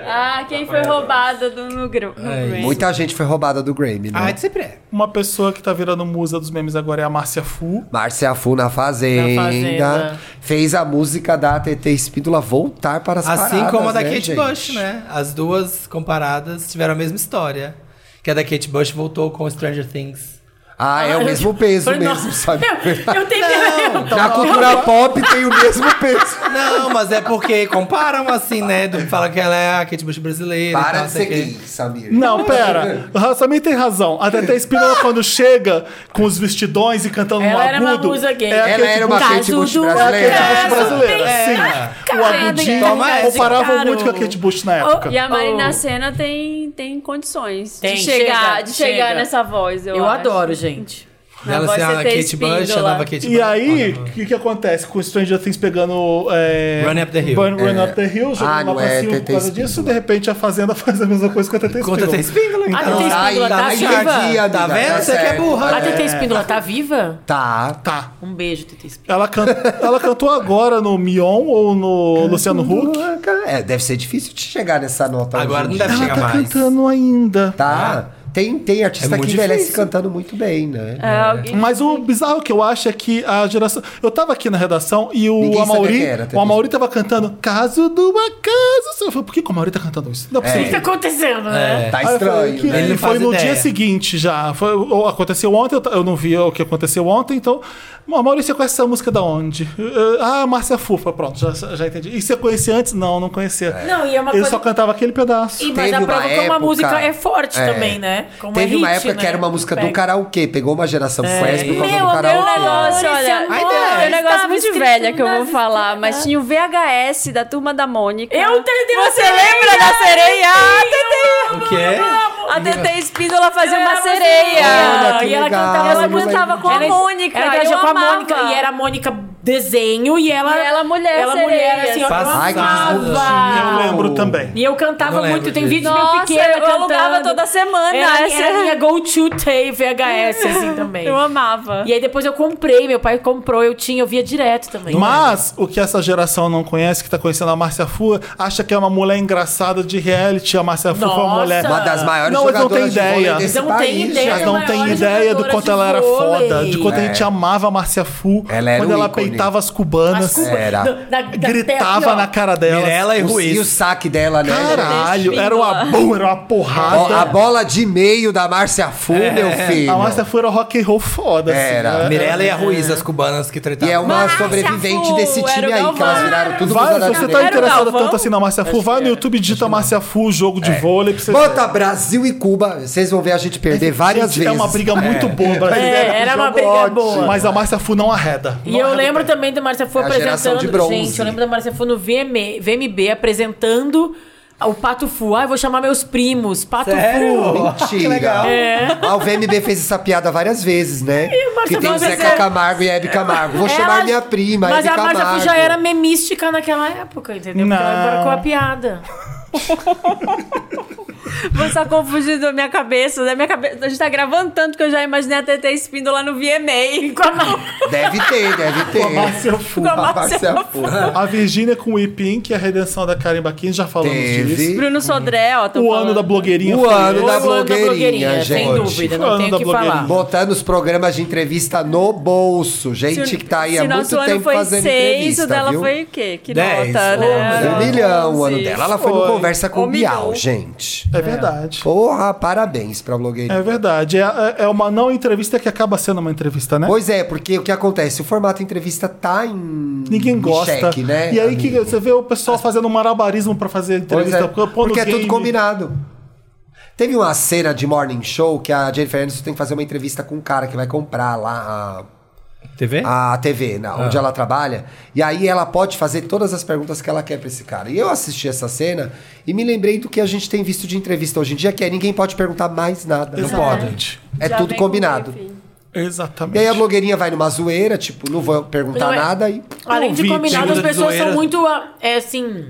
Ah, quem foi roubada do, no, gru- no Grammy. É Muita gente foi roubada do Grammy, né? Ah, de sempre é. Uma pessoa que tá virando musa dos memes agora é a Márcia Fu. Márcia Fu na fazenda, Na Fazenda. Fez a música da TT Espíndola voltar para as Assim paradas, como a da né, Kate gente? Bush, né? As duas comparadas tiveram a mesma história. Que a da Kate Bush voltou com Stranger Things. Ah, é Ah, o eu- mesmo peso Falei, mesmo, nossa, sabe? Eu, eu tenho [laughs] que... tá Na cultura pop tem o mesmo peso. Não, mas é porque comparam assim, né? Do, fala que ela é a Kate Bush brasileira. e Para tal, de sei ser o quê. gay, Samir. Não, pera. O Samir tem razão. A Tete Espinola, [laughs] quando chega com os vestidões e cantando Ela um era uma agudo... musa gay. é a Ela Kate era uma Caso Kate Bush do brasileira. Kate Bush brasileira, É. sim. O Cara, agudinho toma essa. comparava Cara. muito com a Kate Bush na época. E a Marina Oh. Senna tem, tem condições Tem, de chegar, chega, de chegar chega. nessa voz. Eu, Eu acho. adoro, gente. Na Ela voz ser a CT Kate Bush, a Espíndola. nova Kate Bush. E aí, o que, que acontece com Stranger Things pegando. É, Run Up the Hill. Run, Run É. Up the Hill, Ah, jogando não lá é pra cima por TT causa disso, e de repente a Fazenda [laughs] faz a mesma coisa com a TT Conta até espíndola, Espíndola. A então. TT Tá aí, Espíndola tá tá aí, viva. Jardim. Tá amiga, tá vendo? Você que é certo. A burra. TT Espíndola tá viva? Tá. Tá. Um beijo, TT Espíndola. Ela, can- ela cantou agora no Mion ou no Luciano Huck? É, deve ser difícil te chegar nessa nota. Agora hoje não em deve dia. chegar Tá mais. cantando ainda. Tá. Tem, tem É artista muito que envelhece difícil. cantando muito bem, né? É, alguém- Mas o bizarro que eu acho é que a geração. Eu tava aqui na redação e o Ninguém sabia Amauri. quem era, até o Amauri tava cantando Caso do Acaso. Eu falei, por que que o Amauri tá cantando isso? Não é O que possível. tá acontecendo, É. né? Tá Aí eu falei, estranho. que- né? Ele não foi faz no ideia. dia seguinte já. Foi, ou aconteceu ontem, eu, ta- eu não vi o que aconteceu ontem, então. Maurício, você conhece essa música da onde? Eh, Ah, Márcia Fufa, pronto, já, já entendi. E você conhecia antes? Não, não conhecia. Não, e é uma Ele coisa- só cantava aquele pedaço. E, mas Teve a prova uma que uma época- música é forte É. também, né? Como Teve é uma hit, época né? que era uma música do Pega. karaokê. Pegou uma geração é. por causa Meu do amor, karaokê. Nossa, Esse olha, amor é um negócio estava muito escrito velho que eu vou nas falar, estrelas. mas tinha o VHS da turma da Mônica. Eu entendi a Você sereia, lembra da sereia? Ah, eu O Tetê! é? quê? A Tetê Espíndola fazia Era uma uma sereia. sereia. Olha que e ela legal, cantava olha essa música. que legal. Ela cantava com a Mônica, Ela viajou eu com a amava. Mônica. E era a Mônica desenho e ela. E ela mulher Ela sereia. mulher, assim, ó. Passada. eu Eu amava. lembro também. E eu cantava Eu não muito, lembro tem disso. vídeo meu Nossa, pequeno. eu alugava toda semana Era, essa. era minha go-to tape VHS, assim, também. Eu amava. E aí depois eu comprei, meu pai comprou, eu tinha, eu via direto também. Mas o que essa geração não conhece, que tá conhecendo a Márcia Fua, acha que é uma mulher engraçada de reality. A Márcia Fua foi uma Nossa. mulher. Uma das maiores Não, eles não têm jogadoras de vôlei ideia. desse Não país. tem ideia, Elas Ela é não a têm maior ideia do jogadora quanto de ela era vôlei. foda, de quanto a É. gente amava a Márcia Fu, Ela era quando um ela ícone. peitava as cubanas, As cubanas. Era. Da- da- da- gritava até aqui, ó. na cara dela. Mirella e O- Ruiz. E o saque dela, né? Caralho, Espíndola. era uma boom, era uma Ó, porrada. a bola de meio da Márcia Fu, meu filho. a Márcia Fu era rock and roll foda, Era. assim. né? Mirella e a Ruiz, as cubanas que E tretavam. é uma Márcia sobrevivente Fu, desse era time o aí, que elas Galvão. viraram tudo Vai, cruzada se você direita. tá Era o interessada Galvão? tanto assim na Márcia Fu, vai no YouTube e digita Márcia Fu, jogo de vôlei, pra você ver. É. Bota Brasil e Cuba, vocês vão ver a gente perder várias Gente, vezes. É uma briga muito boa, brasileira. É, era uma Jogo briga ótimo. boa. Mas a Márcia Fu não arreda. E Não eu arreda lembro bem. também da Márcia Fu É a geração apresentando. de bronze. Gente, eu lembro da Márcia Fu no VM, VMB apresentando o Pato Fu. Ah, eu vou chamar meus primos. Pato Fu. [laughs] Mentira. Que legal. É. Ah, o VMB fez essa piada várias vezes, né? Márcia Que tem o Márcia Zeca é- Camargo e Hebe Camargo. Vou É, Ela- chamar minha prima, Mas Hebe a Camargo. Márcia Fu já era memística naquela época, entendeu? Porque ela Não. embarcou a piada. Você tá confundindo a minha cabeça, né? Minha cabeça. A gente tá gravando tanto que eu já imaginei a TT Espíndola no VMA. Com a Márcia. Deve ter, [laughs] deve A ter. Márcia Fu. Com a A Márcia. Márcia Fu. A Virgínia com o Ipin, que é a redenção da Karen Baquinha, já falamos disso. Teve Bruno Sodré, ó. tô O falando. ano da blogueirinha O foi ano esse. da Foi o ano blogueirinha, sem gente. Foi dúvida, o não ano tenho da o que falar. blogueirinha. botando os programas de entrevista no bolso. Gente Se o- que tá aí há se muito nosso ano tempo foi fazendo seis, entrevista, o dela viu? foi o quê? Que Dez, nota, né? assim, onze. Um milhão o ano Onze. dela. Ela foi, no Foi. Conversa com Um o Bial, milhão. gente. É verdade. Porra, parabéns pra blogueirinha. É verdade. É, é- é uma não entrevista que acaba sendo uma entrevista, né? Pois é, porque o que acontece? O formato entrevista tá em. Ninguém em gosta. xeque, né? e aí que amigo? você vê o pessoal fazendo marabarismo pra fazer Pois entrevista. é, pondo porque é game. tudo combinado. Teve uma cena de morning show que a Jennifer Aniston tem que fazer uma entrevista com um cara que vai comprar lá a, TV? a TV, Ah. na- onde ela trabalha. E aí ela pode fazer todas as perguntas que ela quer pra esse cara. E eu assisti essa cena e me lembrei do que a gente tem visto de entrevista hoje em dia, que é ninguém pode perguntar mais nada. Não Exatamente. É Já tudo vem com combinado. briefing. E Exatamente. aí a blogueirinha vai numa zoeira, tipo, não vou perguntar Não é- nada e. Além de Convite, combinado, as muda de pessoas são zoeira. muito, ah, é, assim,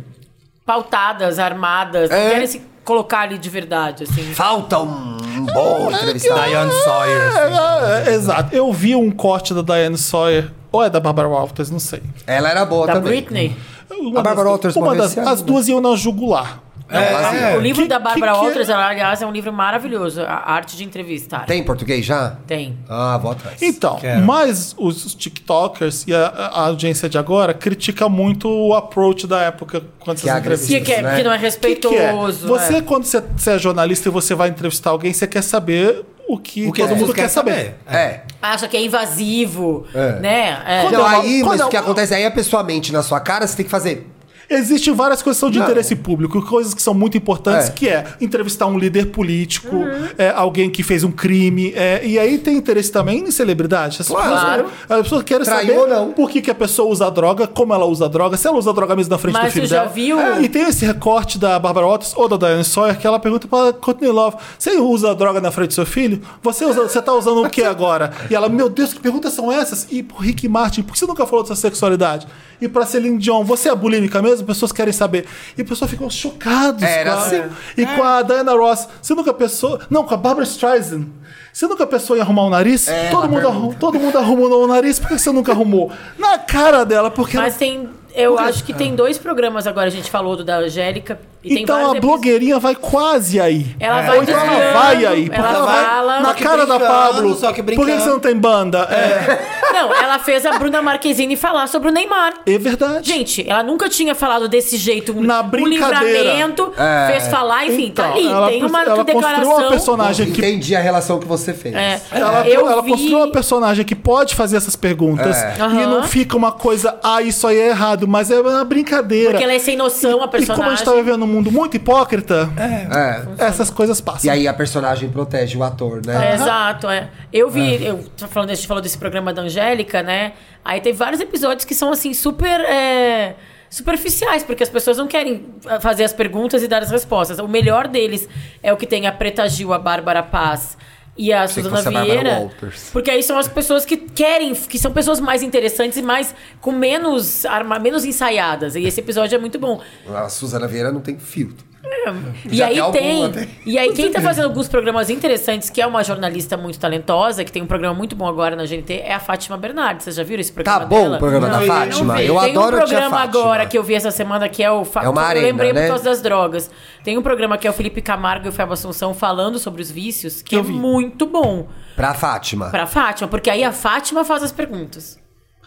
pautadas, armadas. É. Querem se colocar ali de verdade, assim. Falta um bom entrevistado. Diane Sawyer. assim. Ah, né? É, é, é, exato. Eu vi um corte da Diane Sawyer, ou é da Barbara Walters, não sei. Ela era boa Da também. Britney. Uma A Barbara das- Walters uma morreu das, esse ano, As né? duas iam na jugular. É. Assim, O livro Que- da que- Bárbara que- Walters, ela, aliás, é um livro maravilhoso. A arte de entrevistar. Tem em português já? Tem. Ah, vou atrás. Então, Quero. mas os TikTokers e a, a audiência de agora critica muito o approach da época quando é essas entrevistas. Que, que, é- né? que não é O que que é? respeitoso. Você, é. quando você, você é jornalista e você vai entrevistar alguém, você quer saber o que, O que todo as pessoas mundo quer querem saber. saber. É. Acha que é invasivo, É. né? É. Quando Não, é uma- aí, quando mas é o que uma- acontece? Aí a pessoa mente na sua cara, você tem que fazer. Existem várias coisas que são de Não. interesse público, coisas que são muito importantes, É. que é entrevistar um líder político, Uhum. é, alguém que fez um crime. é, e aí tem interesse também em celebridade. As Claro. pessoas, as pessoas querem Traiu saber ou não. por que, que a pessoa usa droga, como ela usa droga, se ela usa droga mesmo na frente Mas do filho você já dela. viu- É, e tem esse recorte da Barbara Walters ou da Diane Sawyer que ela pergunta pra Courtney Love: você usa droga na frente do seu filho? Você, usa, você tá usando o que agora? E ela, meu Deus, que perguntas são essas? E pro Rick Martin, por que você nunca falou da sua sexualidade? E pra Celine Dion, você é bulímica mesmo? Pessoas querem saber. E pessoas ficam chocadas. Era com a- assim. E com a Diana Ross, você nunca pensou. Não, com a Barbara Streisand. Você nunca pensou em arrumar o nariz? É, todo, uma mundo arru- todo mundo arrumou o nariz, por que você nunca arrumou? Na cara dela, porque ela Mas tem. Eu acho que tem dois programas agora, a gente falou do da Angélica. E tem então vários a episódios. blogueirinha vai quase aí. Ela vai Ou então ela desviando, vai aí. Porque ela ela, vai fala. na Só que cara da brincando, Pablo. só que Por que brincando. você não tem banda? É, Não, ela fez a Bruna Marquezine falar sobre o Neymar. é verdade. Gente, ela nunca tinha falado desse jeito. Um, Na um brincadeira. livramento, É. fez falar, enfim, tá ali. Então, ela, tem uma ela construiu uma declaração. personagem que Entendi a relação que você fez. É, Ela, eu ela vi- construiu uma personagem que pode fazer essas perguntas É. Aham. e não fica uma coisa, ah, isso aí é errado, mas é uma brincadeira. Porque ela é sem noção, E a como a gente personagem. tá vivendo um mundo muito hipócrita, É. essas coisas passam. E aí a personagem protege o ator, né? É, Exato, é. Eu vi, eu tô falando, a gente falou desse programa da Angélica, né? Aí tem vários episódios que são assim super é, superficiais, porque as pessoas não querem ah, fazer as perguntas e dar as respostas. O melhor deles é o que tem a Preta Gil, a Bárbara Paz. e a Sei que Susana você é Bárbara Vieira. Walters. Porque aí são as pessoas que querem, que são pessoas mais interessantes e mais com menos arma, menos ensaiadas. E esse episódio é muito bom. A Suzana Vieira não tem filtro. E Já aí tem né? algum tem. até. E aí quem tá fazendo alguns programas interessantes, que é uma jornalista muito talentosa, que tem um programa muito bom agora na GNT, é a Fátima Bernardes. Vocês já viram esse programa Tá bom dela? o programa Não, da eu não Fátima. vi. Eu tem adoro um a tia programa Fátima. agora que eu vi essa semana que é o Fa- É uma que arena, eu lembrei né? por causa das drogas. Tem um programa que é o Felipe Camargo e o Fábio Assunção falando sobre os vícios, que Eu é vi. muito bom Pra Fátima. pra Fátima, porque aí a Fátima faz as perguntas.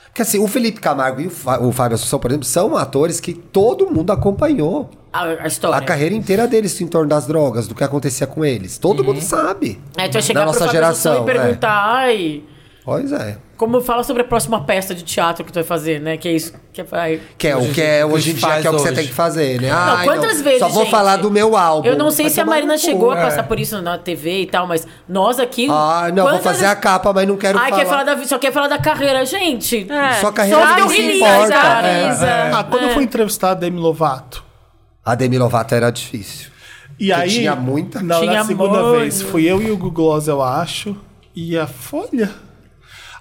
Porque assim, o Felipe Camargo e o, Fá- o Fábio Assunção, por exemplo, são atores que todo mundo acompanhou. A, a história. A carreira inteira deles em torno das drogas, do que acontecia com eles. Todo mundo sabe. É, tu vai chegar da pro nossa Fábio Assunção geração. e perguntar, ai, é. Pois é. como fala sobre a próxima peça de teatro que tu vai fazer, né? Que é isso que é vai- Que é o que é hoje em dia, que é o que você Faz tem que fazer, né? Não, Ai, quantas vezes, Só vou gente? falar do meu álbum. Eu não sei Vai se a tomar Marina no cu. chegou a é. passar por isso na TV e tal, mas nós aqui. Ah, não, vou quantas fazer vezes- a capa, mas não quero Ai, falar. quer falar da, vi- só quer falar da carreira, gente. É. Só carreira Só não deu se release, importa. já, É. release. Ah, quando eu fui entrevistar a Demi Lovato, A Demi Lovato era difícil. e aí... tinha muita- Não, Tinha na segunda muito. vez. Fui eu e o Google Gloss, eu acho, e a Folha.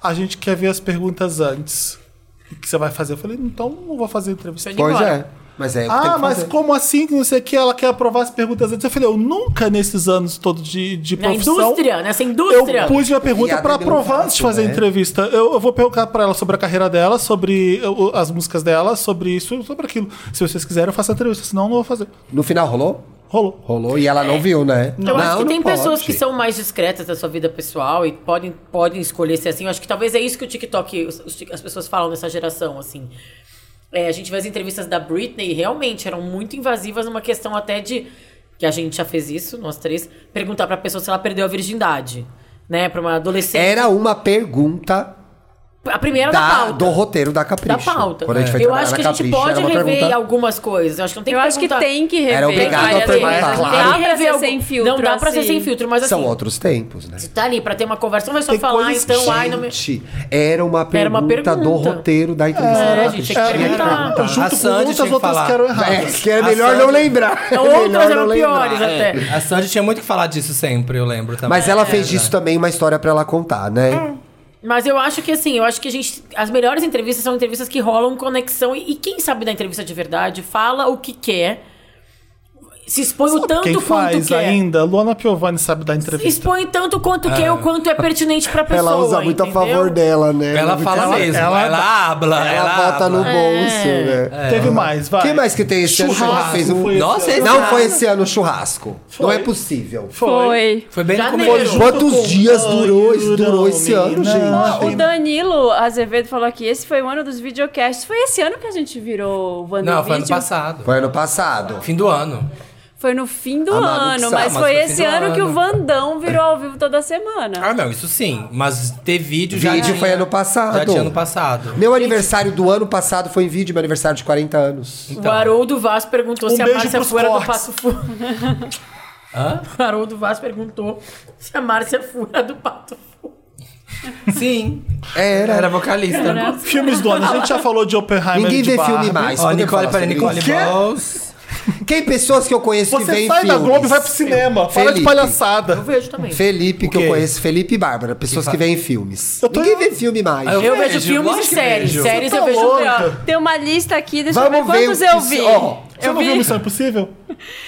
A gente quer ver as perguntas antes. O que você vai fazer? Eu falei, então não vou fazer entrevista. Deixa eu ir Pois embora. é. Mas é o que tem Ah, que mas fazer. como assim que não sei o que ela quer aprovar as perguntas antes? Eu falei, eu nunca nesses anos todos de, de Na profissão... indústria, nessa Eu indústria. pus uma E pergunta a pra Demi provar Lovato, antes de fazer a né? entrevista. Eu, eu vou perguntar pra ela sobre a carreira dela, sobre uh, as músicas dela, sobre isso, sobre aquilo. Se vocês quiserem, eu faço a entrevista, senão eu não vou fazer. No final rolou? Rolou. Rolou e ela não viu, né? É. Eu acho que tem pode. pessoas que são mais discretas da sua vida pessoal e podem, podem escolher ser assim. Eu acho que talvez é isso que o TikTok, os- os tic- as pessoas falam nessa geração, assim. É, a gente vê as entrevistas da Britney e realmente eram muito invasivas numa questão até de. Que a gente já fez isso, nós três, perguntar pra pessoa se ela perdeu a virgindade. Né, pra uma adolescente. Era uma pergunta a primeira da, da, pauta. do roteiro da Capricho. da pauta. Quando a gente foi Eu trabalhar acho na que a gente Capricho, pode era uma rever pergunta- algumas coisas. Eu acho que não tem Eu que acho que perguntar. tem que rever. Era obrigado várias a perguntar, vezes. claro. Não Dá pra ser algum- sem filtro. Não dá pra ser assim. sem filtro, mas São assim, outros tempos, né? Você tá ali pra ter uma conversa, não vai só Tem falar, coisas- então, ai, não me... Gente, era uma pergunta, Era uma do pergunta. roteiro da entrevista. É, da Capricho. gente, tinha um que Tinha que perguntar. perguntar. É. A Junto com Sandy muitas tinha que outras falar. que eram erradas. É, que é A melhor Sandy- não [laughs] lembrar. É melhor Outras não eram lembrar. É. piores até. A Sandy tinha muito que falar disso sempre, eu lembro também. É. Mas É, ela né? fez disso também uma história pra ela contar, né? É, Mas eu acho que assim, eu acho que a gente. As melhores entrevistas são entrevistas que rolam conexão. E, e quem sabe da entrevista de verdade, fala o que quer. Se expõe o tanto Quem quanto é. faz quer. ainda? Luana Piovani sabe dar Se entrevista. expõe tanto quanto quer, o quanto é pertinente pra pessoa. [laughs] Ela usa muito a entendeu? favor dela, né? Ela fala ela- mesmo, ela- ela, habla, Ela, ela, bota habla. no bolso, É. né? Teve mais, vai. Quem mais que tem esse ano que ela Churrasco, fez um- foi esse Nossa, ano. esse Não ano- foi esse ano o churrasco. Foi. Não é possível. Foi. Foi bem no Janeiro. começo. Quantos com- dias Ai, durou, esse- durou, durou esse ano, menina. gente? O Danilo Azevedo falou que esse foi o ano dos videocasts. Foi esse ano que a gente virou o Wanda Não, foi ano Video? passado. Foi ano passado. Fim do ano. Foi no fim do A Malu que ano, Ah, sabe, mas mas foi foi fim esse do ano, que o ano. Vandão virou ao vivo toda semana. Ah, não, isso sim. Mas ter vídeo já Vídeo tinha- foi ano passado. Já tinha ano passado. Meu aniversário do ano passado foi em vídeo, meu aniversário de 40 anos. Então, O Haroldo Vaz perguntou Um se a beijo Márcia pros Fura do cortes. Passo Furo. Hã? [laughs] O Haroldo Vaz perguntou se a Márcia Fura do Pato Furo. Sim. Era. Era vocalista. Filmes do ano. A gente já falou de Oppenheimer Ninguém de vê Barbie. filme mais. Ó, Podemos Nicole, falar peraí, sobre Nicole isso? Quê? Balls. Tem pessoas que eu conheço que Você veem sai da filmes. Globo e vai pro cinema. Fala de Felipe. Eu palhaçada. vejo também. Felipe, que O quê? eu conheço, Felipe e Bárbara, pessoas que, fa- veem filmes. Eu tô- Ninguém vê filme mais. Ah, Eu vejo vejo, filmes e lógico que séries. vejo. Séries Você eu tá vejo louca? pior. Tem uma lista aqui, deixa Vamos eu ver quantos ver o eu que- vi. ó, Você eu não viu vi Missão Impossível?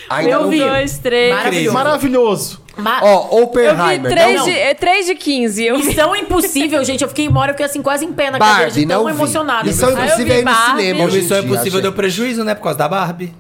Ainda eu não vi viu. dois, três. Maravilhoso. Maravilhoso. Ma- Ó, Eu vi Oppenheimer. três não- de, é, três de 15. Eu vi. Missão Impossível, gente. Eu fiquei embora, eu fiquei assim quase em pé na cadeira Barbie, de tão não vi. emocionada. Missão eu Impossível vi é ir no Barbie. cinema O hoje em Missão dia, Impossível gente. deu prejuízo, né? Por causa da Barbie.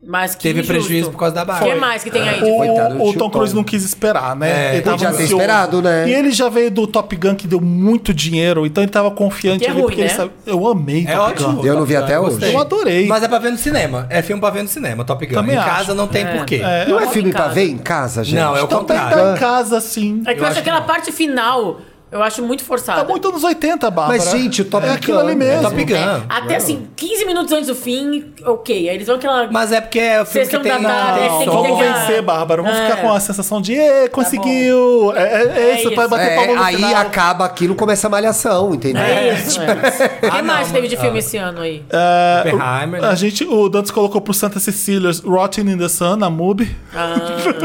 Mas que Teve injusto. prejuízo por causa da Barbie. O que mais que tem aí? O, Coitado do o tio Tom Cruise Tom. não quis esperar, É, né? ele já tem esperado, né? E ele já veio do Top Gun, que deu muito dinheiro, então ele tava confiante Que é ali, ruim, porque ele né? sabe... Eu amei É Top Gun. ótimo. Então, Eu não vi Top Gun, até hoje. gostei. Eu adorei. Mas é pra ver no cinema. É filme pra ver no cinema, Top Gun. Também em acho. casa não tem porquê. É. Não é Eu filme vou em pra casa. ver em casa, gente? Não, é o Então tem que contrário. estar em casa, sim. É que eu, acho aquela parte final Eu acho muito forçada. Tá muito anos 80, Bárbara. Mas, gente, o Top É aquilo Gun, ali é mesmo. Top Gun. Até assim, 15 minutos antes do fim, ok. Aí eles vão aquela. Mas é porque é o filme Sessão que tem... da tarde, tem tem que som. Vamos pegar- vencer, Bárbara. Vamos É. Tá ficar com a sensação de "Ê, conseguiu. É, é- é É isso, vai isso. bater É, palma no aí final. acaba aquilo, começa a malhação, entendeu? É isso. né? O que Ah, não, mais teve mas- de filme esse ano aí? É, Oppenheimer, né? o- né? [laughs] a gente, o Dantes colocou pro Santa Cecília Rotten in the Sun, na MUBI.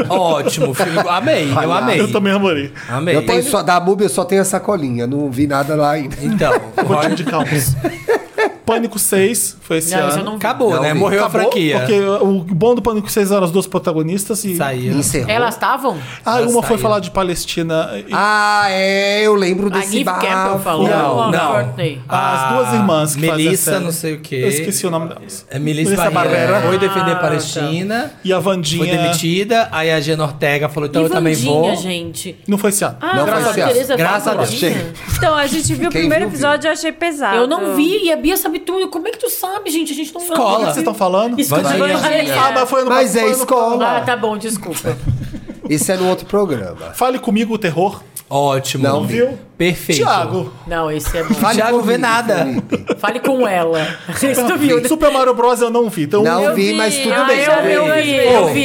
Ótimo filme. Amei, eu amei. Eu também amorei. Amei. Eu tenho só, da MUBI eu só tenho essa colinha, não vi nada lá ainda. Então, [laughs] Rotten de Calmos. um. [laughs] Pânico 6 foi esse Não, ano. isso eu não vi. acabou, Não, né? vi. Morreu a Acabou, franquia. Porque o bom do Pânico 6 eram as duas protagonistas e. Saiu. Encerrou. Elas estavam? Ah, Elas uma foi saíram. falar de Palestina. e- Ah, é, eu lembro A desse Neve Campbell bafo. falou. Não, Laura não. Courtney. as duas irmãs que fazem a Ah, Melissa, série. não sei o quê. Eu esqueci o nome delas. É Melissa Melissa Barreira Barrera. tá. foi defender Ah, Palestina. E a Vandinha. Foi demitida. Aí a Gena Ortega falou, então e eu também Vandinha, vou. gente. Não foi esse ano. Ah, Não, mas foi a esse Teresa Graças a Deus. Valdinha? [laughs] Então, a gente viu o Quem primeiro viu, viu. episódio e achei pesado. Eu não vi e a Bia sabe tudo. Como é que tu sabe, gente? A gente não Escola. O que vocês estão falando? Escola de Vandinha. Vandinha. Ah, mas foi ano Mas foi é ano- escola. Ah, tá bom, desculpa. Esse é no outro programa. Fale comigo o terror. Ótimo. Não Viu? Perfeito. Tiago. Não, esse é bom. Fale Thiago comigo, vê nada. Felipe. Fale com ela. Esse tu viu, né? Super Mario Bros. eu não vi. Então, Não Eu vi, vi. mas tudo Ah, bem. eu, vi, eu vi, eu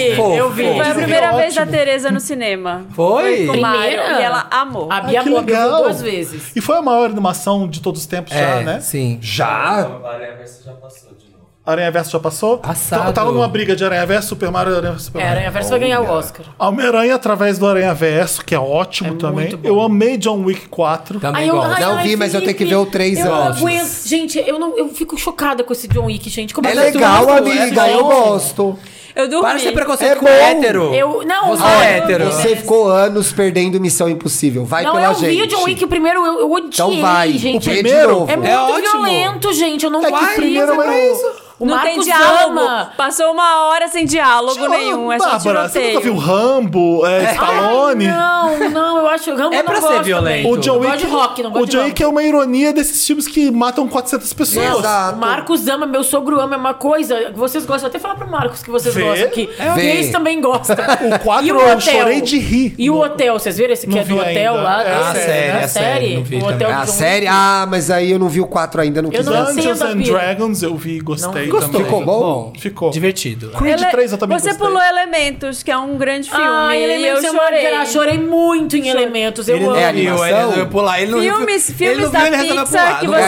vi, Fofo, eu vi. fofo. Foi a Isso primeira é vez da ótimo. Tereza no cinema. Foi? Com o Mário, Primeira? e ela amou. A Ah, Bia que Bob viu legal. duas vezes. E foi a maior animação de todos os tempos já, É, né? sim. Já? A Aranha Versa já passou de novo. Aranha Verso já passou? Passado. Então, tava numa briga de Aranha Verso, Super Mario e Aranha Verso, Super É, a Mario. Aranha Versa vai ganhar o Oscar. Homem-Aranha através do Aranha Verso, que é ótimo É também. muito bom. Eu amei John Wick 4. Também Aí eu, gosto. ai, Não ai, vi, mas eu tenho que Felipe, ver o três eu não antes. aguento. Gente, eu, não, eu fico chocada com esse John Wick, gente. Como É que legal, eu amiga, eu gosto. Eu dormi. Para de ser preconceito É com bom. hétero. Eu- não, Você olha, é hétero. eu- Você ficou anos perdendo Missão Impossível. Vai Não, é um pela eu gente. vi o John Wick o primeiro, eu, eu odiei, Então vai. gente. O É primeiro É muito ótimo. violento, gente. Eu não É que gosto o primeiro disso. é o- O não tem Marcos diálogo. ama. Passou uma hora sem diálogo nenhum. É só Bárbara, você tiroteio. nunca viu Rambo, é, Stallone? Ai, não, não, eu acho. Rambo É eu pra não ser gosto violento. também. O John Não gosto Wick, de rock, não gosto o John de Wick rock. é uma ironia desses filmes que matam 400 pessoas. Exato. O Marcos ama, meu sogro ama, é uma coisa. Vocês gostam, eu até falar pro Marcos que vocês Vê. gostam que Vê. Gays [laughs] também gostam. O 4 E eu o hotel? chorei de rir. E o hotel, vocês viram esse que Não é do vi hotel ainda. lá? É a Esse, né? série, A a série, não vi O também. hotel um É do A John série? Wick. Ah, mas aí eu não vi o 4 ainda, não quis. não assistir. sei. Dungeons da and pira. Dragons eu vi e gostei Não também. Ficou bom? Ficou. Divertido. Creed Ele- 3 eu também Você gostei. pulou Elementos, que é um grande filme. Ah, e eu Elementos é chorei. maravilhoso. chorei muito em Elementos. Eu Ele amo. não É viu, animação? ele resolveu pular. Ele não Filmes, viu, ele filmes não da viu, ele resolveu Pixar pular. que Não é você.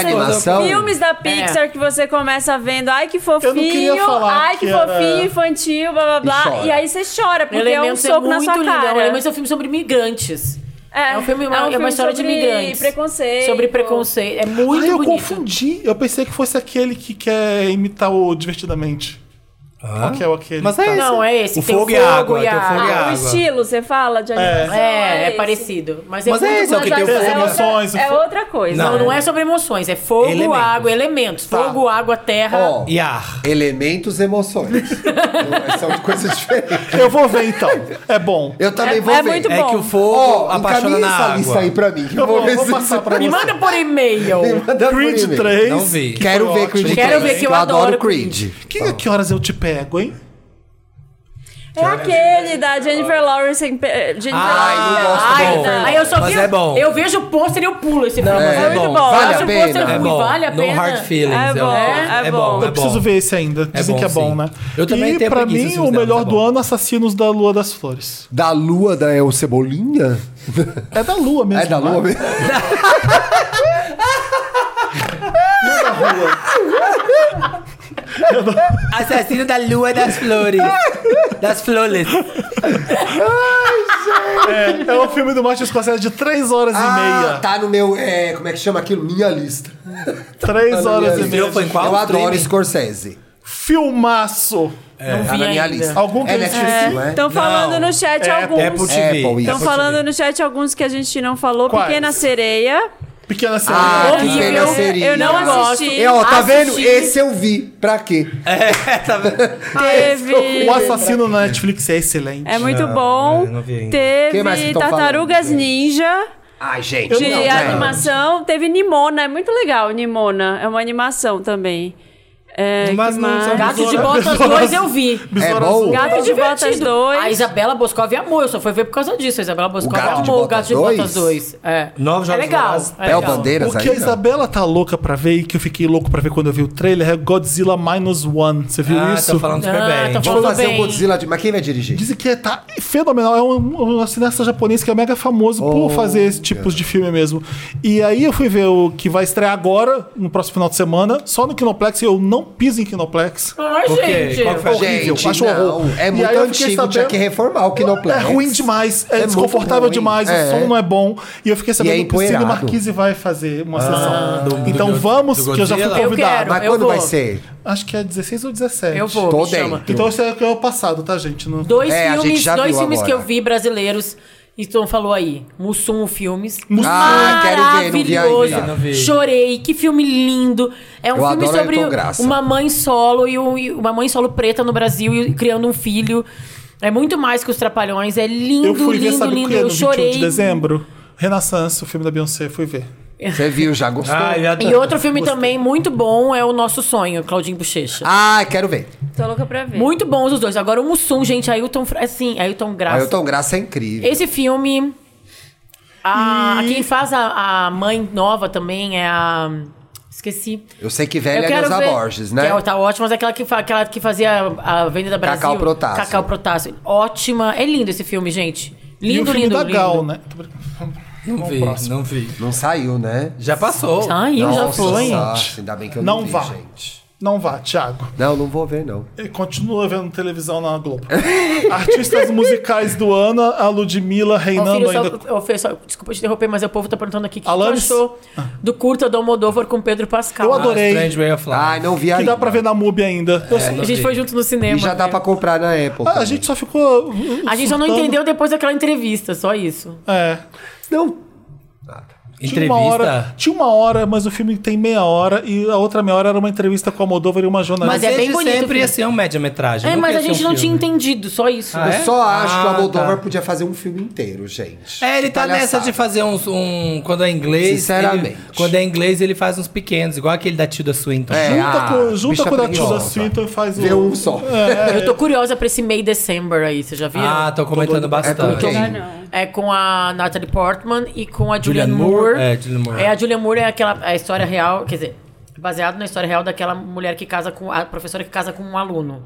animação? Filmes É. da Pixar que você começa vendo. Ai, que Eu não queria fofinho. falar Ai, que, que era- fofinho, infantil, blá blá E blá. chora. E, aí você chora, porque é um Elementos é, soco na muito sua lindo. cara. É um- Elementos é um filme sobre imigrantes. É, um filme, uma, é uma história de sobre imigrantes. preconceito. Sobre preconceito. É muito Ah, eu bonito. confundi. Eu pensei que fosse aquele que quer imitar o Divertidamente. Qual que é o aquele? Mas que é tá? esse. Não, é esse. O que tem fogo e fogo a água, e tem o a- fogo e a Ah, o água. estilo, você fala de animação? É, é esse. parecido. Mas é, Mas é muito esse, é o que bonito. tem o Tem as É outra- emoções. o É fo- outra coisa. Não, Não, não é. é sobre emoções, é fogo, Elementos. água, elementos. Tá. Fogo, água, terra. Ó, E ar. elementos emoções. Não, São coisas diferentes. Eu vou ver então. [laughs] É bom. Eu também É- vou é ver. muito É que o fogo Ó, apaixona encaminha na essa lista aí água. pra mim. que Eu Eu vou, vou ver vou se passar pra Me você. manda tá por e-mail. Me manda por Creed e-mail. 3. Não vi. Quero Foi ver ótimo. Creed Quero 3, ver, que eu adoro Creed. Que, a que horas eu te pego, hein? É aquele da Jennifer Lawrence. em pe- Jennifer Ai, não Lawrence. gosto Ai, bom. aí eu só Mas vi- é bom. Eu vejo o pôster e eu pulo esse filme. mas É, é muito bom. bom. Eu Vale acho a o pôster pena. É ruim, bom. vale a no pena. hard feelings. É eu- bom, É, é bom. bom. é Eu preciso ver esse ainda. Dizem bom, que é bom, sim. né? Eu também e tenho pra preguiça mim, de o usar, melhor tá do bom. ano, é Assassinos da Lua das Flores. Da lua da El Cebolinha? É da Lua mesmo. É da né? lua mesmo? Assassino da lua das flores. [laughs] Das flores. É, é o filme do Martin Scorsese de 3 horas e meia. tá no meu. é, como é que chama aquilo? Minha lista. 3 horas e Minha meia. viu? Foi em qual Eu adoro streaming? Scorsese. Filmaço. Não Tá vi na minha ainda. Então, lista. Algum que é eu Netflix, assisti. não é? Estão falando no chat É, alguns. Apple Apple, TV. isso. Estão falando no chat alguns que a gente não falou. Quais? Pequena Sereia. Pequena Sereia. Ah, que Horrível. pena seria. Eu não gosto. assisti. É, ó, tá vendo? Assisti. Esse eu vi. Pra quê? É, tá vendo? Teve. O assassino na Netflix é excelente. É muito Não, bom. eu não vi ainda. Quem mais que Teve tão falando, Tartarugas gente? Ninja. Ai, gente. de não, né? animação. Teve Nimona, é muito legal, Nimona. É uma animação É também. É, Mas que não mais? são Gato de Besouro- Botas Besouro 2 Azul. eu vi. É Besouro bom? azul. Gato Foi de Botas divertido. é dois. A Isabela Boscov amou, eu só fui ver por causa disso. A Isabela Boscov Gato de amou o Botas Gato de dois? Botas 2. É. Novos é Jogos legal. Vorazes. É É o legal. Bandeiras O que a ainda? Isabela tá louca pra ver e que eu fiquei louco pra ver quando eu vi o trailer é Godzilla Minus One. Você viu Ah, isso? tô falando super Ah, bem. tô Vamos Falou fazer bem. um Godzilla de... Mas quem vai dirigir? Dizem que é, tá fenomenal. É um, um cineasta japonês que é mega famoso por fazer esse tipo de filme mesmo. E aí eu fui ver o que vai estrear agora, no próximo final de semana, só no Kinoplex. E eu não piso em Kinoplex. Ai, Por quê? gente. Qual que foi a horrível, Gente, acho não. horror. É E aí eu muito fiquei antigo, tinha sabendo- que reformar o Kinoplex. É ruim demais, é, muito desconfortável ruim. demais, É. o som não é bom. E eu fiquei sabendo E é que o Cine empoeirado. Marquise vai fazer uma sessão. Ah, do- do- então do- vamos, do né? que eu já fui Godzilla? Eu convidado. quero. Mas Eu quando vou. vai ser? Acho que é 16 ou 17. Eu vou, Tô me chama. dentro. Então esse é o passado, tá, gente? No... Dois É, a gente filmes, já dois viu filmes agora. que eu vi brasileiros. E Tom falou aí, Mussum Filmes. Mussum. Ah, quero ver, não vi Maravilhoso. ainda. Não vi. Chorei, que filme lindo. É um Eu filme adoro sobre Ayrton Graça. uma mãe solo e um- e uma mãe solo preta no Brasil e criando um filho. É muito mais que os Trapalhões, é lindo, eu fui ver, lindo, sabe o lindo. que? No Eu 21 chorei. de dezembro. Renaissance, o filme da Beyoncé, fui ver. Você viu, já gostou? Ah, já tô- E outro filme também muito bom é O Nosso Sonho, Claudinho Bochecha. Ah, é. quero ver. Tô louca pra ver. Muito bons os dois. Agora o Mussum, gente, Ailton, Fra- assim, Ailton Graça. Ailton Graça é incrível. Esse filme. Hum. A, Quem faz a, a mãe nova também é a. Esqueci. Eu sei que velha Eu é quero Neuza ver- Borges, né? Que é, tá ótima, mas é aquela que, fa- aquela que fazia a, a Venda da Brasil. Cacau Protásio. Cacau Protásio. Ótima. É lindo esse filme, gente. e o Lindo, filme lindo, da lindo. Gal, né? Tô brincando. Não vi, não vi. Não saiu, né? Já passou. Ah, Ai, eu já Nossa, foi. nossa, ainda bem que eu não, Não vi, vá. gente. Não vá, Thiago. Não, não vou ver, não. Ele continua vendo televisão na Globo. [laughs] Artistas musicais do ano, a Ludmilla Ô, reinando filho, só- ainda. ô, Fê, só- desculpa te interromper, mas o povo tá perguntando aqui o que tu Alanis? Ah. achou do curta do Almodóvar com Pedro Pascal. Eu adorei. Strange Way of Life. Ai, não vi Que ainda. dá pra ver na MUBI ainda. Eu só- A gente foi junto no cinema. E já dá né? pra comprar na Apple. Ah, a, a também. gente só ficou. uh, A gente só não surtando. entendeu depois daquela entrevista, só isso. É. Não. Tinha uma, hora, Entrevista. tinha uma hora, mas o filme tem meia hora e a outra meia hora era uma entrevista com a Moldova e uma jornalista. Mas é bem Desde bonito, sempre ia filho. ser um média-metragem. É, nunca mas ia a ser gente um não tinha filme. entendido, só isso. Ah, Eu é? só acho que o Ah, Almodóvar tá. podia fazer um filme inteiro, gente. É, ele tá nessa de fazer uns, um. Quando é inglês. Sinceramente. ele- quando é inglês, ele faz uns pequenos, igual aquele da Tilda Swinton. É, Junta, ah, com, junta bicha com a da Tilda preguiçosa. Swinton e faz Vê o. um só. Eu tô curiosa pra esse May December aí, vocês já viram? é? Ah, tô comentando com bastante. quem? Ah, não. É com a Natalie Portman e com a Julianne Julianne Moore. Moore? É, Julianne Moore. É, a Julianne Moore é aquela a história real, quer dizer, baseado na história real daquela mulher que casa com a professora que casa com [gasps] um aluno.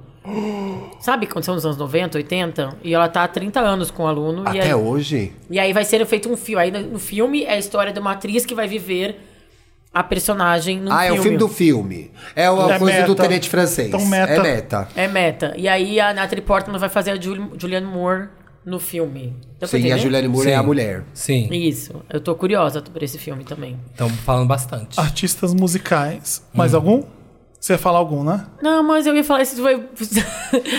Sabe quando são nos anos 90, 80? E ela tá há 30 anos com o aluno. e aí, Até hoje? E aí vai ser feito um filme. Aí no filme é a história de uma atriz que vai viver a personagem num ah, é o filme do filme. É uma É coisa do meta. Tenente Francês. Então, meta. É meta. É meta. E aí a Natalie Portman vai fazer a Jul- Julianne Moore no filme. Dá pra Sim, a entender? Juliane Moore é Sim. a mulher. Sim, Isso. Eu tô curiosa por esse filme também. estão falando bastante. Artistas musicais. Hum. Mais algum? Você ia falar algum, né? Não, mas eu ia falar isso foi... [laughs]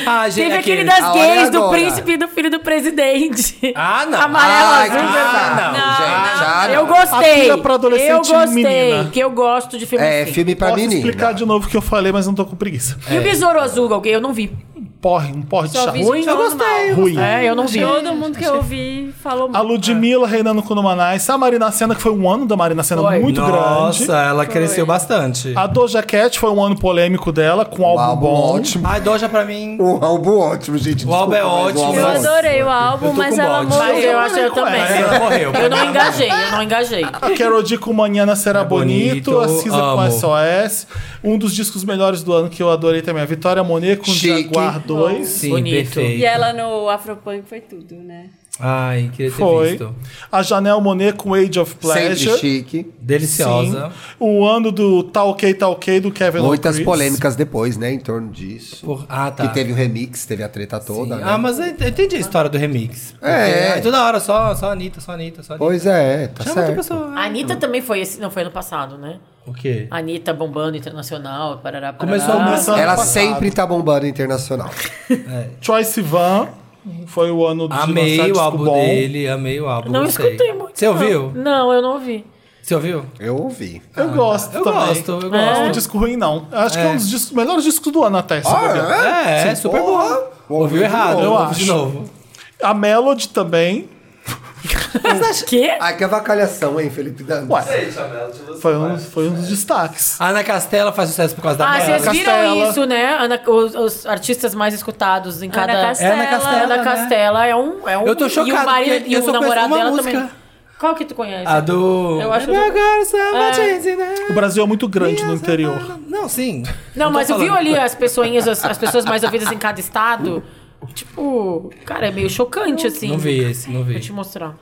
Ah, gente, Teve aquele aquele- das a hora é gays, do agora. príncipe e do filho do presidente. Ah, [laughs] não. Amarelo, é Ai, azul, que vermelho. saco, gente. Ah, não. Eu gostei. Atira pra adolescente eu gostei, menina. que eu gosto de filme É assim. filme pra Posso menina. explicar de novo o que eu falei, mas não tô com preguiça. E o Besouro Azul, alguém? Eu não vi. Porre, um porre de Só chato. vi gente Eu falando gostei. mal. Ruim. É, eu não vi. Todo mundo que eu ouvi falou A mal. Ludmilla reinando com o Numanais. A Marina Sena, que foi um ano da Marina Sena Foi. muito Nossa, grande. ela cresceu bastante. A Doja Cat foi um ano polêmico dela, com um Um álbum, álbum bom. ótimo. Ai, Doja pra mim. Um álbum ótimo, gente. O álbum é desculpa, mas ótimo. Eu Nossa. adorei o álbum, Eu tô mas com ela bode. morreu. Mas eu acho eu também. é?" Mas ela morreu. Eu não engajei, eu não engajei. A Carol D com Manhana Será Bonito, É Bonito, a Cisa amo. com SOS. Um dos discos melhores do ano que eu adorei também. A Vitória Monet com Chique. Jaguar 2. Sim, Bonito. perfeito. E ela no Afropunk foi tudo, né? Ai, queria ter Foi. visto. A Janelle Monet com Age of Sempre Pleasure. chique. Deliciosa. O ano do Tá Ok, Tá Ok do Kevin Muitas O'Chris. polêmicas depois, né? Em torno disso. Por- Ah, tá. Que teve o remix, teve a treta toda, né? Ah, mas eu ent- eu entendi a história do remix. Porque, É. ai, toda hora só, só Anitta, só Anitta, só Anitta. Pois é, tá Chama outra certo. pessoa. né? A Anitta também foi esse, não foi ano passado, né? O quê? A Anitta bombando internacional, parará, parará. Começou a Começou ano Ela passado. sempre tá bombando internacional. Troy Sivan foi o ano de lançar Amei o disco álbum bom. dele, amei o álbum. Não gostei. escutei muito. Você não. ouviu? Não, eu não ouvi. Você ouviu? Eu ouvi. Eu gosto Ah, Eu também. gosto, eu Não é um gosto. disco ruim, não. Eu Acho que é um dos discos- melhores discos do ano até. se Ah, bobear. É, é, Sim, super porra. boa. Ouviu de errado, novo. eu ouve de acho. novo. A Melody também. Quê? Ai, que avacalhação, hein, Felipe Dantas? Ué, Sei, Chamela, de você. foi um, foi um dos destaques. Ana Castela faz sucesso por causa da Ah, Ana. vocês viram Castela. isso, né? Ana- os, os artistas mais escutados em cada. Castela. Ana Castela, Ana né? Castela é um, é um. Eu tô E o chocado, marido porque e eu o só conheço namorado uma dela música. também. Qual que tu conhece? A do. Eu acho- Agora samba É. te ensinar. O Brasil é muito grande no interior. Não, sim. Não, tô mas eu vi falando. ali assim. as pessoinhas, as, as pessoas mais ouvidas em cada estado. Tipo, cara, é meio chocante, assim. Não vi esse, não Vou te vi. mostrar.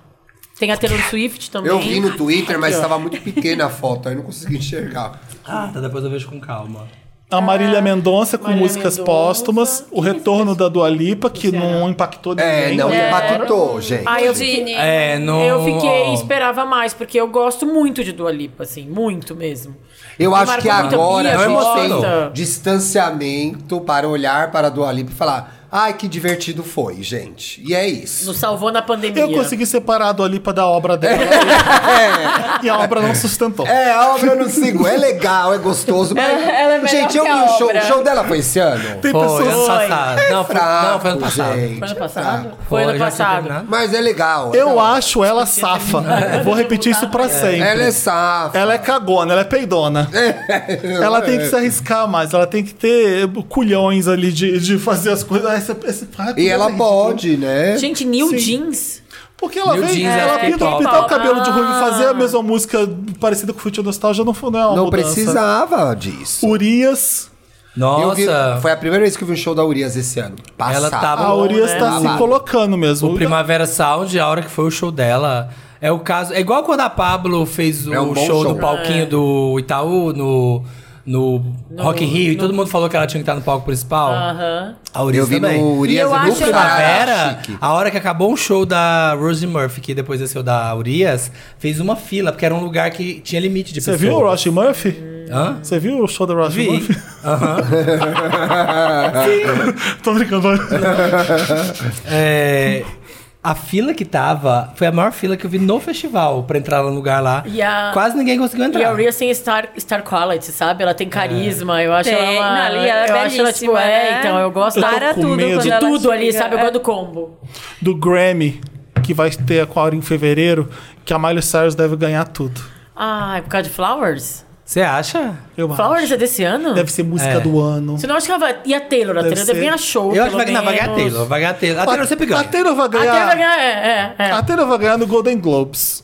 Tem a Taylor Swift também. Eu vi no Twitter, mas estava muito pequena a foto, aí não consegui enxergar. Ah, tá, depois eu vejo com calma. A Marília Mendonça com Marília músicas Mendonça. póstumas. O retorno da Dua Lipa, que não impactou ninguém. É, não impactou, gente. Ah, eu vi. Dini. É, não. Eu fiquei, esperava mais, porque eu gosto muito de Dua Lipa, assim, muito mesmo. Eu Me acho que marcou muito a agora Bia, Não a gente emocionou. tem distanciamento para olhar para a Dua Lipa e falar ai, que divertido foi, gente. E é isso. Nos salvou na pandemia. Eu consegui separar a Dua Lipa da [laughs] obra dela. E a obra não sustentou. É, a obra eu não sigo. É legal, é gostoso. Mas... ela é melhor gente, eu que vi a o show. obra. O show dela foi esse ano? Tem Foi, ano pessoas. passado. não, foi, fraco, não, foi ano passado. gente. Foi ano Ah, passado? Foi ano já tinha passado. terminado? Mas é legal. Eu Não, acho ela safa. Vou repetir isso pra sempre. Ela é safa. Ela é cagona, ela é peidona. É. Ela tem que se arriscar mais, ela tem que ter culhões ali de, de fazer as coisas. Ah, esse- esse prato E é ela ridículo. pode, né? Gente, New Jeans. Porque ela New vem, jeans, ela é, pinta, K-pop. pintar o cabelo de ruivo e Ah. fazer a mesma música parecida com o Future Nostalgia não, foi- não é uma Não mudança. precisava disso. Urias, Eu vi- Nossa, foi a primeira vez que eu vi o show da Urias esse ano. Passado. Ela tava- a Bom, Urias né? tá se Babado. colocando mesmo. o Primavera Sound, a hora que foi o show dela. É o caso. É igual quando a Pablo fez o É um bom show, show. do palquinho do Itaú no, no, Rock in Rio e todo mundo falou que ela tinha que estar no palco principal. Aham. A Urias Eu vi também. no Urias E eu e acho no No Achei Primavera, Chique. a hora que acabou um show da Rosie Murphy, que depois desceu da Urias, fez uma fila, porque era um lugar que tinha limite de Você pessoas. viu o Rosh Murphy? Hã? Você viu o show da Rosh Vi. Murphy? [laughs] Aham. Tô brincando. É, a fila que tava foi a maior fila que eu vi no festival pra entrar no lugar lá. E a- Quase ninguém conseguiu entrar. E a Urias tem star, star quality, sabe? Ela tem carisma, eu acho Tem. ela uma... Não, ali ela é eu acho ela, tipo, belíssima, é, né? então, eu gosto Para com tudo medo. quando de ela tudo ali, chega. sabe? Eu É. gosto do combo. Do Grammy, que vai ter agora em fevereiro, que a Miley Cyrus deve ganhar tudo. Ah, é por causa de Flowers? Você acha? Eu acho. Flowers é desse ano? Deve ser música É. do ano. Você não acha que ela vai... E a Taylor? A Deve Taylor deve ser. ganhar show, eu acho que vai pelo ganhar, vai ganhar a menos. Taylor. Vai ganhar a Taylor. A Taylor sempre ganha. A Taylor vai A ganhar. Ah, tá, Taylor vai ganhar, é, é. é. A Taylor vai ganhar no Golden Globes.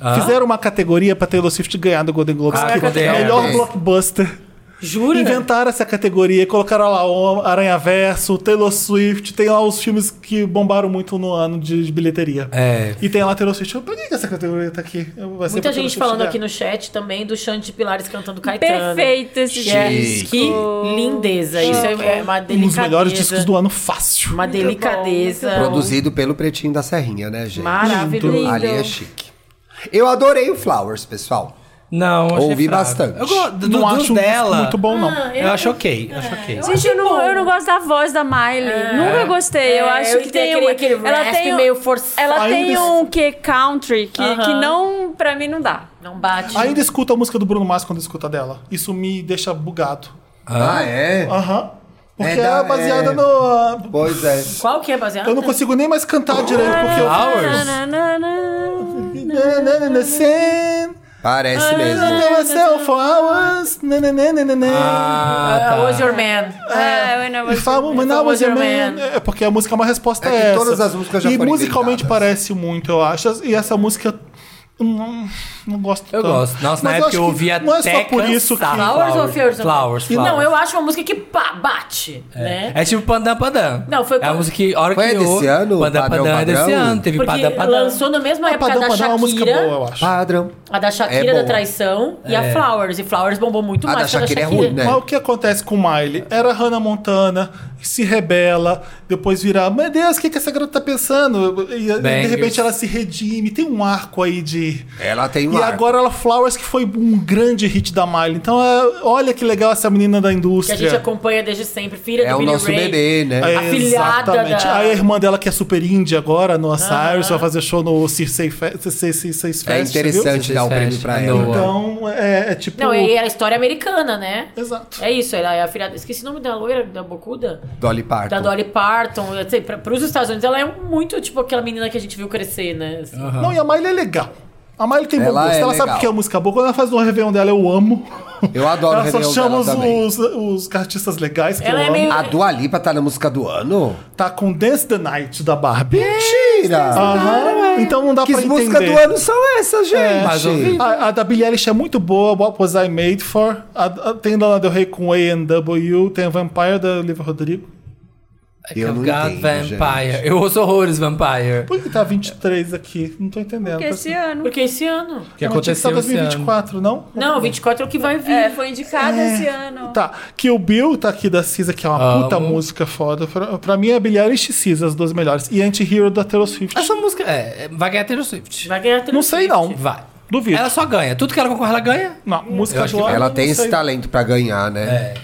Hã? Fizeram uma categoria pra Taylor Swift ganhar no Golden Globes. Ah, que cadê? é o melhor É. blockbuster. Jura? Inventaram essa categoria, colocaram lá o Aranha Verso, Taylor Swift, tem lá os filmes que bombaram muito no ano de, de bilheteria. É. E tem lá Taylor Swift. Por que que essa categoria tá aqui? Eu- vai ser pra Muita Taylor gente Swift né? Um falando ganhar. aqui no chat também do Xande Pilares cantando Caetano. Perfeito esse Que, é- Chique. que lindeza. Isso é é Um uma dos delicadeza. melhores discos do ano, fácil. Uma delicadeza. Produzido pelo Pretinho da Serrinha, né, gente? Maravilhoso. Ali é chique. Eu adorei o Flowers, pessoal. Não, achei Ouvi fraco. bastante. Eu gosto do, não do acho um disco dela. muito bom, não. Ah, Eu acho ok, acho ok. Gente, eu não, eu não gosto da voz da Miley. Nunca gostei. eu É, acho eu que tenho tem aquele- um. aquele ela rasp tem um, meio forçado. Ela Ainda tem es- um que country que, que Aham. não. Pra mim não dá. Não bate. Ainda escuta a música do Bruno Mars quando escuta dela. Isso me deixa bugado. Ah, é? Aham. Porque É é, da- baseada é. no. Pois é. Qual que é baseado? Eu não consigo nem mais cantar direito, porque eu. Flowers? Na, na, na. Nananana, sand, Ah. Parece mesmo. nananana, sand for hours, nananana. Ah, Ah, tá. Was Your Man. É. Ah, eu não E gosto. fala, "When I If I was was your your man." man. É porque a música é uma resposta É a que essa. todas as músicas já E foram musicalmente inventadas. parece muito, eu acho. E essa música. Não, não gosto Eu tanto. gosto. Nossa, na Mas época acho eu que ouvia Não é até só por isso que. cansar. Flowers ou Flowers, Fears? Flowers, Não, Flowers. eu acho uma música que pá, bate, né? É tipo Pandan Pandan. Não, foi É a quando- música que, a hora Foi que desse ouve- ano, Pandan Padrão, Pandan é desse Padrão? ano. Teve Porque Padam Padam. lançou na mesma Ah, época Padrão da Padrão é uma música Shakira. boa, eu acho. Padrão. a da Shakira É da boa. É. Traição e a Flowers. E Flowers bombou muito A mais da que a da Shakira é Shakira. ruim, né? Mas o que acontece com Miley? Era Hannah Montana, se rebela, depois vira, meu Deus, o que, que essa garota tá pensando? E, e, de Bangers. repente ela se redime, tem um arco aí de. Ela tem um e arco. agora ela Flowers, que foi um grande hit da Miley. Então, é, olha que legal essa menina da Que a indústria. gente acompanha desde sempre. Filha É do o Billy nosso Ray. bebê, né? É, afilhada Exatamente. da- Aí a irmã dela, que é super indie agora, no Cyrus, vai fazer show no Circe Fest. É interessante viu? dar o prêmio Vocês pra fecham, ela. é boa. Então, é, é tipo. Não, e era história americana, né? Exato. É isso, ela é a filha. Esqueci o nome da loira, da bocuda? Dolly Parton. Da Dolly Parton. Eu sei, pra, pros Estados Unidos, ela é muito tipo aquela menina que a gente viu crescer, né? Assim. Ah. Não, e a Miley é legal. A Miley tem bom Ela gosto. é ela sabe legal. o que é música boa. Quando ela faz no Réveillon dela, eu amo. Eu adoro o ela só Réveillon chama dela os, também. os, os artistas legais que Ela eu é amo. meio- A Dua Lipa tá na música do ano? Tá com Dance the Night da Barbie. Tira! Aham. Então não dá Que pra entender. música do ano são essas, gente? É, Mas ouvi. a, a da Billie Eilish é muito boa, What Was I Made For? A, a- tem Lana Del Rey com A&W, tem a Vampire da Olivia Rodrigo. Eu não Got entendo, Vampire. Eu ouço horrores, Vampire. Por que tá 23 aqui? Não tô entendendo. Porque esse Tá- ano. Porque esse ano. Que Não, tinha aconteceu que tá esse ano. 2024, não? Não, 24 é o que vai vir. É, foi indicado esse ano. Tá, que o Bill tá aqui da Cisa, que é uma Amo. puta música foda. Pra, pra mim é Billie Eilish e Cisa, as duas melhores. E Anti-Hero da Taylor Swift. Essa música é, é, vai ganhar Taylor Swift. Vai ganhar Não sei não. Vai. Duvido. Ela só ganha. Tudo que ela concorre, ela ganha. Não, música acho que do ano, Ela não tem esse sei. talento pra ganhar, É. né?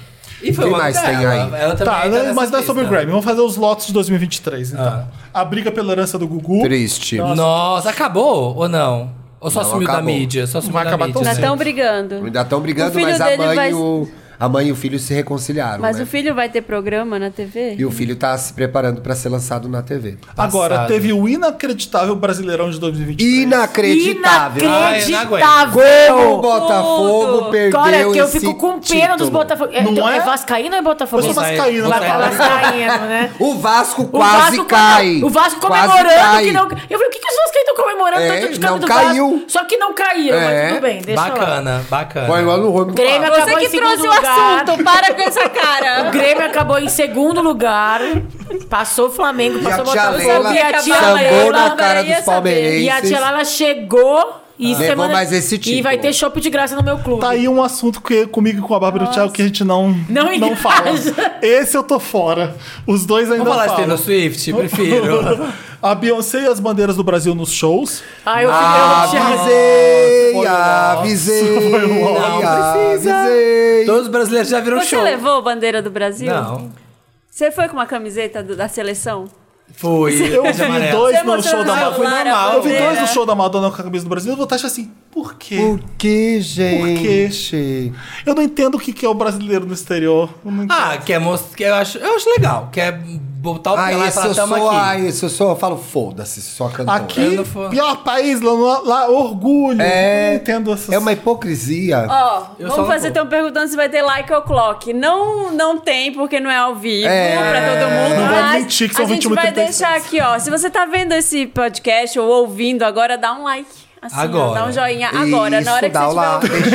E foi Quem o ano mais tem dela. aí? Ela também Tá, entra né, mas nessa não é sobre o lista. Grammy. Vamos fazer os lotes de 2023, então. A briga pela herança do Gugu. Triste. Nossa, acabou ou não? Ou só Não, sumiu da acabou. mídia? Só sumiu Vai da acabar mídia. assim. tão Sim. Ainda estão Tá brigando. Ainda estão O brigando, filho mas a dele mãe, vai- e o... a mãe e o filho se reconciliaram, Mas né? o filho vai ter programa na TV? E o filho tá se preparando pra ser lançado na TV. Agora, Passado. teve o inacreditável Brasileirão de 2023. Inacreditável. Como o Inacreditável! Botafogo perdeu Cara, que eu esse fico com pena dos título? Botafogo. É, Não então, é? é Vascaíno ou é Botafogo? Eu sou Vai- vascaíno, né? vai- cara. Vascaíno, né? O Vasco quase Vasco- cai. O Vasco Quase comemorando cai. que não. Eu falei, o que, que os Vasco estão comemorando É, tanto de camisa não do caiu. Vasco? Só que não caiu, É. mas tudo bem, deixa lá. Bacana, bacana. Põe lá no rumo. Grêmio Você acabou Tá em que segundo trouxe lugar. o assunto, para com essa [laughs] O cara. Grêmio acabou em segundo lugar. Passou o Flamengo, E a passou o tia Botafogo. Leila E a tia sambou Leila. na cara ia dos saber. palmeirenses. E a tia Lala chegou e Levou semana... mais esse E título. vai ter shopping de graça no meu clube. Tá aí um assunto que, comigo e com a Bárbara e o Thiago que a gente não, Não não fala. engaja. Esse eu tô fora. Os dois ainda Vamos falar de falam. Taylor Swift? Prefiro. A Beyoncé e as bandeiras do Brasil nos shows. Ai, eu Ah, fiquei chateada. Foi Avisei, o Lotus. avisei, Foi o Lotus. avisei. Todos os brasileiros já viram Você show. levou a bandeira do Brasil? Não. Você foi com uma camiseta do- da seleção? Fui. Eu verde e vi amarelo. dois Você no show mostrou da no Ah, eu fui celular a normal. Eu vi bandeira? dois no show da Madonna com a camisa do Brasil e vou estar assim, por quê? Por que, gente? Eu não entendo o que que é o brasileiro no exterior. Eu não entendo. Ah, quer mostrar. Eu acho, eu acho legal. Quer botar o pé Ai, lá e Ah, esse falar, eu tamo sou, aqui. ai, esse eu sou, eu falo, foda-se, só cantora. Ah, Aqui, não for- pior país, lá, lá, orgulho. Eu É, não entendo essas é uma hipocrisia. Ó, Eu só não vamos fazer, vou. estão perguntando se vai ter like ou clock. Não, não tem, porque não é ao vivo, É. pra todo mundo. Não vou mas mentir que são a gente 21 e vai 36. deixar aqui, ó. Se você tá vendo esse podcast ou ouvindo agora, dá um like. Assim, ó, Agora. dá um joinha agora, Isso, na hora que você dá o estiver like, ouvindo.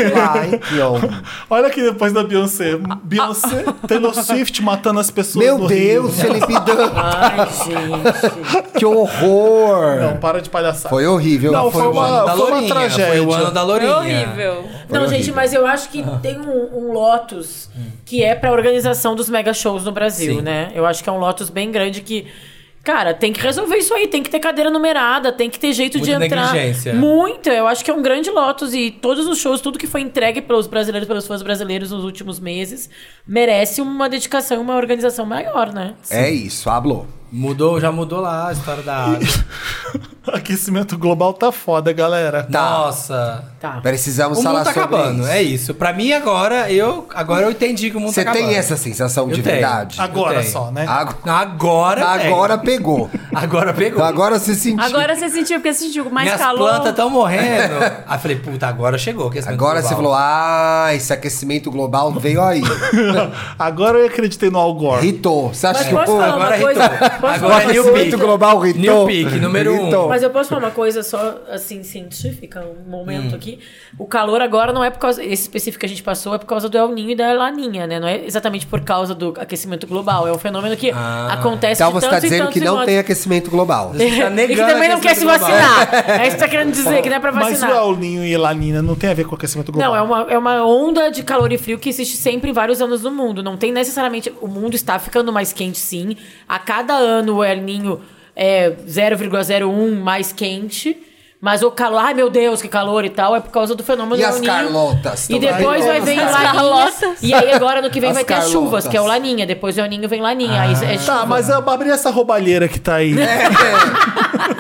deixa o like, ó. [laughs] Olha aqui depois da Beyoncé. Beyoncé, Taylor Swift matando as pessoas. Meu no Deus, Rio. Felipe Dan, Ai, gente. que horror. Não, para de palhaçada. Foi horrível. Não, foi o uma- ano. Da Foi Lourinha, tragédia. Foi o ano da Foi Lourinha. É horrível. Não, gente, horrível. mas eu acho que tem um, um Lotus que é pra organização dos mega shows no Brasil, né? Eu acho que é um Lotus bem grande que. Cara, tem que resolver isso aí, tem que ter cadeira numerada, tem que ter jeito de Muita entrar. negligência. Muito, eu acho que é um grande Lotus e todos os shows, tudo que foi entregue pelos brasileiros, pelos fãs brasileiros nos últimos meses, merece uma dedicação e uma organização maior, né? É isso, hablou. Mudou, já mudou lá a história da [laughs] água. [laughs] Aquecimento global tá foda, galera. Nossa. Tá. Precisamos O falar mundo tá sobre acabando, isso. é isso. Pra mim agora, eu agora eu entendi que o mundo Você tá acabando. tem essa sensação Eu de tenho. verdade? Agora tenho. só, né? Agora, Agora tem. Tá, agora pegou. Agora pegou. Então agora se sentiu. Agora você sentiu, porque você sentiu mais Minhas calor. plantas tá- estão morrendo. [laughs] Aí falei, puta, agora chegou. o aquecimento Agora você global. falou, ah, esse aquecimento global veio aí. [laughs] Agora eu acreditei no Al Gore. Ritou. Você acha Mas que o posso falar povo... agora uma coisa? irritou. Posso falar Agora uma é coisa? New Peak. global ritou. New Peak, número Ritou. um. Mas eu posso falar uma coisa só, assim, científica, um momento aqui. O calor agora não é por causa. Esse específico que a gente passou é por causa do El Ninho e da Laninha, né? Não é exatamente por causa do aquecimento global. É um fenômeno que acontece Então de você tantos está e dizendo tantos que e não tantos. [laughs] tem aquecimento global. Você tá [laughs] e que negando também não quer se aquecimento global. [laughs] vacinar. É isso que tá querendo dizer, que não é pra Mas o vacinar. El Ninho e Lanina não tem a ver com aquecimento global. Não, é uma, é uma onda de calor e frio que existe sempre em vários anos no mundo. Não tem necessariamente. O mundo está ficando mais quente, sim. A cada ano o El Ninho é 0,01 mais um quente. Mas o calor, ai meu Deus, que calor e tal, é por causa do fenômeno E as El Niño. Carlotas E também. depois vai vir o As Laninha. Carlotas. E aí agora no que vem As vai ter as Carlotas. Ah, chuvas, que é o Laninha. Depois o El Ninho vem Laninha. aí é chuva. Tá, mas a- abre essa roubalheira que tá aí.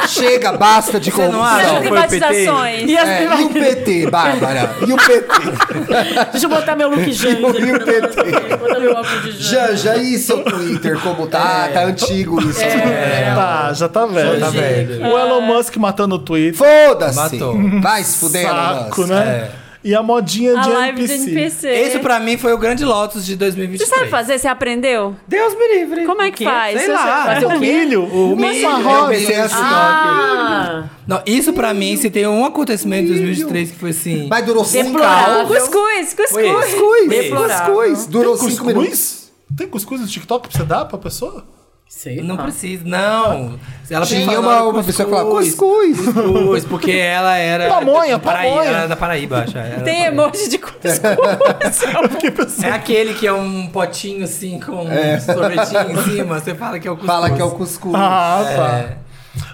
É. Chega, basta de Você não Mas acha? corrupção. foi o PT? privatizações. E as É, e o PT, Bárbara? E o PT? Deixa eu [laughs] botar meu look Janja. E o PT? Botar meu óculos de Janja. Janja, e seu Twitter como tá? Tá antigo isso. É, tá, já tá velho. [laughs] Tá velho. O Elon Musk matando o Twitter. Foda-se. Matou. Vai se fuder, Elon Saco, Musk. é. né? E a modinha A um de live de NPC. NPC. Esse pra mim foi o grande Lotus de Você 2023. sabe fazer? Você aprendeu? Deus me livre. Como é que faz? um Sei Você lá. sabe fazer [laughs] O milho, o milho. Eu pensei assim, ó, Ah, Não, isso pra mim, se tem um acontecimento em 2023 que foi assim... que- Mas durou cinco Ah, Deplorável. horas. Ah, Cuscuz, cuscuz. Cuscuz. Deplorável. Cuscuz. Durou cinco minutos. Cuscuz? Tem cuscuz no TikTok pra você dar pra pessoa? sei Não lá. precisa, não. Ela Ah. Tinha falava uma, uma pessoa que falava cuscuz. cuscuz, porque ela [laughs] era... Pamonha, da Paraíba, pamonha. Era da Paraíba, acho. era Tem da Paraíba. emoji de cuscuz. É aquele que é um potinho assim, com um sorvetinho em cima. Você fala que é o cuscuz. É. Fala que é o cuscuz. Ah, tá. É.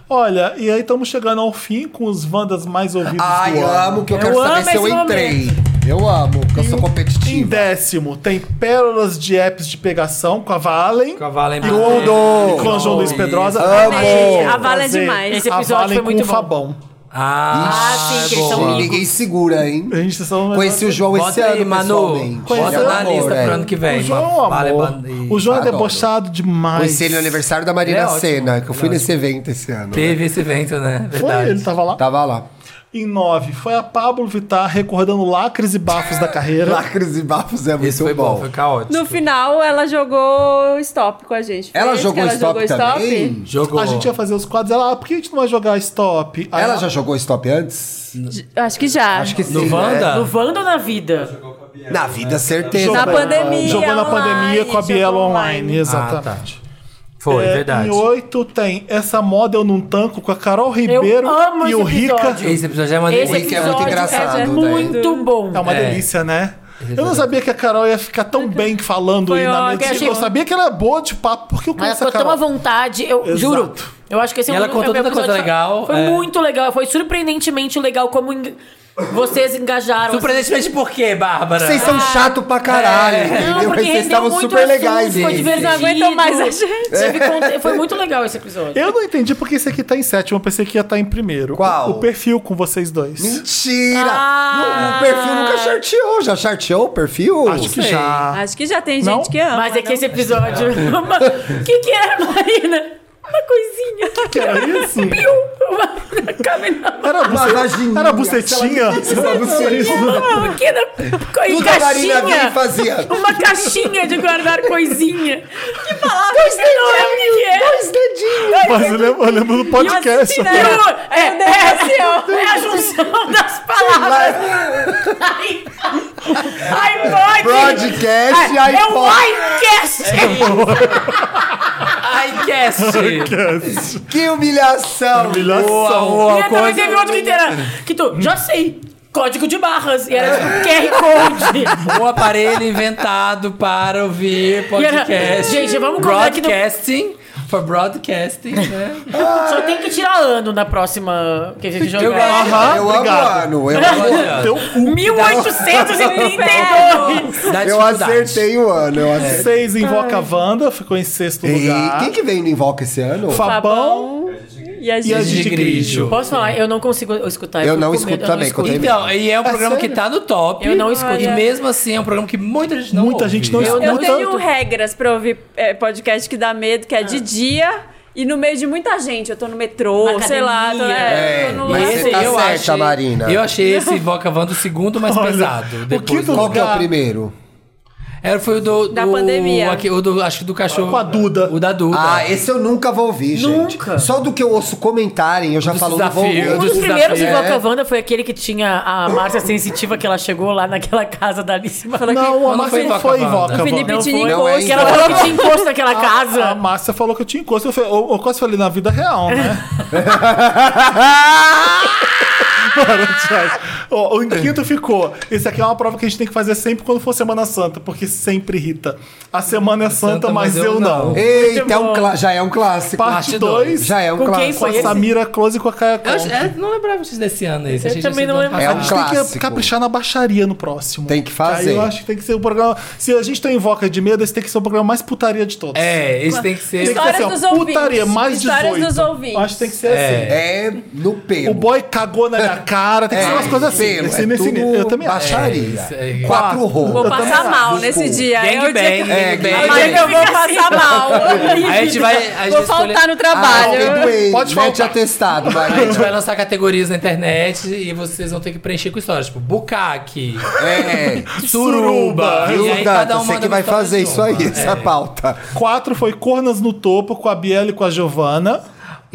Olha, e aí estamos chegando ao fim com os Wandas mais ouvidos do Ai, eu ano. amo que eu, Eu quero saber amo se eu esse entrei. Eu amo, porque eu sou Em competitiva. décimo, tem Pérolas de Apps de Pegação com a Valen. Com a Valen e Barbosa. o e com o João Luiz Amo. Pedrosa. Amo. A gente vai A Valen é trazer demais. Esse a episódio Valen foi muito com o bom. Fabão. Ah, Ah, sim, que eles são Gente, ricos. ninguém segura, hein? A gente só- Conheci o João esse Bota aí, ano, Manu. pessoalmente. Bota Olha, na amor, lista né? é. pro ano que vem. O João, Uma- Vale amor. Bande- O João é Adoro. debochado demais. Conheci ele no aniversário da Marina Ele é ótimo. Senna, que eu fui Ele é nesse evento esse ano. Teve esse evento, né? Foi, ele tá- Verdade. tava lá. Tava lá. Em nove, foi a Pablo Vittar recordando lacres e bafos da carreira. Lacres e bafos é muito Isso foi bom, bom. foi caótico. No final, ela jogou stop com a gente. Foi Ela isso que jogou ela stop jogou também? Jogou. A gente ia fazer os quadros. Ela, ah, por que a gente não vai jogar stop? Aí Ela já jogou stop antes? stop? Acho que já. Acho que sim. No né? Wanda? No Wanda ou na vida? É. Na vida, certeza. Na pandemia. Jogou na online, pandemia com a jogou Biela online. online. Exatamente. Foi, É, verdade. Em oito tem essa moda eu num tanco com a Carol Ribeiro amo e esse o Rica. episódio. Esse episódio é maneiro. Esse Rick é episódio muito engraçado, é né? muito bom. É uma É. delícia, né? Eu não sabia que a Carol ia ficar tão bem falando Foi e na ótimo. mentira. Eu sabia que ela é boa de papo, porque eu Mas ela conheço ficou a tão Carol. à vontade, eu Exato. juro. Eu acho que esse E ela um- contou é um tanta coisa episódio- legal, Foi é. muito legal. Foi surpreendentemente legal como en- vocês engajaram. assim. Surpreendentemente por quê, Bárbara? Vocês são chato pra É. caralho, Não, entendeu? porque Mas vocês rendeu estavam muito super assunto, legais. Ficou gente. divertido. Não aguentam mais a gente. Teve conte- Foi muito legal esse episódio. Eu não entendi porque esse aqui tá em sétimo, eu pensei que ia estar em primeiro. Qual? O, o perfil com vocês dois. Mentira! Ah. O perfil nunca charteou. Já charteou o perfil? Acho que já. Acho que já tem gente Não? que ama. Mas é que não? esse episódio. O que, que era, Marina? Uma coisinha. O que era isso? Piu! Uma... Caminhava. Era, Uma vagininha. buce... era bucetinha? Uma bucetinha. Uma pequena coi- Tudo a Marina vinha e caixinha. fazia. Uma caixinha de guardar coisinha. Que palavra dois dedinhos, dois dedinhos. [laughs] Mas eu lembro, eu lembro do podcast. né? É, é, é a junção das palavras. Ai, ai, pode. Broadcast, É, é iPod. o iCast. Ai, [laughs] cast! Que humilhação! Humilhação. e aí um também teve outro que era. Que tu, já sei. Código de barras. E era tipo QR Code. um aparelho inventado para ouvir podcast. E era- Gente, vamos colocar aqui no- Broadcasting. For broadcasting, né? Só tem que tirar ano na próxima que a gente Eu jogar. gosto. Aham, eu obrigado. amo o ano, eu é amo. Teu cu. 1832. Dá Eu dificuldade. acertei o ano, eu acertei. Seis invoca a Wanda, ficou em sexto E lugar. É. quem que veio no Invoca esse ano? Fabão E e a a gente... Gigi Gigi Grigio. Grigio. Posso falar? Eu não consigo escutar. Eu fico não com escuto medo, também, quando eu- Então, e é um programa que tá no top. Eu não escuto. E mesmo assim, é um programa que muita gente não Muita ouve. gente não Eu escuta. não Eu tenho um tanto. regras pra ouvir é, podcast que dá medo, que é Ah. de dia e no meio de muita gente. Eu tô no metrô, Na sei lá. Tô, academia. é, É, tô no... mas Esse você tá eu certa, achei- Marina. Eu achei esse Voca Wanda o segundo [laughs] mais pesado. o Depois quinto do- Qual que é o lugar? primeiro? Era foi o do, Da do- pandemia. aque- o do- acho que do cachorro. Com a Duda. O da Duda. Ah, esse eu nunca vou ouvir, gente. Nunca. Só do que eu ouço comentarem, eu já Dos falo, não vou desafios, Um ouvir. dos- dos Desafio, primeiros é. Invoca Wanda foi aquele que tinha a Márcia Sensitiva, que ela chegou lá naquela casa da Alice Maravilha. Não, a Não Márcia foi não Invoca foi invoca a Wanda. Wanda. Felipe Não, Tinico, não é Que ela falou que tinha encosto naquela Ah, A casa. Márcia falou que eu tinha [laughs] encosto. Eu, falei, eu, eu quase falei na vida real, né? Maravilhoso. Ó, o quinto ficou. Esse aqui é uma prova que a gente tem que fazer sempre quando for Semana Santa, porque sempre irrita. A Semana é Santa, Santa, mas, eu não. Eita, é um bom. cla- já é um clássico. Parte 2. Já é um Com quem clássico. Com a Foi esse? Samira Close e com a Caia Eu Costa. acho- é, não lembrava disso desse ano aí. Eu também não lembro. É A um gente tem que clássico. caprichar na baixaria no próximo. Tem que fazer. Aí eu acho que tem que ser o programa. Se a gente tá em voca de medo, esse tem que ser o programa mais putaria de todos. É, esse tem que ser. Tem que ser Histórias assim, ó, dos ouvintes. putaria, mais Histórias 18. dos ouvintes. Eu Acho que tem que ser assim. É no pelo. O boy cagou na minha cara, tem que ser É, umas coisas assim. pelo, tem que ser é nesse tudo nível. Eu também acho. baixaria. acho. É, isso é- Quatro rolos. Vou Eu passar também mal acho, nesse pô. dia. É o dia Gangbang. que- É, é o gangbang. dia que eu vou passar [laughs] mal. Aí a gente vai- a gente vou vai escolher- faltar no Ah, eu trabalho. perdoei. Pode Mete faltar. atestado, [laughs] vai. A [laughs] gente vai lançar categorias na internet e vocês vão ter que preencher com histórias, tipo, bucaque, É. suruba. Viu, e aí Danta? cada um Você manda que uma vai história fazer de isso uma. aí, É. essa pauta. Quatro foi Cornas no Topo com a Biela e com a Giovana.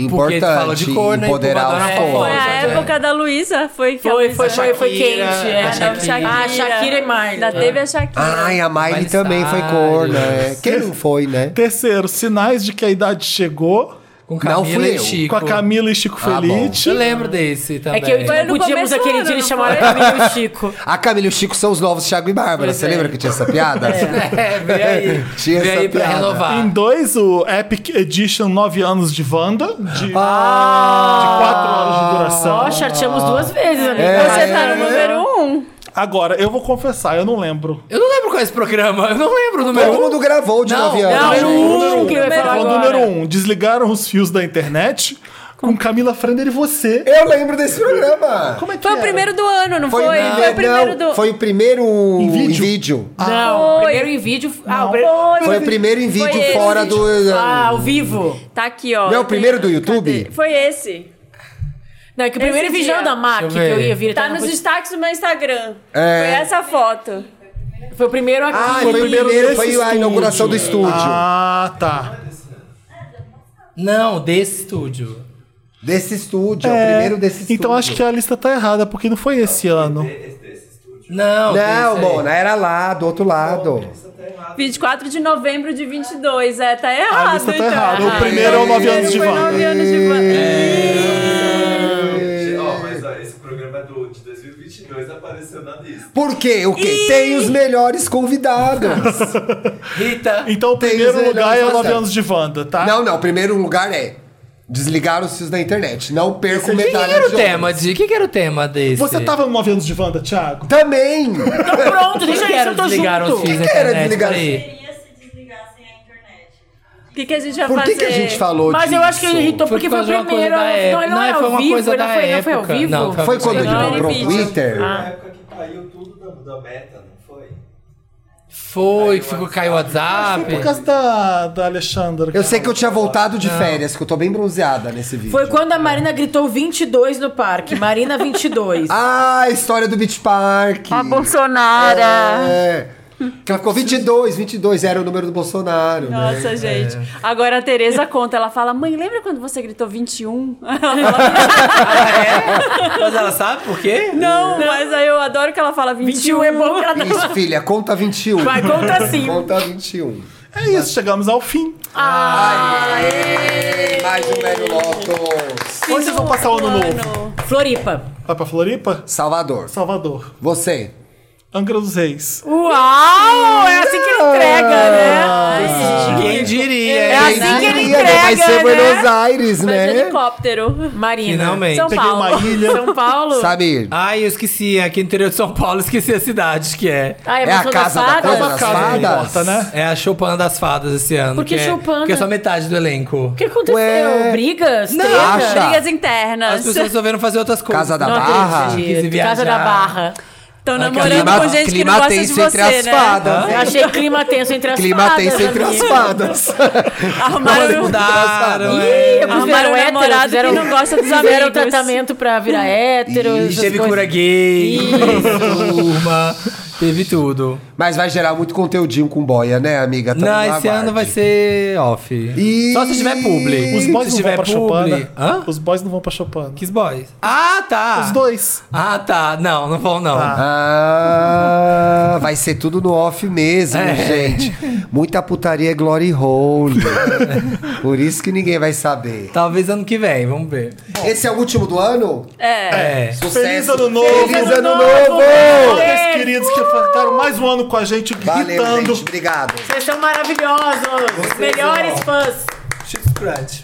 Porque fala de Importante cor, né? empoderar Empoderar os a povos. Foi a É. época da Luísa, foi que Foi, a foi, Luísa- foi, foi quente. Shakira, É. a Ah, não, Shakira. Ah, Shakira e Miley. Ainda teve é a Shakira. Ai, a Miley Miley também foi Cyrus. cor, né? Quem não foi, né? Terceiro, Sinais de que a Idade Chegou. Com Não Camila fui e eu. Chico. Com a Camila e Chico Ah, Felice. Eu lembro desse É também. que eu, Foi no não podíamos começo do aquele ano, dia eles não chamaram a foi? Camila e o Chico. A Camila e o Chico são os novos Thiago e Bárbara. Pois Você é. lembra que tinha essa piada? É, vem aí. [laughs] Tinha vem essa aí pra piada. renovar. Em dois, o Epic Edition 9 anos de Wanda. De, de quatro horas de duração. Ó, chateamos duas vezes, amiga. É. Você tá no número um. Agora, eu vou confessar, eu não lembro. Eu não lembro qual é esse programa. Eu não lembro o número. Todo mundo gravou de Não, 9 Não, anos. número um que eu ia Número falar um. agora. número um, desligaram os fios da internet com Camila Frender e você. Eu lembro desse programa. Como é que Foi o era? primeiro do ano, não foi? Foi, Foi, não, o primeiro não, do... foi o primeiro em vídeo? vídeo. Ah, Não, o Foi. primeiro em vídeo. Ah, o pre- Foi o primeiro em vídeo esse fora vídeo. do. ah, ao vivo. Tá aqui, ó. Não é o Tem- primeiro do YouTube? Cadê? Foi esse. Não, é que o primeiro Esse vídeo era o dia. da MAC que Deixa eu eu ver. ia vir. Tá então nos foi- destaques do meu Instagram. É. Foi essa foto. Foi o primeiro aqui. Ah, Foi foi o primeiro primeiro, desse foi a inauguração do estúdio. Ah, tá. Não, desse estúdio. Desse estúdio, é o É, primeiro desse estúdio. Então acho que a lista tá errada, porque não foi esse ano. Não, Não, desse aí. Mona, era lá, do outro lado. 24 de novembro de 22. É, Ah, tá errado, A lista tá então. errada. O Ah, primeiro é o 9 anos de foi Wanda. nove anos de Wanda. É. Ó, mas ó, esse programa é do, de 2022 apareceu na lista. Por quê? O quê? Tem os melhores convidados. Rita. Então o Tem primeiro zero lugar é o 9 zero. anos de Wanda, tá? não, não, o primeiro lugar é desligar os fios da internet. Não perca Quem o que medalha era o de tema ouro. de? que que era o tema desse? Você tava no 9 anos de Wanda, Thiago? Também! Então pronto, Quem deixa que isso, era eu tô desligar os junto. fios da Quem que era internet? desligar os- Peraí. Queria se desligassem a internet. O que, que a gente vai Por fazer? que, que a gente falou Mas disso? eu acho que ele irritou Foi porque por causa de foi o uma coisa primeiro. da Não, época. ele não Não, é foi ao uma vivo, coisa ele da não foi- não foi ao época. vivo. Não, foi- Foi quando ele Não, comprou o ele Twitter? Na época que caiu tudo da, da meta, não foi? Foi, que ficou, caiu o WhatsApp. Por causa da, da Alexandra. Eu sei que eu tinha voltado de férias, que eu tô bem bronzeada nesse vídeo. Foi quando a Marina gritou 22 no parque. Marina 22. Ah, a história do Beach Park. A Bolsonaro. É. Que ela ficou 22, 22, era o número do Bolsonaro, né? Nossa, É. gente. Agora a Tereza conta, ela fala: Mãe, lembra quando você gritou 21? Ela fala, Mas ela sabe por quê? não, mas aí eu adoro que ela fala 21. 21 é bom que ela tá... Isso, filha, conta 21. Vai, conta sim. Conta 21. É isso, chegamos ao fim. Aê! Mais um velho Lotus. Onde vocês vão passar o ano novo? Floripa. Vai pra Floripa? Salvador, Salvador. você. Angra dos Reis. Uau! Ah. É assim que ele entrega, né? Quem diria? É hein? Quem assim que ele diria, né? entrega, Vai ser né? Buenos Aires, Mas né? helicóptero. Marina. Finalmente. São Peguei Paulo. uma ilha. São Paulo? Samir, Ai, eu esqueci. Aqui no interior de São Paulo, [laughs] esqueci a cidade que é. Ah, é, é a Mansão das casa da Fadas? coisa Uma das casa de fadas? porta, né? É a Choupana das Fadas esse ano. Por que é, Choupana? Porque é só metade do elenco. O que aconteceu? Ué. Brigas? Não, Treta? acha. Brigas As internas. pessoas resolveram fazer outras coisas. Casa da Não Barra. acredito. Quis viajar. Casa da Barra. Estão Ah, namorando clima- com gente que não clima gosta de tenso entre você, as né? fadas. É. hein? Achei clima tenso entre as Clima fadas. tenso entre as amigo. fadas. Mas Arrumaram, mudaram. Ih, é. eu fizeram Arrumaram um hétero, namorado fizeram- que não gosta dos Fizeram amigos. tratamento pra virar hétero. E essas teve coisas. cura gay. Isso. Turma. Teve tudo. Mas vai gerar muito conteúdinho com boia, né, amiga? Então, não, esse ano aguarde. vai ser off. E- Só se tiver publi. Os boys se não vão pra publi. Chopana. Hã? Os boys não vão pra Chopana. Que boys? Ah, tá. Os dois. Ah, tá. Não, não vão, não. Tá. Ah, vai ser tudo no off mesmo, É. gente. Muita putaria é glory hole. Por isso que ninguém vai saber. Talvez ano que vem, vamos ver. Esse é o último do ano? É. Sucesso. Feliz ano novo! Feliz ano Ano Novo! novo! Meus queridos que ficaram mais um ano com a gente, Valeu, gritando. gente. Obrigado. Vocês são maravilhosos! Os melhores fãs! Scratch.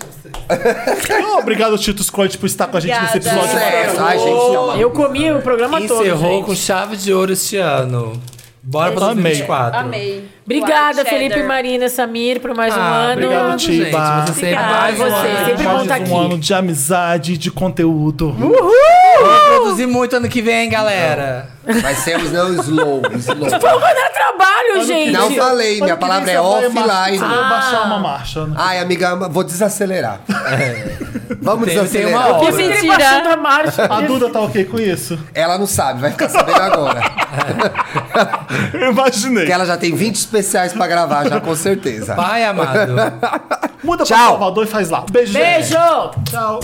Oh, obrigado, Tito Scrooge, por estar com a gente Obrigada. nesse episódio É, Sucesso. maravilhoso. Ai, gente, tá uma- Oh. Eu comi o programa Encerrou todo. com Gente. chave de ouro este ano. Bora pra Amei. 2024. Amei. Obrigada, White Felipe, cheddar. Marina, Samir, por mais um Ah, ano. Obrigado, gente. Tiba. Você sempre Obrigada. mais um Você, ano. sempre bom Mais tá um aqui. ano de amizade, de conteúdo. Vamos produzir muito ano que vem, galera. Vai ser os não slow, um slow. Vamos dar trabalho, gente! Não falei, minha Ano que palavra vem é você vai offline. marchar- Você vai baixar uma marcha. né? Ai, amiga, vou desacelerar. Vamos É. Tem- tem desacelerar. uma hora. Eu sempre Mentira. baixando a marcha. A Duda tá ok com isso? Ela não sabe, vai ficar sabendo agora. Eu imaginei. Porque ela já tem 20 especiais pra gravar, já com certeza. [laughs] Pai amado. Muda Tchau. pra Salvador e faz lá. Beijo. gente. Beijo! Tchau.